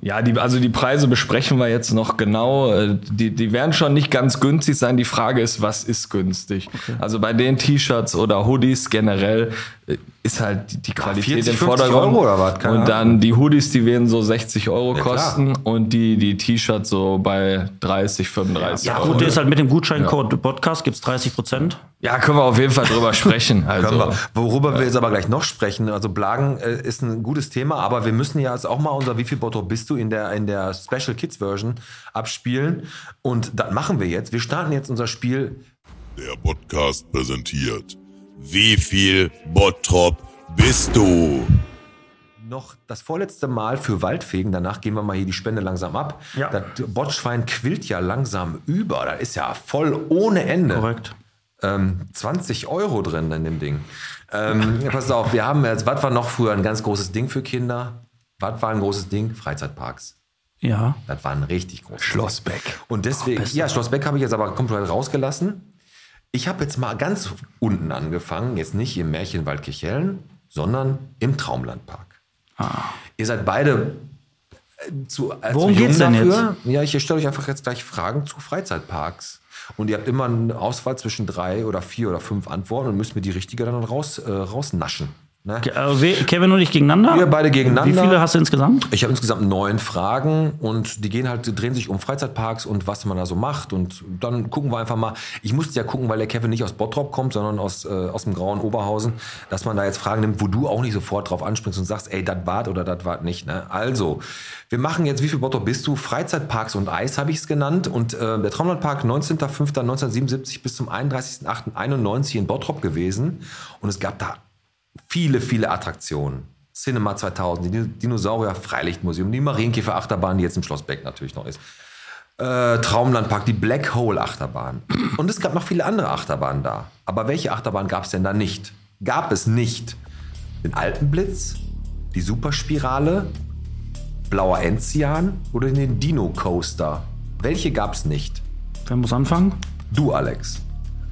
Speaker 1: Ja, die, also die Preise besprechen wir jetzt noch genau. Äh, Die, die werden schon nicht ganz günstig sein. Die Frage ist, was ist günstig? Also bei den T-Shirts oder Hoodies generell äh, ist halt die- die Qualität
Speaker 4: 40,
Speaker 1: im
Speaker 4: 50
Speaker 1: Vordergrund.
Speaker 4: Euro oder was? Keine
Speaker 1: und
Speaker 4: Ahnung.
Speaker 1: dann die Hoodies, die werden so 60 Euro
Speaker 4: Ja, klar.
Speaker 1: kosten und die, die T-Shirts so bei 30, 35
Speaker 2: Ja,
Speaker 1: Euro.
Speaker 2: gut, der ist halt mit dem Gutscheincode Podcast, gibt's 30 Prozent.
Speaker 1: ja, können wir auf jeden Fall drüber sprechen. Also.
Speaker 4: [LAUGHS] Können wir. Worüber wir jetzt aber gleich noch sprechen, also Blagen äh, ist ein gutes Thema, aber wir müssen ja jetzt auch mal unser Wie viel Botto bist du in der, in der Special Kids Version abspielen. Und das machen wir jetzt. Wir starten jetzt unser Spiel.
Speaker 8: Der Podcast präsentiert. Wie viel Bottrop bist du?
Speaker 4: Noch das vorletzte Mal für Waldfegen, danach gehen wir mal hier die Spende langsam ab.
Speaker 2: Ja.
Speaker 4: Das Botschwein quillt ja langsam über, das ist ja voll ohne Ende.
Speaker 2: Korrekt.
Speaker 4: Ähm, 20 Euro drin in dem Ding. Ähm, pass auf, wir haben jetzt, was war noch früher ein ganz großes Ding für Kinder? Was war ein großes Ding? Freizeitparks.
Speaker 2: Ja.
Speaker 4: Das war ein richtig großes Schlossbeck. Und deswegen, ja, Schlossbeck habe ich jetzt aber komplett rausgelassen. Ich habe jetzt mal ganz unten angefangen, jetzt nicht im Märchenwald Kichellen, sondern im Traumlandpark. Ihr seid beide äh, zu, als
Speaker 2: Ah. Worum
Speaker 4: Jung
Speaker 2: geht's denn
Speaker 4: Ja, ich stelle euch einfach jetzt gleich Fragen zu Freizeitparks. Und ihr habt immer eine Auswahl zwischen drei oder vier oder fünf Antworten und müsst mir die richtige dann raus, äh, rausnaschen. Ne?
Speaker 2: Ke- äh, we- Kevin und ich gegeneinander?
Speaker 4: Wir beide gegeneinander.
Speaker 2: Wie viele hast du insgesamt?
Speaker 4: Ich habe insgesamt neun Fragen und die gehen halt, die drehen sich um Freizeitparks und was man da so macht. Und dann gucken wir einfach mal. Ich musste ja gucken, weil der Kevin nicht aus Bottrop kommt, sondern aus, äh, aus dem grauen Oberhausen, dass man da jetzt Fragen nimmt, wo du auch nicht sofort drauf anspringst und sagst, ey, das wart oder das wart nicht. Ne? Also, wir machen jetzt, wie viel Bottrop bist du? Freizeitparks und Eis habe ich es genannt. Und äh, der Traumlandpark 19.05.1977 bis zum 31.08.91 in Bottrop gewesen. Und es gab da viele, viele Attraktionen. Cinema 2000, die Dinosaurier Freilichtmuseum, die Marienkäfer Achterbahn, die jetzt im Schlossbeck natürlich noch ist. Äh, Traumlandpark, die Black Hole Achterbahn. Und es gab noch viele andere Achterbahnen da. Aber welche Achterbahn gab es denn da nicht? Gab es nicht den Alpenblitz, die Superspirale, Blauer Enzian oder den Dino Coaster? Welche gab es nicht?
Speaker 2: Wer muss anfangen?
Speaker 4: Du, Alex.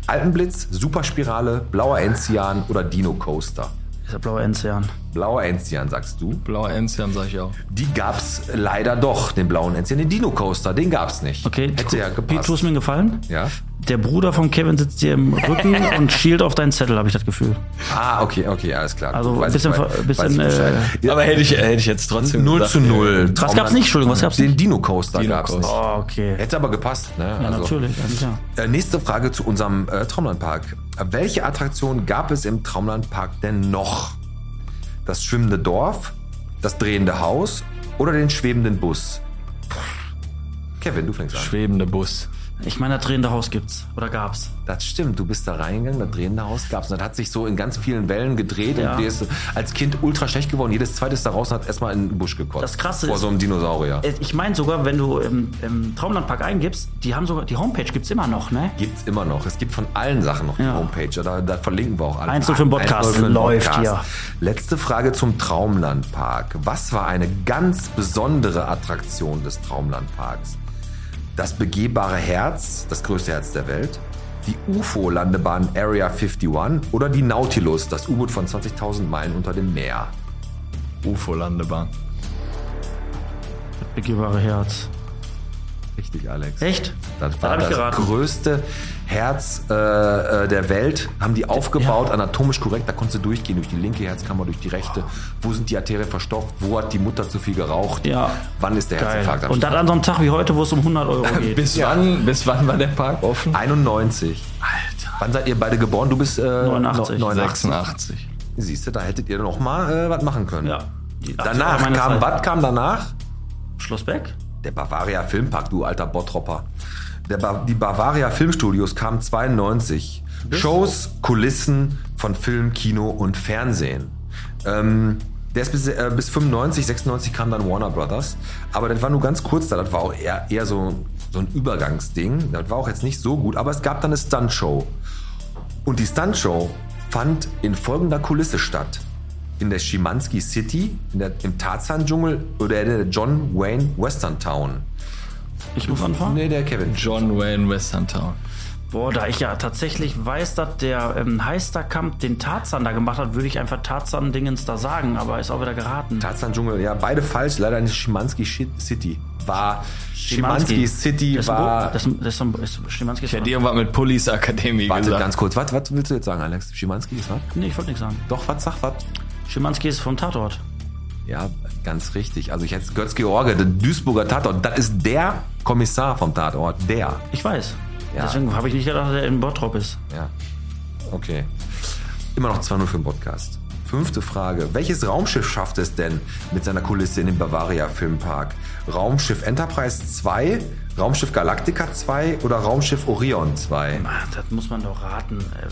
Speaker 4: Alpenblitz, Superspirale, Blauer Enzian oder Dino Coaster?
Speaker 2: Ist der blaue Enzian.
Speaker 4: Blauer Enzian, sagst du?
Speaker 1: Blauer Enzian, sag ich auch.
Speaker 4: Die gab's leider doch, den blauen Enzian. Den Dino Coaster, den gab's nicht.
Speaker 2: Okay,
Speaker 4: Hätte ja
Speaker 2: Pete, tu es
Speaker 4: gepasst.
Speaker 2: mir einen Gefallen.
Speaker 4: Ja?
Speaker 2: Der Bruder von Kevin sitzt dir im
Speaker 4: [LAUGHS]
Speaker 2: Rücken und schielt auf deinen Zettel, habe ich das Gefühl.
Speaker 4: Ah, okay, okay, alles klar.
Speaker 2: Also
Speaker 4: Gut,
Speaker 2: ein bisschen
Speaker 4: ich
Speaker 2: ver-
Speaker 4: Bescheid.
Speaker 2: bisschen, äh,
Speaker 4: Weiß ich Bescheid.
Speaker 1: Aber hätte ich, hätte ich jetzt trotzdem.
Speaker 4: 0
Speaker 1: gesagt,
Speaker 4: zu 0.
Speaker 2: Was gab's nicht? Entschuldigung, was gab's
Speaker 4: Den
Speaker 2: nicht?
Speaker 4: Dino Coaster
Speaker 1: äh, Dino
Speaker 4: gab's
Speaker 1: Coaster.
Speaker 4: nicht.
Speaker 2: Oh, okay.
Speaker 4: Hätte aber gepasst, ne?
Speaker 2: ja, natürlich, ja, sicher.
Speaker 4: Äh, nächste Frage zu unserem äh, Traumlandpark. Welche Attraktion gab es im Traumlandpark denn noch? Das schwimmende Dorf, das drehende Haus oder den schwebenden Bus? Kevin, du fängst an.
Speaker 1: Schwebende Bus.
Speaker 2: Ich meine, das drehende Haus gibt's. Oder gab's?
Speaker 4: Das stimmt, du bist da reingegangen, das drehende Haus gab's. Und das hat sich so in ganz vielen Wellen gedreht
Speaker 2: Ja.
Speaker 4: und dir ist als Kind ultra schlecht geworden. Jedes zweite ist da raus und hat erstmal in den Busch gekotzt.
Speaker 2: Das Krasse
Speaker 4: Vor
Speaker 2: ist-
Speaker 4: so einem Dinosaurier.
Speaker 2: Äh, Ich meine sogar, wenn du im, im Traumlandpark eingibst, die haben sogar, die Homepage gibt's immer noch, ne?
Speaker 4: Gibt's immer noch. Es gibt von allen Sachen noch die
Speaker 2: Ja.
Speaker 4: Homepage. Da, da verlinken wir auch alle.
Speaker 2: Eins zu fünf
Speaker 4: 1
Speaker 2: Podcast.
Speaker 4: zu fünf
Speaker 2: Läuft hier.
Speaker 4: Letzte Frage zum Traumlandpark. Was war eine ganz besondere Attraktion des Traumlandparks? Das begehbare Herz, das größte Herz der Welt, die UFO-Landebahn Area 51 oder die Nautilus, das U-Boot von 20.000 Meilen unter dem Meer.
Speaker 1: UFO-Landebahn.
Speaker 2: Begehbare Herz.
Speaker 4: Richtig, Alex.
Speaker 2: Echt?
Speaker 4: Das
Speaker 2: hab
Speaker 4: war
Speaker 2: ich
Speaker 4: das
Speaker 2: geraten.
Speaker 4: größte Herz äh, äh, der Welt. Haben die aufgebaut, anatomisch korrekt. Da konntest du durchgehen, durch die linke Herzkammer, durch die rechte. Wo sind die Arterien verstopft? Wo hat die Mutter zu viel geraucht?
Speaker 2: Ja.
Speaker 4: Wann ist der Herzinfarkt? am
Speaker 2: Und das an so einem Tag wie heute, wo es um
Speaker 4: [LAUGHS]
Speaker 2: 100 Euro geht.
Speaker 1: Bis, wann, bis wann war der Park offen?
Speaker 4: 91. Alter. Wann seid ihr beide geboren? Du bist äh,
Speaker 2: 89.
Speaker 4: 89.
Speaker 1: 86.
Speaker 4: Siehst du, da hättet ihr noch mal äh, was machen können.
Speaker 2: Ja. Die- Ach,
Speaker 4: Danach
Speaker 2: das war meine
Speaker 4: kam,
Speaker 2: Zeit.
Speaker 4: was kam danach?
Speaker 2: Schlossbeck?
Speaker 4: Der Bavaria Filmpark, du alter Bottropper. Der ba die Bavaria Filmstudios kamen 92. Shows, Kulissen von Film, Kino und Fernsehen. Ähm, der ist bis, äh, bis 95, 96 kam dann Warner Brothers. Aber das war nur ganz kurz da. Das war auch eher, eher so, so ein Übergangsding. Das war auch jetzt nicht so gut. Aber es gab dann eine Stuntshow. Und die Stuntshow fand in folgender Kulisse statt. In der Schimanski City, in der, im Tarzan-Dschungel oder in der John Wayne Western Town.
Speaker 2: Ich muss anfangen?
Speaker 4: Nee, der Kevin.
Speaker 1: John Wayne Western Town.
Speaker 2: Boah, da ich ja tatsächlich weiß, dass der ähm, Heisterkamp den Tarzan da gemacht hat, würde ich einfach Tarzan-Dingens da sagen, aber ist auch wieder geraten.
Speaker 4: Tarzan-Dschungel, ja, beide falsch. Leider nicht Schimanski Shi- City. War Schimanski
Speaker 2: Schimanski.
Speaker 4: City
Speaker 2: Das ist ein
Speaker 4: war.
Speaker 2: Bo- Das ist- das ist ein- ist- Schimanski ist
Speaker 1: Ich hätte irgendwas mit Police Akademie
Speaker 4: Warte
Speaker 1: gesagt.
Speaker 4: ganz kurz. Was, was willst du jetzt sagen, Alex? Schimanski ist was?
Speaker 2: Nee, ich wollte nichts sagen.
Speaker 4: Doch, was, sag was.
Speaker 2: Schimanski ist vom Tatort.
Speaker 4: Ja, ganz richtig. Also ich hätte Götz-George, der Duisburger Tatort, das ist der Kommissar vom Tatort. Der.
Speaker 2: Ich weiß.
Speaker 4: Ja.
Speaker 2: Deswegen habe ich nicht gedacht, dass er in Bottrop ist.
Speaker 4: Ja. Okay. Immer noch 2-0 für den Podcast. Fünfte Frage. Welches Raumschiff schafft es denn mit seiner Kulisse in den Bavaria Filmpark? Raumschiff Enterprise 2, Raumschiff Galactica 2 oder Raumschiff Orion 2?
Speaker 2: Ah, das muss man doch raten. Äh,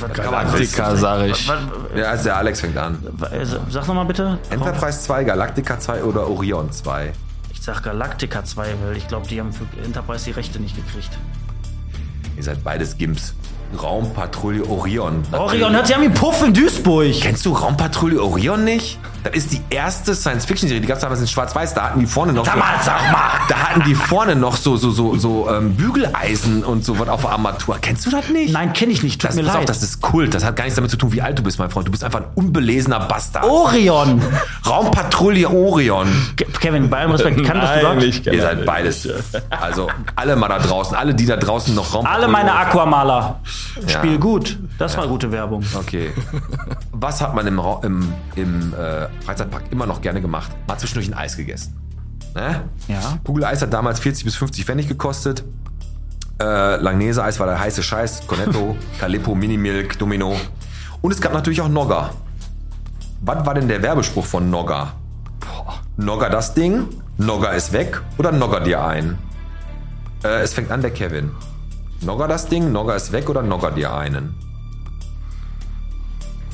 Speaker 2: was-
Speaker 1: Galactica, sag ich.
Speaker 2: was-
Speaker 4: Ja, also der Alex fängt an.
Speaker 2: was- äh, Sag nochmal bitte.
Speaker 4: Enterprise 2, Galactica 2 oder Orion 2?
Speaker 2: Ich sag Galactica 2, weil ich glaube, die haben für Enterprise die Rechte nicht gekriegt.
Speaker 4: Ihr seid beides Gimps. Raumpatrouille Orion.
Speaker 2: Orion hört sich an wie Puff in Duisburg.
Speaker 4: Kennst du Raumpatrouille Orion nicht? Das ist die erste Science-Fiction-Serie, die gab es damals in Schwarz-Weiß, da hatten die vorne noch.
Speaker 2: Damals,
Speaker 4: so,
Speaker 2: sag mal.
Speaker 4: Da hatten die vorne noch so, so, so, so ähm, Bügeleisen und so was auf der Armatur. Kennst du das nicht?
Speaker 2: Nein, kenne ich nicht. Tut
Speaker 4: das,
Speaker 2: mir
Speaker 4: pass
Speaker 2: leid.
Speaker 4: auf, das ist Kult. Das hat gar nichts damit zu tun, wie alt du bist, mein Freund. Du bist einfach ein unbelesener Bastard.
Speaker 2: Oh. Orion.
Speaker 4: Raumpatrouille Orion.
Speaker 2: Ke- Kevin, bei allem Respekt, kann das
Speaker 1: Nein,
Speaker 2: gesagt?
Speaker 1: ich kann
Speaker 4: Ihr
Speaker 1: das
Speaker 4: seid
Speaker 1: nicht.
Speaker 4: beides. Also alle mal da draußen, alle die da draußen noch Raum.
Speaker 2: Alle meine Aquamaler. Spiel gut. Das war gute Werbung. [LAUGHS]
Speaker 4: Okay. Was hat man im, Ra im, im äh, Freizeitpark immer noch gerne gemacht? Mal zwischendurch ein Eis gegessen. Ne?
Speaker 2: Ja.
Speaker 4: Kugeleis hat damals 40 bis 50 Pfennig gekostet. Äh, Langnese-Eis war der heiße Scheiß.
Speaker 2: [LAUGHS]
Speaker 4: Cornetto, Calippo, Minimilk, Domino. Und es gab natürlich auch Nogga. Was war denn der Werbespruch von Nogga? Nogga das Ding, Nogga ist weg oder Nogga dir ein? Äh, es fängt an der Kevin. Nogga das Ding, Nogga ist weg oder Nogga dir einen?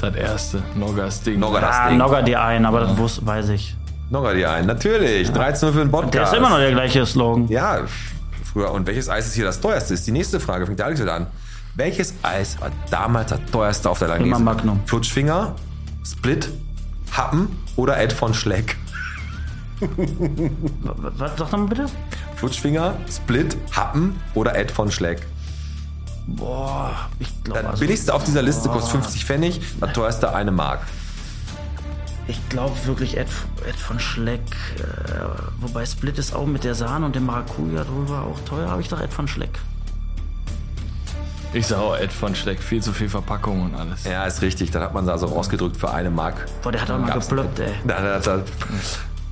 Speaker 1: Das erste. Noggas Ding.
Speaker 4: Nogga das
Speaker 2: Ah,
Speaker 4: Ding.
Speaker 2: Nogger dir ein, aber das wus- weiß ich.
Speaker 4: Nogga dir einen, natürlich. 13 für den Podcast.
Speaker 2: Der ist immer noch der gleiche Slogan.
Speaker 4: Ja, früher. Und welches Eis ist hier das teuerste? Ist die nächste Frage. Fängt der Alex wieder an. Welches Eis war damals das teuerste auf der Langnese?
Speaker 2: Immer Magnum.
Speaker 4: Flutschfinger, Split, Happen oder Ed von Schleck?
Speaker 2: W- Was, sag nochmal bitte.
Speaker 4: Flutschfinger, Split, Happen oder Ed von Schleck?
Speaker 2: Boah, ich glaube,
Speaker 4: Das
Speaker 2: also,
Speaker 4: billigste auf dieser Liste kostet 50 Pfennig, das teuerste eine Mark.
Speaker 2: ich glaube wirklich Ed, Ed von Schleck. Äh, wobei Split ist auch mit der Sahne und dem Maracuja drüber auch teuer. Aber ich dachte Ed von Schleck.
Speaker 1: Ich sag auch Ed von Schleck. Viel zu viel Verpackung und alles.
Speaker 4: Ja, ist richtig. Dann hat man sie also rausgedrückt für eine Mark. [LAUGHS]
Speaker 2: Boah, der hat auch mal
Speaker 4: Gab's-
Speaker 2: geploppt, ey.
Speaker 4: Da, da,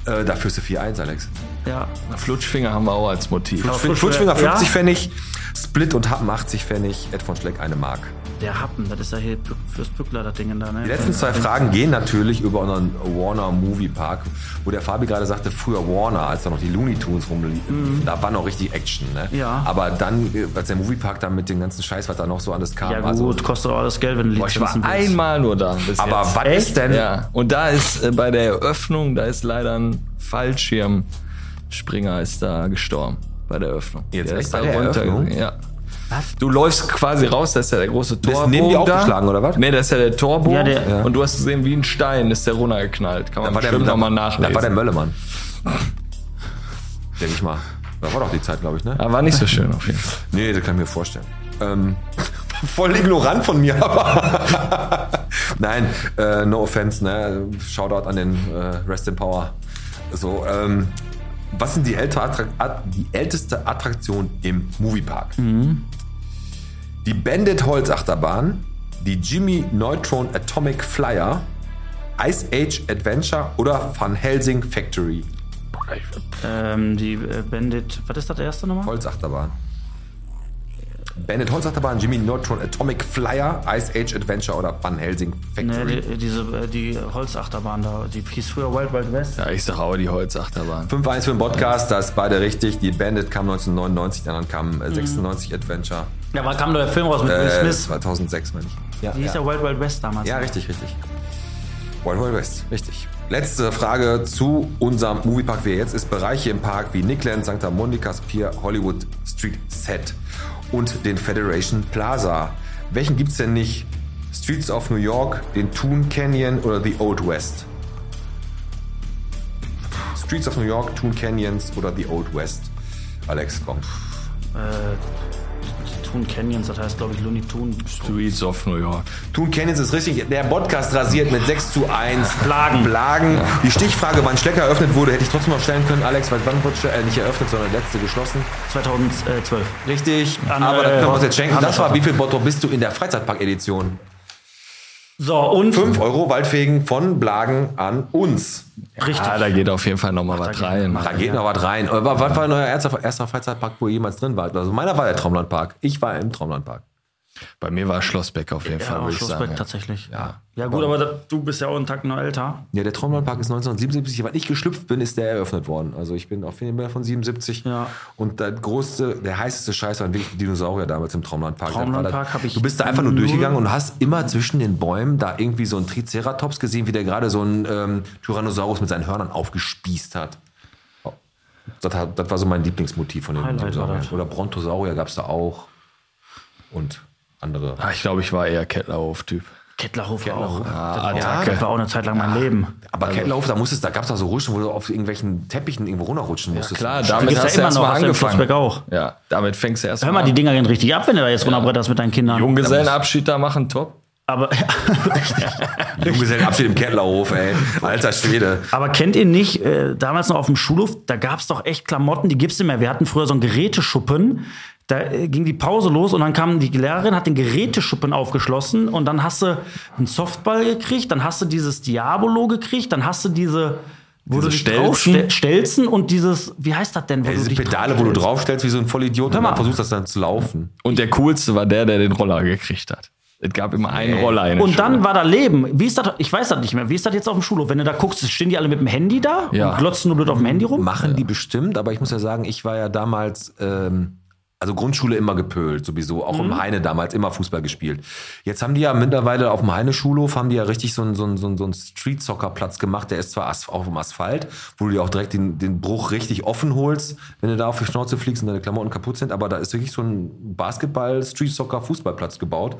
Speaker 4: da, äh, dafür ist du 4-1, Alex.
Speaker 2: Ja.
Speaker 1: Flutschfinger haben wir auch als Motiv.
Speaker 2: Aber
Speaker 4: Flutsch- Flutschfinger 50
Speaker 2: ja,
Speaker 4: Pfennig, Split und Happen 80 Pfennig, Ed von Schleck eine Mark.
Speaker 2: Der Happen, das ist ja hier Pü- fürs Pückler, das Ding da, ne?
Speaker 4: Die letzten zwei Fragen gehen natürlich über unseren Warner Movie Park, wo der Fabi gerade sagte, früher Warner, als da noch die Looney Tunes rumliefen, da war noch richtig Action. Ne?
Speaker 2: Mhm. Ja.
Speaker 4: Aber dann, äh, als der Movie Park dann mit dem ganzen Scheiß, was da noch so alles kam.
Speaker 2: Ja, gut,
Speaker 4: also,
Speaker 2: kostet auch alles Geld, wenn du
Speaker 1: Boah, ich war
Speaker 2: Lizenzen willst.
Speaker 1: einmal nur da. Bis
Speaker 4: aber
Speaker 1: jetzt.
Speaker 4: was
Speaker 2: Echt?
Speaker 4: ist denn?
Speaker 1: Ja, und da ist äh, bei der Eröffnung, da ist leider ein Fallschirmspringer ist da gestorben bei der Eröffnung.
Speaker 4: Jetzt
Speaker 1: der
Speaker 4: echt
Speaker 1: ist
Speaker 4: bei der Eröffnung?
Speaker 1: runtergegangen, Ja. Du läufst quasi raus, da ist ja der große Torbogen
Speaker 4: neben dir
Speaker 1: da.
Speaker 4: aufgeschlagen, oder was?
Speaker 1: Nee, da ist ja der Torbogen.
Speaker 2: Ja, der-
Speaker 1: und du hast gesehen, wie ein Stein ist der runtergeknallt. Kann man
Speaker 4: Da war der,
Speaker 1: bestimmt
Speaker 4: da,
Speaker 1: nochmal nachlesen.
Speaker 4: da war der Möllemann. Denke ich mal. Da war doch die Zeit, glaube ich, ne?
Speaker 1: Ah, war nicht so schön
Speaker 4: [LAUGHS]
Speaker 1: auf jeden Fall.
Speaker 4: Nee, das kann ich mir vorstellen. Ähm, [LAUGHS] voll ignorant von mir, aber. [LAUGHS] Nein, äh, no offense, ne? Shoutout an den äh, Rest in Power. So, ähm, was sind die, älte Attra At- die älteste Attraktion im Moviepark? Die Bandit Holzachterbahn, die Jimmy Neutron Atomic Flyer, Ice Age Adventure oder Van Helsing Factory?
Speaker 2: Ähm, die äh, Bandit, was ist das erste nochmal?
Speaker 4: Holzachterbahn. Bandit Holzachterbahn, Jimmy Neutron, Atomic Flyer, Ice Age Adventure oder Van Helsing
Speaker 2: Ne,
Speaker 4: Factory.
Speaker 2: die, diese, äh, die Holzachterbahn da, die hieß früher Wild Wild West.
Speaker 1: Ja, ich sag auch die Holzachterbahn.
Speaker 4: 5-1 für den Podcast, das ist beide richtig. Die Bandit kam 1999, die anderen kamen äh, 96 Adventure.
Speaker 2: Ja, wann kam der Film raus mit Mhm. Will
Speaker 4: Äh,
Speaker 2: Smith?
Speaker 4: 2006, meine ich. Ja,
Speaker 2: Die hieß ja Wild Wild West damals.
Speaker 4: ja, richtig, richtig. Wild Wild West, richtig. Letzte Frage zu unserem Moviepark, wie er jetzt ist. Bereiche im Park wie Nickland, St. Monikas Pier, Hollywood Street Set und den Federation Plaza. Welchen gibt's denn nicht? Streets of New York, den Toon Canyon oder The Old West? Streets of New York, Toon Canyons oder The Old West? Alex, komm.
Speaker 2: Äh, Toon Canyons, das heißt, glaube ich, Looney Toon.
Speaker 1: Streets of New York.
Speaker 4: Tun Kennings ist richtig. Der Podcast rasiert mit 6 zu 1.
Speaker 2: Plagen.
Speaker 4: Plagen. Die Stichfrage, wann Schlecker eröffnet wurde, hätte ich trotzdem noch stellen können, Alex, weil wann wurde Schlecker, äh, nicht eröffnet, sondern letzte geschlossen.
Speaker 2: 2012.
Speaker 4: Richtig.
Speaker 2: An,
Speaker 4: Aber das
Speaker 2: äh,
Speaker 4: können wir uns jetzt schenken.
Speaker 2: an
Speaker 4: Das
Speaker 2: der
Speaker 4: war
Speaker 2: Schaffe.
Speaker 4: wie viel Bottrop bist du in der Freizeitpark-Edition?
Speaker 2: So, und
Speaker 4: 5 Euro Waldfegen von Blagen an uns.
Speaker 2: richtig.
Speaker 1: Ah, da geht auf jeden Fall nochmal was
Speaker 2: geht
Speaker 1: rein.
Speaker 2: noch
Speaker 4: Da geht noch was rein. Aber was war denn euer erster, erster Freizeitpark, wo ihr jemals drin wart? Also meiner war der Traumlandpark. Ich war im Traumlandpark.
Speaker 1: Bei mir war Schlossbeck auf jeden
Speaker 2: ja,
Speaker 1: Fall,
Speaker 2: aber
Speaker 1: würde ich
Speaker 2: Schlossberg
Speaker 1: sagen.
Speaker 2: tatsächlich. Ja, gut, aber da, du bist ja auch einen Tag noch älter.
Speaker 4: Ja, der Traumlandpark ist 1977, weil ich geschlüpft bin, ist der eröffnet worden. Also ich bin auf jeden Fall von 77.
Speaker 2: Ja.
Speaker 4: Und der größte, der heißeste Scheiß waren wirklich die Dinosaurier damals im Traumlandpark.
Speaker 2: Traumlandpark
Speaker 4: Das war das-
Speaker 2: hab ich
Speaker 4: Du bist da einfach nur
Speaker 2: null-
Speaker 4: durchgegangen und hast immer zwischen den Bäumen da irgendwie so einen Triceratops gesehen, wie der gerade so einen ähm, Tyrannosaurus mit seinen Hörnern aufgespießt hat. Das, hat, das war so mein Lieblingsmotiv von den
Speaker 2: Highlight war
Speaker 4: Dinosauriern.
Speaker 2: das.
Speaker 4: Oder Brontosaurier gab es da auch. Und andere.
Speaker 1: Ah, ich glaube, ich war eher Kettlerhof-Typ.
Speaker 2: Kettlerhof war auch.
Speaker 1: Ah,
Speaker 2: Ja,
Speaker 1: Attacke.
Speaker 2: das war auch eine Zeit lang mein Leben.
Speaker 4: Aber Kettlauf, da musstest, da gab es da so Rutschen, wo du auf irgendwelchen Teppichen irgendwo runterrutschen musstest.
Speaker 1: Klar,
Speaker 4: da.
Speaker 1: damit
Speaker 2: gibt's ja
Speaker 1: hast du
Speaker 2: immer
Speaker 1: erst
Speaker 2: noch,
Speaker 1: mal
Speaker 2: hast du im
Speaker 1: angefangen.
Speaker 2: Schlossberg auch.
Speaker 1: Ja, damit fängst du erst
Speaker 2: Hör mal, die Dinger gehen richtig ab, wenn du da jetzt runterbretterst mit deinen Kindern.
Speaker 1: Junggesellenabschied da machen, top.
Speaker 2: Aber, [LAUGHS]
Speaker 4: Junggesellenabschied im Kettlerhof, ey. Alter Schwede.
Speaker 2: aber kennt ihr nicht, äh, damals noch auf dem Schulhof, da gab es doch echt Klamotten, die gibt's nicht mehr. Wir hatten früher so einen Geräteschuppen. Da äh, ging die Pause los und dann kam die Lehrerin, hat den Geräteschuppen aufgeschlossen und dann hast du einen Softball gekriegt, dann hast du dieses Diabolo gekriegt, dann hast du diese, wo
Speaker 1: Diese
Speaker 2: du dich
Speaker 1: Stelzen.
Speaker 2: draufste- Stelzen und dieses, wie heißt das denn? Wo du
Speaker 4: Diese
Speaker 2: dich
Speaker 4: Pedale, wo du
Speaker 2: draufstellst?
Speaker 4: draufstellst wie so ein Vollidiot und
Speaker 2: mal.
Speaker 4: dann versuchst das dann zu laufen.
Speaker 1: Und der coolste war der, der den Roller gekriegt hat. Es gab immer einen Roller in der
Speaker 2: Und dann
Speaker 1: Schule.
Speaker 2: war da Leben. Wie ist das? Ich weiß das nicht mehr. Wie ist das jetzt auf dem Schulhof? Wenn du da guckst, stehen die alle mit dem Handy da
Speaker 1: Ja.
Speaker 2: und glotzen nur blöd auf dem Handy rum?
Speaker 4: Machen die bestimmt, aber ich muss ja sagen, ich war ja damals, ähm, also Grundschule immer gepölt, sowieso. Auch im Heine damals immer Fußball gespielt. Jetzt haben die ja mittlerweile auf dem Heine-Schulhof, haben die ja richtig so einen, so einen, so einen, so einen Street-Soccer-Platz gemacht. Der ist zwar as- auf dem Asphalt, wo du dir auch direkt den, den Bruch richtig offen holst, wenn du da auf die Schnauze fliegst und deine Klamotten kaputt sind, aber da ist wirklich so ein Basketball-Street-Soccer-Fußballplatz gebaut.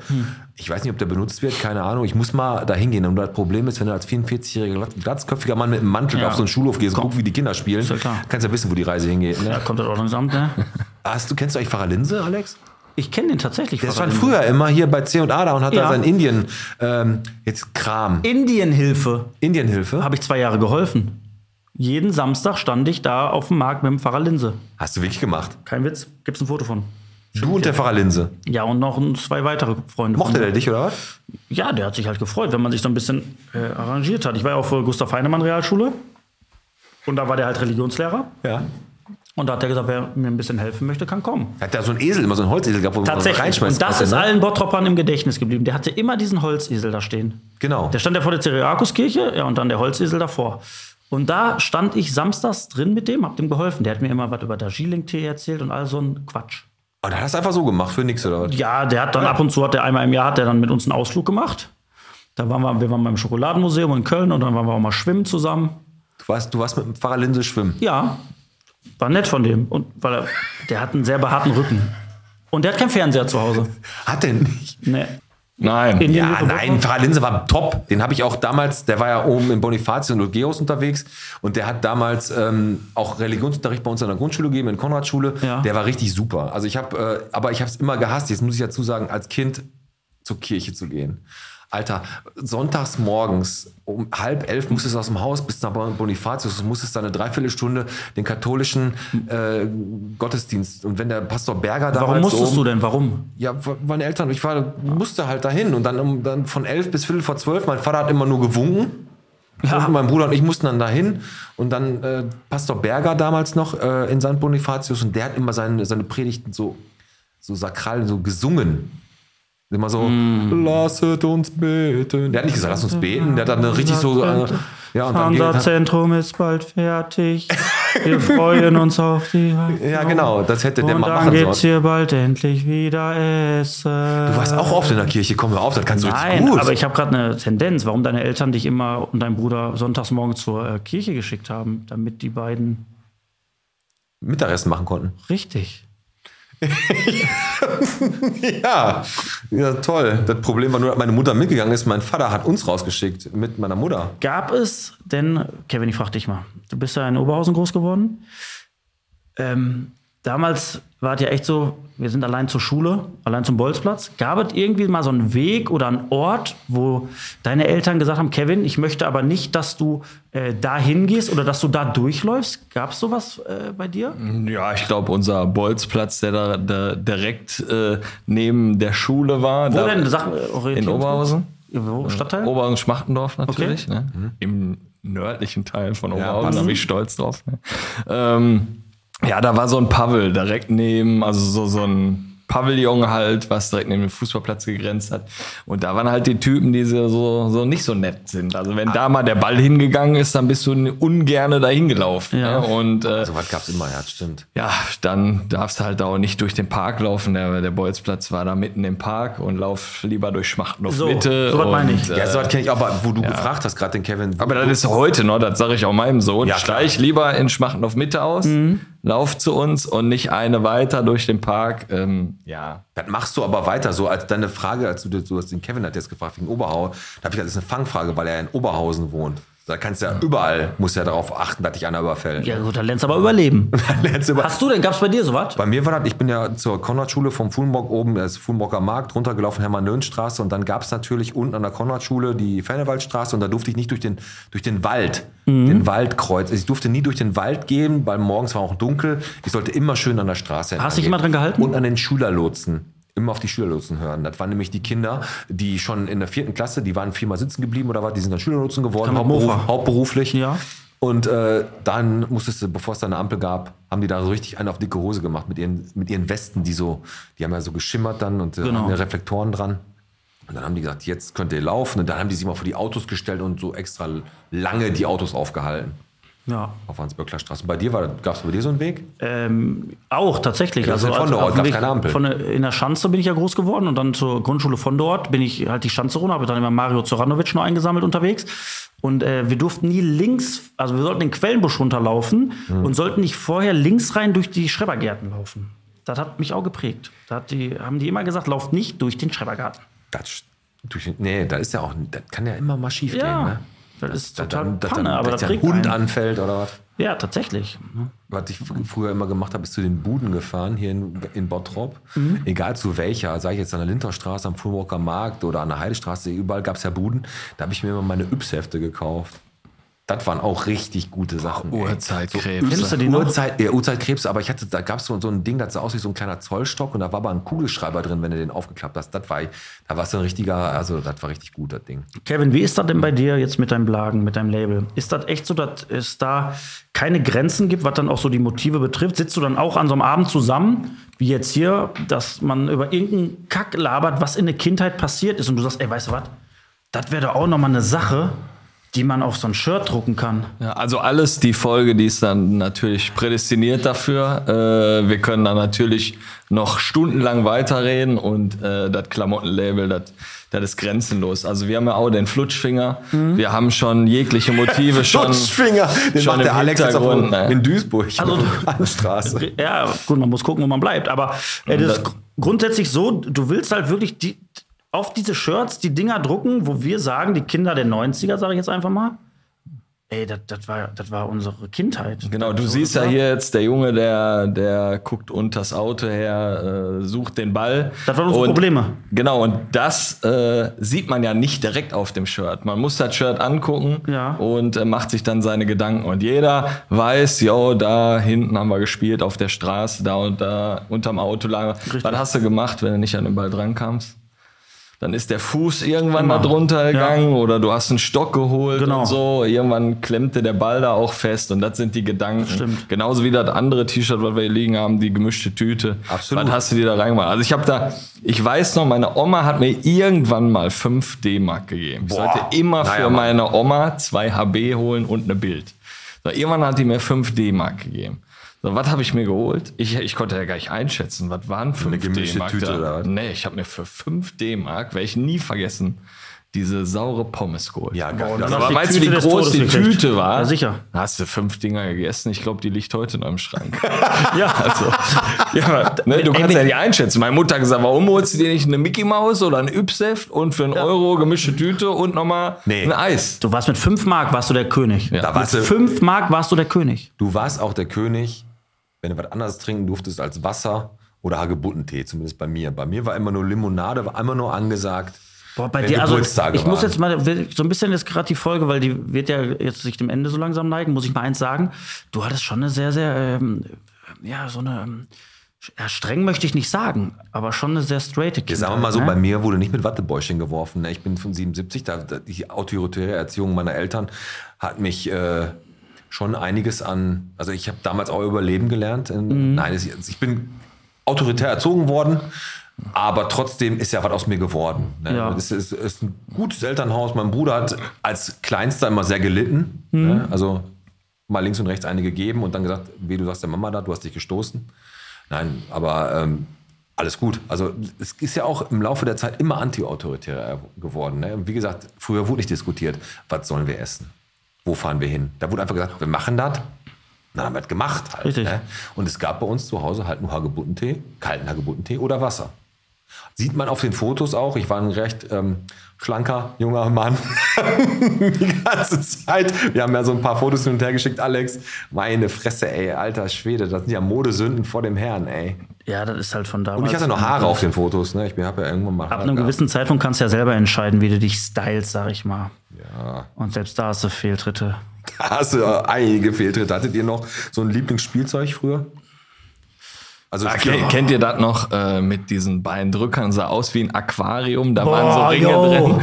Speaker 4: Ich weiß nicht, ob der benutzt wird, keine Ahnung. Ich muss mal da hingehen. Und das Problem ist, wenn du als 44-jähriger glatt- glatzköpfiger Mann mit einem Mantel auf so einen Schulhof gehst und guckst, wie die Kinder spielen,
Speaker 2: ja klar.
Speaker 4: kannst ja wissen, wo die Reise hingeht. Ne?
Speaker 2: Da kommt das Ordnungsamt, ne?
Speaker 4: Hast du, kennst du eigentlich Pfarrer Linse, Alex?
Speaker 2: Ich kenne den tatsächlich.
Speaker 4: Der stand
Speaker 2: Verein.
Speaker 4: früher immer hier bei C&A da und hat
Speaker 2: Ja.
Speaker 4: da sein Indien, ähm, jetzt Kram,
Speaker 2: Indienhilfe
Speaker 4: Indienhilfe.
Speaker 2: habe ich zwei Jahre geholfen. Jeden Samstag stand ich da auf dem Markt mit dem Pfarrer Linse.
Speaker 4: Hast du wirklich gemacht?
Speaker 2: Kein Witz, gibt's ein Foto von.
Speaker 4: Du und der Pfarrer Linse.
Speaker 2: Ja, und noch ein- zwei weitere Freunde.
Speaker 4: Mochte
Speaker 2: von mir.
Speaker 4: der dich, oder was?
Speaker 2: Ja, der hat sich halt gefreut, wenn man sich da ein bisschen äh, arrangiert hat. Ich war ja auf äh, Gustav Heinemann Realschule und da war der halt Religionslehrer
Speaker 4: Ja.
Speaker 2: und da hat er gesagt, wer mir ein bisschen helfen möchte, kann kommen.
Speaker 4: Hat da so einen Esel, immer so einen Holzesel gehabt, wo man so ne?
Speaker 2: Tatsächlich.
Speaker 4: reinschmeißt.
Speaker 2: Und das ist allen Bottropern im Gedächtnis geblieben. Der hatte immer diesen Holzesel da stehen.
Speaker 4: Genau.
Speaker 2: Der stand ja vor der Cyriakuskirche, ja, und dann der Holzesel davor. Und da stand ich samstags drin mit dem, hab dem geholfen. Der hat mir immer was über Darjeeling-Tee erzählt und all so ein Quatsch.
Speaker 4: Und dann hast du einfach so gemacht, für nichts, oder was?
Speaker 2: Ja, der hat dann ab und zu, hat der einmal im Jahr, hat der dann mit uns einen Ausflug gemacht. Da waren wir, wir waren beim Schokoladenmuseum in Köln und dann waren wir auch mal schwimmen zusammen.
Speaker 4: Du warst, du warst mit dem Pfarrer Linse schwimmen.
Speaker 2: Ja, war nett von dem. Und weil er, der hat einen sehr behaarten Rücken. Und der hat keinen Fernseher zu Hause.
Speaker 4: Hat der nicht?
Speaker 2: Nee.
Speaker 1: Nein.
Speaker 2: Indien-
Speaker 4: Ja, nein, Pfarrer Linse war top. Den habe ich auch damals, der war ja oben in Bonifatius und Geos unterwegs und der hat damals ähm, auch Religionsunterricht bei uns an der Grundschule gegeben, in Konradschule.
Speaker 2: Ja.
Speaker 4: Der war richtig super. Also ich habe, äh, aber ich habe es immer gehasst. Jetzt muss ich dazu sagen, als Kind zur Kirche zu gehen. Alter, sonntags morgens um halb elf musstest du aus dem Haus bis nach Bon- Bonifatius und musstest da eine Dreiviertelstunde den katholischen äh, Gottesdienst. Und wenn der Pastor Berger da
Speaker 2: Warum musstest
Speaker 4: um.
Speaker 2: du denn? Warum?
Speaker 4: ja, wa- meine Eltern, ich war, musste halt dahin und dann, um, dann von elf bis viertel vor zwölf, mein Vater hat immer nur gewunken. Und mein Bruder und ich mussten dann dahin und dann äh, Pastor Berger damals noch äh, in St. Bonifatius und der hat immer seine, seine Predigten so, so sakral, so gesungen. Immer so,
Speaker 2: Mm.
Speaker 4: lasset uns beten. Der hat nicht gesagt, lasst uns beten, der hat dann richtig so, äh, ja, und dann halt.
Speaker 2: Unser
Speaker 4: ging,
Speaker 2: Zentrum ist
Speaker 4: [LAUGHS]
Speaker 2: bald fertig. Wir freuen uns auf die Hoffnung.
Speaker 4: ja genau, das hätte der
Speaker 2: Und
Speaker 4: mal
Speaker 2: dann
Speaker 4: machen
Speaker 2: gibt's
Speaker 4: sollen.
Speaker 2: hier bald endlich wieder Essen.
Speaker 4: Du warst auch oft in der Kirche, komm, hör auf, das kannst du
Speaker 2: Nein,
Speaker 4: richtig gut.
Speaker 2: aber ich habe gerade eine Tendenz, warum deine Eltern dich immer und dein Bruder sonntags morgen zur äh, Kirche geschickt haben, damit die beiden
Speaker 4: Mittagessen machen konnten.
Speaker 2: richtig.
Speaker 4: Ja, ja, toll. Das Problem war nur, dass meine Mutter mitgegangen ist. Mein Vater hat uns rausgeschickt mit meiner Mutter.
Speaker 2: Gab es denn, Kevin, ich frage dich mal, du bist ja in Oberhausen groß geworden. Ähm, damals war es ja echt so, wir sind allein zur Schule, allein zum Bolzplatz. Gab es irgendwie mal so einen Weg oder einen Ort, wo deine Eltern gesagt haben, Kevin, ich möchte aber nicht, dass du äh, da hingehst oder dass du da durchläufst? Gab es sowas äh, bei dir?
Speaker 1: Ja, ich glaube, unser Bolzplatz, der da, da direkt äh, neben der Schule war.
Speaker 2: Wo
Speaker 1: da,
Speaker 2: denn? Sag,
Speaker 1: In Oberhausen?
Speaker 2: Wo, Stadtteil?
Speaker 1: Oberhausen Schmachtendorf natürlich, ne? im nördlichen Teil von Oberhausen, da bin ich stolz drauf. Ne? Ähm, ja, da war so ein Pavel direkt neben, also so, so ein Pavillon halt, was direkt neben den Fußballplatz gegrenzt hat. Und da waren halt die Typen, die so, so, so nicht so nett sind. Also wenn da mal der Ball hingegangen ist, dann bist du ungerne dahin gelaufen.
Speaker 2: Ja.
Speaker 1: Ne? Und äh,
Speaker 4: So was gab es immer, ja, stimmt.
Speaker 1: ja, dann darfst du halt auch nicht durch den Park laufen. Der, der Bolzplatz war da mitten im Park und lauf lieber durch Schmachtendorf
Speaker 2: So,
Speaker 1: Mitte.
Speaker 2: so was meine ich.
Speaker 1: und,
Speaker 4: Ja,
Speaker 1: äh,
Speaker 4: so was kenne ich, aber wo du gefragt hast, gerade den Kevin.
Speaker 1: aber das ist heute noch, das sage ne, ich auch meinem Sohn.
Speaker 4: Ja,
Speaker 1: Ja,
Speaker 4: klar.
Speaker 2: Mhm.
Speaker 1: Steig lieber in Schmachten auf Mitte aus, lauft zu uns und nicht eine weiter durch den Park. Ähm, ja.
Speaker 4: Das machst du aber weiter so, als deine Frage, als du, du hast den Kevin hat jetzt gefragt wegen Oberhau, da habe ich gesagt, das ist eine Fangfrage, weil er in Oberhausen wohnt. Da kannst du ja überall, musst du ja darauf achten, dass dich einer überfällt.
Speaker 2: Ja, gut, dann lernst du aber
Speaker 1: [LAUGHS]
Speaker 2: überleben.
Speaker 4: Lernst du über-
Speaker 2: Hast du denn, gab's bei dir sowas?
Speaker 4: Bei mir war das, ich bin ja zur Konradschule vom Fulmbock oben, das Fulmbocker Markt, runtergelaufen, Hermann-Nöhn-Straße und dann gab es natürlich unten an der Konradschule die Fernewaldstraße und da durfte ich nicht durch den, durch den Wald,
Speaker 2: Mhm.
Speaker 4: den Waldkreuz. Also Ich durfte nie durch den Wald gehen, weil morgens war auch dunkel. Ich sollte immer schön an der Straße
Speaker 2: Hast dich
Speaker 4: entlang
Speaker 2: immer
Speaker 4: gehen.
Speaker 2: dran gehalten?
Speaker 4: Und an den Schülerlotsen. Immer auf die Schülerlotsen hören. Das waren nämlich die Kinder, die schon in der vierten Klasse, die waren viermal sitzen geblieben oder was, die sind dann Schülerlotsen geworden,
Speaker 2: Kann man
Speaker 4: hauptberuf-
Speaker 2: Mofa.
Speaker 4: hauptberuflich.
Speaker 2: Ja.
Speaker 4: Und äh, dann musstest du, bevor es da eine Ampel gab, haben die da so richtig einen auf dicke Hose gemacht mit ihren, mit ihren Westen, die so, die haben ja so geschimmert dann und äh,
Speaker 2: Genau.
Speaker 4: hatten ja Reflektoren dran. Und dann haben die gesagt, jetzt könnt ihr laufen. Und dann haben die sich mal vor die Autos gestellt und so extra lange die Autos aufgehalten
Speaker 2: Ja.
Speaker 4: auf Hans-Böckler Straße. Bei dir gab es bei dir so einen Weg?
Speaker 2: Auch tatsächlich. Also
Speaker 4: Ja, das ist ja von dort,
Speaker 2: als- auf dem
Speaker 4: gab's
Speaker 2: Weg
Speaker 4: keine Ampel.
Speaker 2: Von, der- in der Schanze bin ich ja groß geworden und dann zur Grundschule von dort bin ich halt die Schanze runter, habe dann immer Mario Zoranovic noch eingesammelt unterwegs. Und äh, wir durften nie links, also wir sollten den Quellenbusch runterlaufen
Speaker 4: Mhm.
Speaker 2: und sollten nicht vorher links rein durch die Schrebergärten laufen. Das hat mich auch geprägt. Da hat die, haben die immer gesagt, lauft nicht durch den Schrebergarten.
Speaker 4: Das, durch, nee, da ist ja auch, das kann ja immer mal schief
Speaker 2: Ja,
Speaker 4: gehen. Ne?
Speaker 2: das ist
Speaker 4: Da-
Speaker 2: total
Speaker 4: dann- da-
Speaker 2: Panne,
Speaker 4: dann-
Speaker 2: aber
Speaker 4: dass
Speaker 2: das
Speaker 4: dir ein
Speaker 2: prägt
Speaker 4: Hund
Speaker 2: einen.
Speaker 4: anfällt oder was?
Speaker 2: Ja, tatsächlich.
Speaker 4: was ich früher immer gemacht habe, ist zu den Buden gefahren, hier in, in Bottrop.
Speaker 2: Mhm.
Speaker 4: Egal zu welcher, sage ich jetzt an der Linterstraße, am Fulmrocker Markt oder an der Heidestraße, überall gab es ja Buden. Da habe ich mir immer meine Yps-Hefte gekauft. Das waren auch richtig gute Sachen. ey.
Speaker 1: Uhrzeitkrebs.
Speaker 2: Kennst du die noch?
Speaker 4: Uhrzeit, ja, Uhrzeitkrebs, aber ich hatte, da gab es so, so ein Ding, das sah aus wie so ein kleiner Zollstock und da war aber ein Kugelschreiber drin, wenn du den aufgeklappt hast. Das war, da war es ein richtiger, also das war richtig gut, das Ding.
Speaker 2: Kevin, wie ist das denn bei dir jetzt mit deinem Blagen, mit deinem Label? Ist das echt so, dass es da keine Grenzen gibt, was dann auch so die Motive betrifft? Sitzt du dann auch an so einem Abend zusammen, wie jetzt hier, dass man über irgendeinen Kack labert, was in der Kindheit passiert ist und du sagst, ey, weißt du was? Das wäre doch auch nochmal eine Sache, die man auf so ein Shirt drucken kann.
Speaker 1: Ja, also alles die Folge, die ist dann natürlich prädestiniert dafür. Äh, wir können dann natürlich noch stundenlang weiterreden und äh, das Klamottenlabel, das das ist grenzenlos. Also wir haben ja auch den Flutschfinger, wir haben schon jegliche Motive schon.
Speaker 4: Finger, den
Speaker 1: schon
Speaker 4: macht
Speaker 1: im
Speaker 4: der Alex jetzt auf,
Speaker 1: Hintergrund, ne?
Speaker 4: in Duisburg, [LAUGHS]
Speaker 2: Also-
Speaker 4: an der Straße.
Speaker 2: Ja, gut, man muss gucken, wo man bleibt. Aber äh, das ist
Speaker 1: Und
Speaker 2: gr- grundsätzlich so, du willst halt wirklich die, auf diese Shirts die Dinger drucken, wo wir sagen, die Kinder der 90er, sage ich jetzt einfach mal, ey, das das war, das war unsere Kindheit.
Speaker 1: Genau,
Speaker 2: Das-
Speaker 1: du
Speaker 2: so-
Speaker 1: siehst ja
Speaker 2: das war-
Speaker 1: hier jetzt, der Junge, der, der guckt unters Auto her, äh, sucht den Ball.
Speaker 2: Das waren unsere
Speaker 1: Und-
Speaker 2: Probleme.
Speaker 1: Genau, und das äh, sieht man ja nicht direkt auf dem Shirt. Man muss das Shirt angucken
Speaker 2: Ja.
Speaker 1: und äh, macht sich dann seine Gedanken. Und jeder weiß, yo, da hinten haben wir gespielt, auf der Straße, da und da, unterm Autolager. Was hast du gemacht, wenn du nicht an den Ball drankamst? Dann ist der Fuß irgendwann mal drunter gegangen oder du hast einen Stock geholt
Speaker 2: Genau.
Speaker 1: und so. Irgendwann klemmte der Ball da auch fest und das sind die Gedanken.
Speaker 2: Stimmt.
Speaker 1: Genauso wie das andere T-Shirt, was wir hier liegen haben, die gemischte Tüte.
Speaker 4: Absolut.
Speaker 1: Was hast du dir da reingemacht? Also ich habe da, ich weiß noch, meine Oma hat mir irgendwann mal 5 D-Mark gegeben. Ich sollte immer
Speaker 4: Naja,
Speaker 1: für
Speaker 4: Mann.
Speaker 1: meine Oma zwei HB holen und eine Bild. So, irgendwann hat die mir 5 D-Mark gegeben. So, was habe ich mir geholt? Ich, ich konnte ja gar nicht einschätzen, was waren 5
Speaker 4: gemischte
Speaker 1: D-Mark.
Speaker 4: Tüte
Speaker 1: da?
Speaker 4: oder was?
Speaker 1: Nee, ich habe mir für 5 D-Mark, werde ich nie vergessen, diese saure Pommes geholt.
Speaker 4: Ja, geil.
Speaker 2: dann
Speaker 4: Also,
Speaker 2: hast
Speaker 1: Aber
Speaker 2: du die
Speaker 1: weißt du,
Speaker 2: Tüte
Speaker 1: wie
Speaker 2: des
Speaker 1: groß
Speaker 2: Todes
Speaker 1: die
Speaker 2: gekriegt.
Speaker 1: Tüte war?
Speaker 2: Ja, sicher.
Speaker 1: Da hast du fünf Dinger gegessen. Ich glaube, die liegt heute noch
Speaker 2: [LAUGHS]
Speaker 1: im Schrank. ja, also. Ja, ne, du
Speaker 2: Ey,
Speaker 1: kannst
Speaker 2: mit-
Speaker 1: ja nicht einschätzen. Meine Mutter hat gesagt, warum holst du dir nicht eine Mickey Maus oder ein Ypseft und für einen Euro gemischte Tüte und nochmal
Speaker 4: Nee.
Speaker 1: ein Eis?
Speaker 2: Du warst mit 5 Mark, warst du der König.
Speaker 1: Ja.
Speaker 4: Da warst du-
Speaker 2: 5 Mark warst du der König.
Speaker 4: Du warst auch der König, wenn du was anderes trinken durftest als Wasser oder Hagebuttentee, zumindest bei mir. Bei mir war immer nur Limonade, war immer nur angesagt.
Speaker 2: Boah, bei
Speaker 4: wenn
Speaker 2: dir, also ich
Speaker 4: Geburtstage
Speaker 2: muss
Speaker 4: waren.
Speaker 2: jetzt mal so ein bisschen jetzt gerade die Folge, weil die wird ja jetzt sich dem Ende so langsam neigen, muss ich mal eins sagen. Du hattest schon eine sehr, sehr, ähm, ja, so eine, ähm, ja, streng möchte ich nicht sagen, aber schon eine sehr straighte Kindheit.
Speaker 4: Ja, sagen wir mal so,
Speaker 2: ne?
Speaker 4: bei mir wurde nicht mit Wattebäuschen geworfen. ne? Ich bin von 77, da, da, die autoritäre Erziehung meiner Eltern hat mich äh, schon einiges an. Also ich habe damals auch überleben gelernt. In,
Speaker 2: Mhm.
Speaker 4: Nein, es, also ich bin autoritär erzogen worden, aber trotzdem ist ja was aus mir geworden. Ne?
Speaker 2: Ja.
Speaker 4: Es ist, ist ein gutes Elternhaus. Mein Bruder hat als Kleinster immer sehr gelitten.
Speaker 2: Mhm.
Speaker 4: Ne? Also mal links und rechts eine gegeben und dann gesagt, wie du sagst, der Mama da, du hast dich gestoßen. Nein, aber ähm, alles gut. Also es ist ja auch im Laufe der Zeit immer antiautoritärer geworden. Ne? Wie gesagt, früher wurde nicht diskutiert, was sollen wir essen? Wo fahren wir hin? Da wurde einfach gesagt, wir machen das Dann haben wir das gemacht halt.
Speaker 2: Richtig.
Speaker 4: Ne? Und es gab bei uns zu Hause halt nur Hagebuttentee, kalten Hagebuttentee oder Wasser. Sieht man auf den Fotos auch, ich war ein recht ähm, schlanker junger Mann [LAUGHS] die ganze Zeit. Wir haben ja so ein paar Fotos hin und her geschickt, Alex. Meine Fresse, ey, alter Schwede, das sind ja Modesünden vor dem Herrn, ey.
Speaker 2: Ja, das ist halt von damals.
Speaker 4: Und ich hatte noch Haare auf den Fotos, ne? Ich habe ja irgendwann mal
Speaker 2: Ab
Speaker 4: Haare
Speaker 2: einem
Speaker 4: gehabt.
Speaker 2: gewissen Zeitpunkt kannst du ja selber entscheiden, wie du dich stylst, sag ich mal.
Speaker 4: Ja. [LAUGHS]
Speaker 2: Und selbst da hast du Fehltritte.
Speaker 4: Da hast du einige Fehltritte. Hattet ihr noch so ein Lieblingsspielzeug früher? Also
Speaker 2: Ah,
Speaker 1: Ke- Kennt ihr das noch äh, mit diesen beiden Drückern? Sah aus wie ein Aquarium, da waren so Ringe
Speaker 2: yo.
Speaker 1: drin.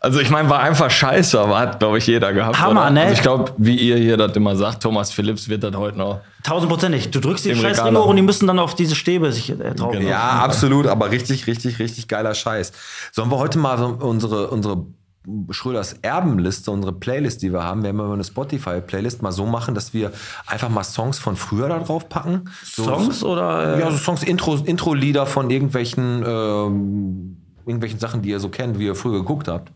Speaker 1: Also ich meine, war einfach scheiße, aber hat, glaube ich, jeder gehabt.
Speaker 2: Hammer,
Speaker 1: oder?
Speaker 2: ne?
Speaker 1: Also ich glaube, wie ihr hier das immer sagt, Thomas Phillips wird das heute noch.
Speaker 2: Tausendprozentig. Du drückst die
Speaker 1: Im
Speaker 2: scheiß
Speaker 1: Regal
Speaker 2: Ringe hoch
Speaker 1: auch.
Speaker 2: und die müssen dann auf diese Stäbe sich äh, drauf.
Speaker 1: Genau.
Speaker 4: Ja, absolut, aber richtig, richtig, richtig geiler Scheiß. Sollen wir heute mal so unsere, unsere Schröders Erbenliste, unsere Playlist, die wir haben, werden wir mal eine Spotify-Playlist mal so machen, dass wir einfach mal Songs von früher da drauf packen. So,
Speaker 2: Songs oder? Äh,
Speaker 4: Ja, so Songs, Intro- Intro-Lieder von irgendwelchen, ähm, irgendwelchen Sachen, die ihr so kennt, wie ihr früher geguckt habt.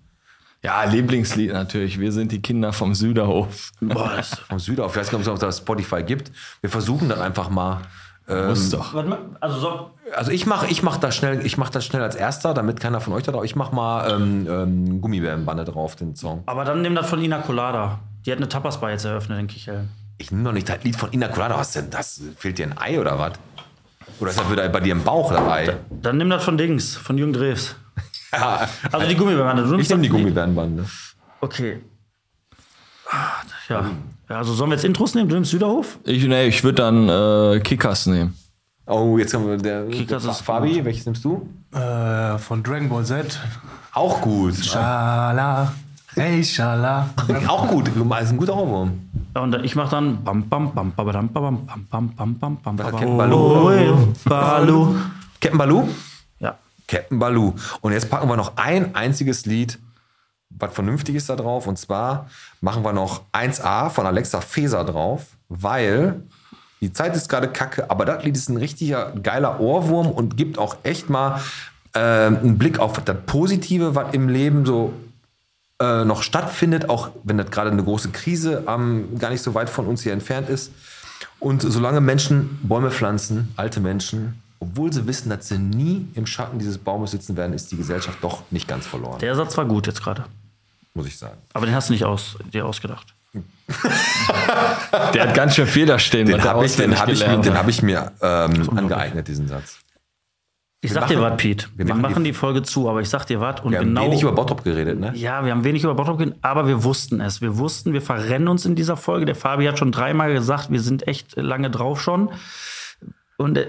Speaker 1: Ja, Lieblingslied natürlich. Wir sind die Kinder vom Süderhof.
Speaker 2: Boah, das,
Speaker 4: Vom Südauf, ich weiß gar nicht, ob es das Spotify gibt. Wir versuchen dann einfach mal. ähm,
Speaker 1: Muss doch.
Speaker 2: warte mal, also so,
Speaker 4: Also ich mache ich mach das schnell, ich mach das schnell als erster, damit keiner von euch da drauf. Ich mach mal ähm, ähm, Gummibärenbande drauf, den Song.
Speaker 2: aber dann nimm das von Ina Colada. Die hat eine Tapas-Bar jetzt eröffnet in Kicheln.
Speaker 4: Ich nehme noch nicht das Lied von Ina Colada. Was denn das? Fehlt dir ein Ei oder was? Oder ist das wieder bei dir im Bauch das Ei?
Speaker 2: Dann nimm das von Dings, von Jürgen Drews.
Speaker 4: [LAUGHS] Ja,
Speaker 2: Also die Gummibärmande. Du
Speaker 4: ich
Speaker 2: nimmst
Speaker 4: nehme die
Speaker 2: das-
Speaker 4: Gummibärenbande.
Speaker 2: Okay. Ah, Ja. ja, also sollen wir jetzt Intros nehmen? Du nimmst Süderhof?
Speaker 1: Ich, nee, ich würde dann äh, Kickers nehmen.
Speaker 4: Oh, jetzt haben wir der
Speaker 2: Kickers ist
Speaker 4: Fabi, welches nimmst du?
Speaker 6: Äh, von Dragon Ball Z.
Speaker 4: Auch gut.
Speaker 6: Schala. Hey, Schala.
Speaker 4: [LAUGHS] Auch gut. Das ist ein guter Ohrwurm.
Speaker 2: Ja, und dann, ich mach dann bam bam bam bam bam bam bam bam bam bam bam
Speaker 4: Was hat
Speaker 2: bam
Speaker 4: Captain
Speaker 2: bam
Speaker 4: Baloo?
Speaker 2: Balu.
Speaker 4: Captain Baloo?
Speaker 2: Ja.
Speaker 4: Captain Baloo. Und jetzt packen wir noch ein einziges Lied, was Vernünftiges da drauf. Und zwar machen wir noch 1a von Alexa Feser drauf, weil die Zeit ist gerade kacke, aber das Lied ist ein richtiger geiler Ohrwurm und gibt auch echt mal äh, einen Blick auf das Positive, was im Leben so äh, noch stattfindet, auch wenn das gerade eine große Krise am gar nicht so weit von uns hier entfernt ist. Und solange Menschen Bäume pflanzen, alte Menschen, obwohl sie wissen, dass sie nie im Schatten dieses Baumes sitzen werden, ist die Gesellschaft doch nicht ganz verloren,
Speaker 2: Der Satz war gut jetzt gerade.
Speaker 4: muss ich sagen.
Speaker 2: Aber den hast du nicht aus, dir ausgedacht.
Speaker 1: Der hat ganz schön viel da stehen.
Speaker 4: Den
Speaker 1: was der
Speaker 4: habe ich, den
Speaker 1: auswendig
Speaker 4: hab ich, mir-
Speaker 1: gelernt
Speaker 4: den
Speaker 1: hat.
Speaker 4: hab ich mir ähm, angeeignet, diesen Satz.
Speaker 2: Ich sag dir
Speaker 4: machen-
Speaker 2: was, Pete. Wir, machen, die, Folge zu, aber ich sag dir was. Und
Speaker 4: Wir
Speaker 2: genau.
Speaker 4: haben wenig über Bottrop geredet, ne?
Speaker 2: ja, wir haben wenig über Bottrop gehen, aber wir wussten es. Wir wussten, wir verrennen uns in dieser Folge. Der Fabi hat schon dreimal gesagt, wir sind echt lange drauf schon. Und äh,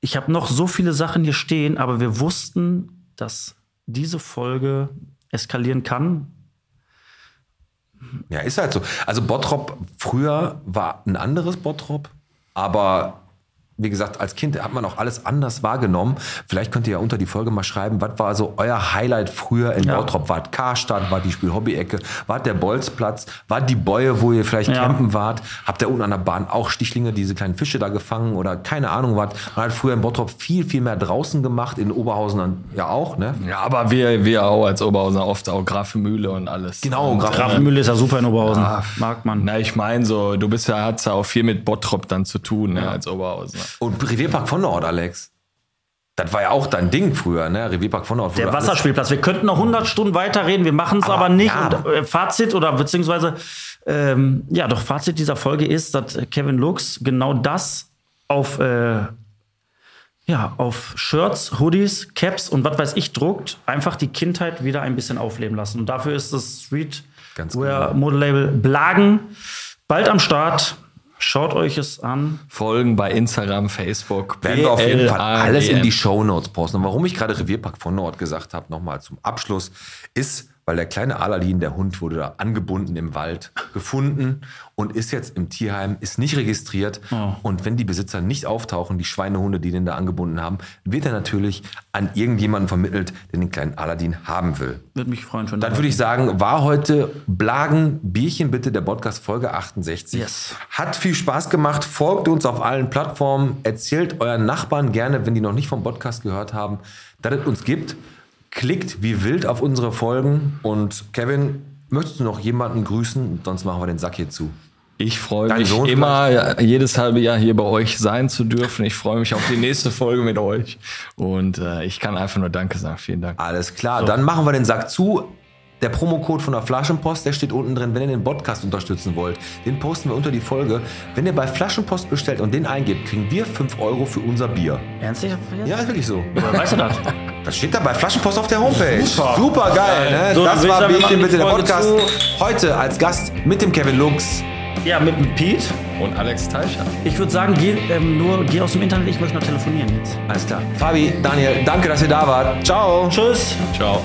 Speaker 2: ich habe noch so viele Sachen hier stehen, aber wir wussten, dass diese Folge eskalieren kann.
Speaker 4: Ja, ist halt so. Also Bottrop früher war ein anderes Bottrop, aber wie gesagt, als Kind hat man auch alles anders wahrgenommen. Vielleicht könnt ihr ja unter die Folge mal schreiben, was war so euer Highlight früher in
Speaker 2: Ja.
Speaker 4: Bottrop? War es Karstadt, war die Spielhobby-Ecke, war es der Bolzplatz, war die Bäue, wo ihr vielleicht
Speaker 2: Ja.
Speaker 4: campen wart? Habt ihr unten an der Bahn auch Stichlinge, diese kleinen Fische da gefangen oder keine Ahnung was? Man hat früher in Bottrop viel, viel mehr draußen gemacht, in Oberhausen dann ja auch, ne?
Speaker 1: ja, aber wir, wir auch als Oberhauser oft auch Grafenmühle und alles.
Speaker 4: Genau,
Speaker 1: und, äh,
Speaker 4: Grafenmühle.
Speaker 2: Grafenmühle ist ja super in Oberhausen. Mag man.
Speaker 1: Na, ich meine so, du bist ja, hat's ja auch viel mit Bottrop dann zu tun, ne, als Oberhausen.
Speaker 4: Und Revierpark von Nord, Alex. Das war ja auch dein Ding früher, ne? Revierpark von Nord. wo
Speaker 2: Der
Speaker 4: du alles-
Speaker 2: Wasserspielplatz. Wir könnten noch 100 Stunden weiterreden, wir machen es aber,
Speaker 4: Aber
Speaker 2: nicht.
Speaker 4: ja.
Speaker 2: Und, äh, Fazit oder beziehungsweise, ähm, ja, doch Fazit dieser Folge ist, dass äh, Kevin Lux genau das auf, äh, ja, auf Shirts, Hoodies, Caps und was weiß ich druckt, einfach die Kindheit wieder ein bisschen aufleben lassen. Und dafür ist das Street
Speaker 4: Ganz genau.
Speaker 2: Wear Model Label Blagen bald am Start. Schaut euch es an.
Speaker 1: Folgen bei Instagram, Facebook.
Speaker 4: Werden wir auf jeden Fall
Speaker 1: BLAGM.
Speaker 4: alles in die Shownotes posten. Und warum ich gerade Revierpark von Nord gesagt habe, nochmal zum Abschluss, ist, weil der kleine Aladin, der Hund, wurde da angebunden im Wald gefunden und ist jetzt im Tierheim, ist nicht registriert. Und wenn die Besitzer nicht auftauchen, die Schweinehunde, die den da angebunden haben, wird er natürlich an irgendjemanden vermittelt, der den kleinen Aladin haben will.
Speaker 2: Würde mich freuen schon.
Speaker 4: Dann würde ich sagen, war heute Blagen Bierchen bitte der Podcast Folge 68.
Speaker 2: Yes.
Speaker 4: Hat viel Spaß gemacht. Folgt uns auf allen Plattformen. Erzählt euren Nachbarn gerne, wenn die noch nicht vom Podcast gehört haben, dass es uns gibt. Klickt wie wild auf unsere Folgen. Und Kevin, möchtest du noch jemanden grüßen? Sonst machen wir den Sack hier zu.
Speaker 1: Ich freue
Speaker 4: Dein
Speaker 1: mich
Speaker 4: Sohn
Speaker 1: immer, jedes halbe Jahr hier bei euch sein zu dürfen. Ich freue mich auf die nächste Folge mit euch. Und äh, ich kann einfach nur Danke sagen. Vielen Dank.
Speaker 4: Alles klar, dann machen wir den Sack zu. Der Promocode von der Flaschenpost, der steht unten drin, wenn ihr den Podcast unterstützen wollt. Den posten wir unter die Folge. Wenn ihr bei Flaschenpost bestellt und den eingebt, kriegen wir 5 Euro für unser Bier.
Speaker 2: Ernstlich?
Speaker 4: Ja, ist wirklich so.
Speaker 2: Woher Weißt du das?
Speaker 4: Das steht da bei Flaschenpost auf der Homepage. Super, geil, ne?
Speaker 2: So, dann
Speaker 4: das
Speaker 2: will ich
Speaker 4: war
Speaker 2: sagen, wir
Speaker 4: Bierchen bitte
Speaker 2: machen die
Speaker 4: der
Speaker 2: Folge
Speaker 4: Podcast. Heute als Gast mit dem Kevin Lux.
Speaker 2: Ja, mit dem Pete.
Speaker 1: Und Alex Teicher.
Speaker 2: Ich würde sagen, geh, ähm, nur, geh aus dem Internet, ich möchte noch telefonieren jetzt.
Speaker 4: Alles klar. Fabi, Daniel, danke, dass ihr da wart. Ciao.
Speaker 2: Tschüss.
Speaker 1: Ciao.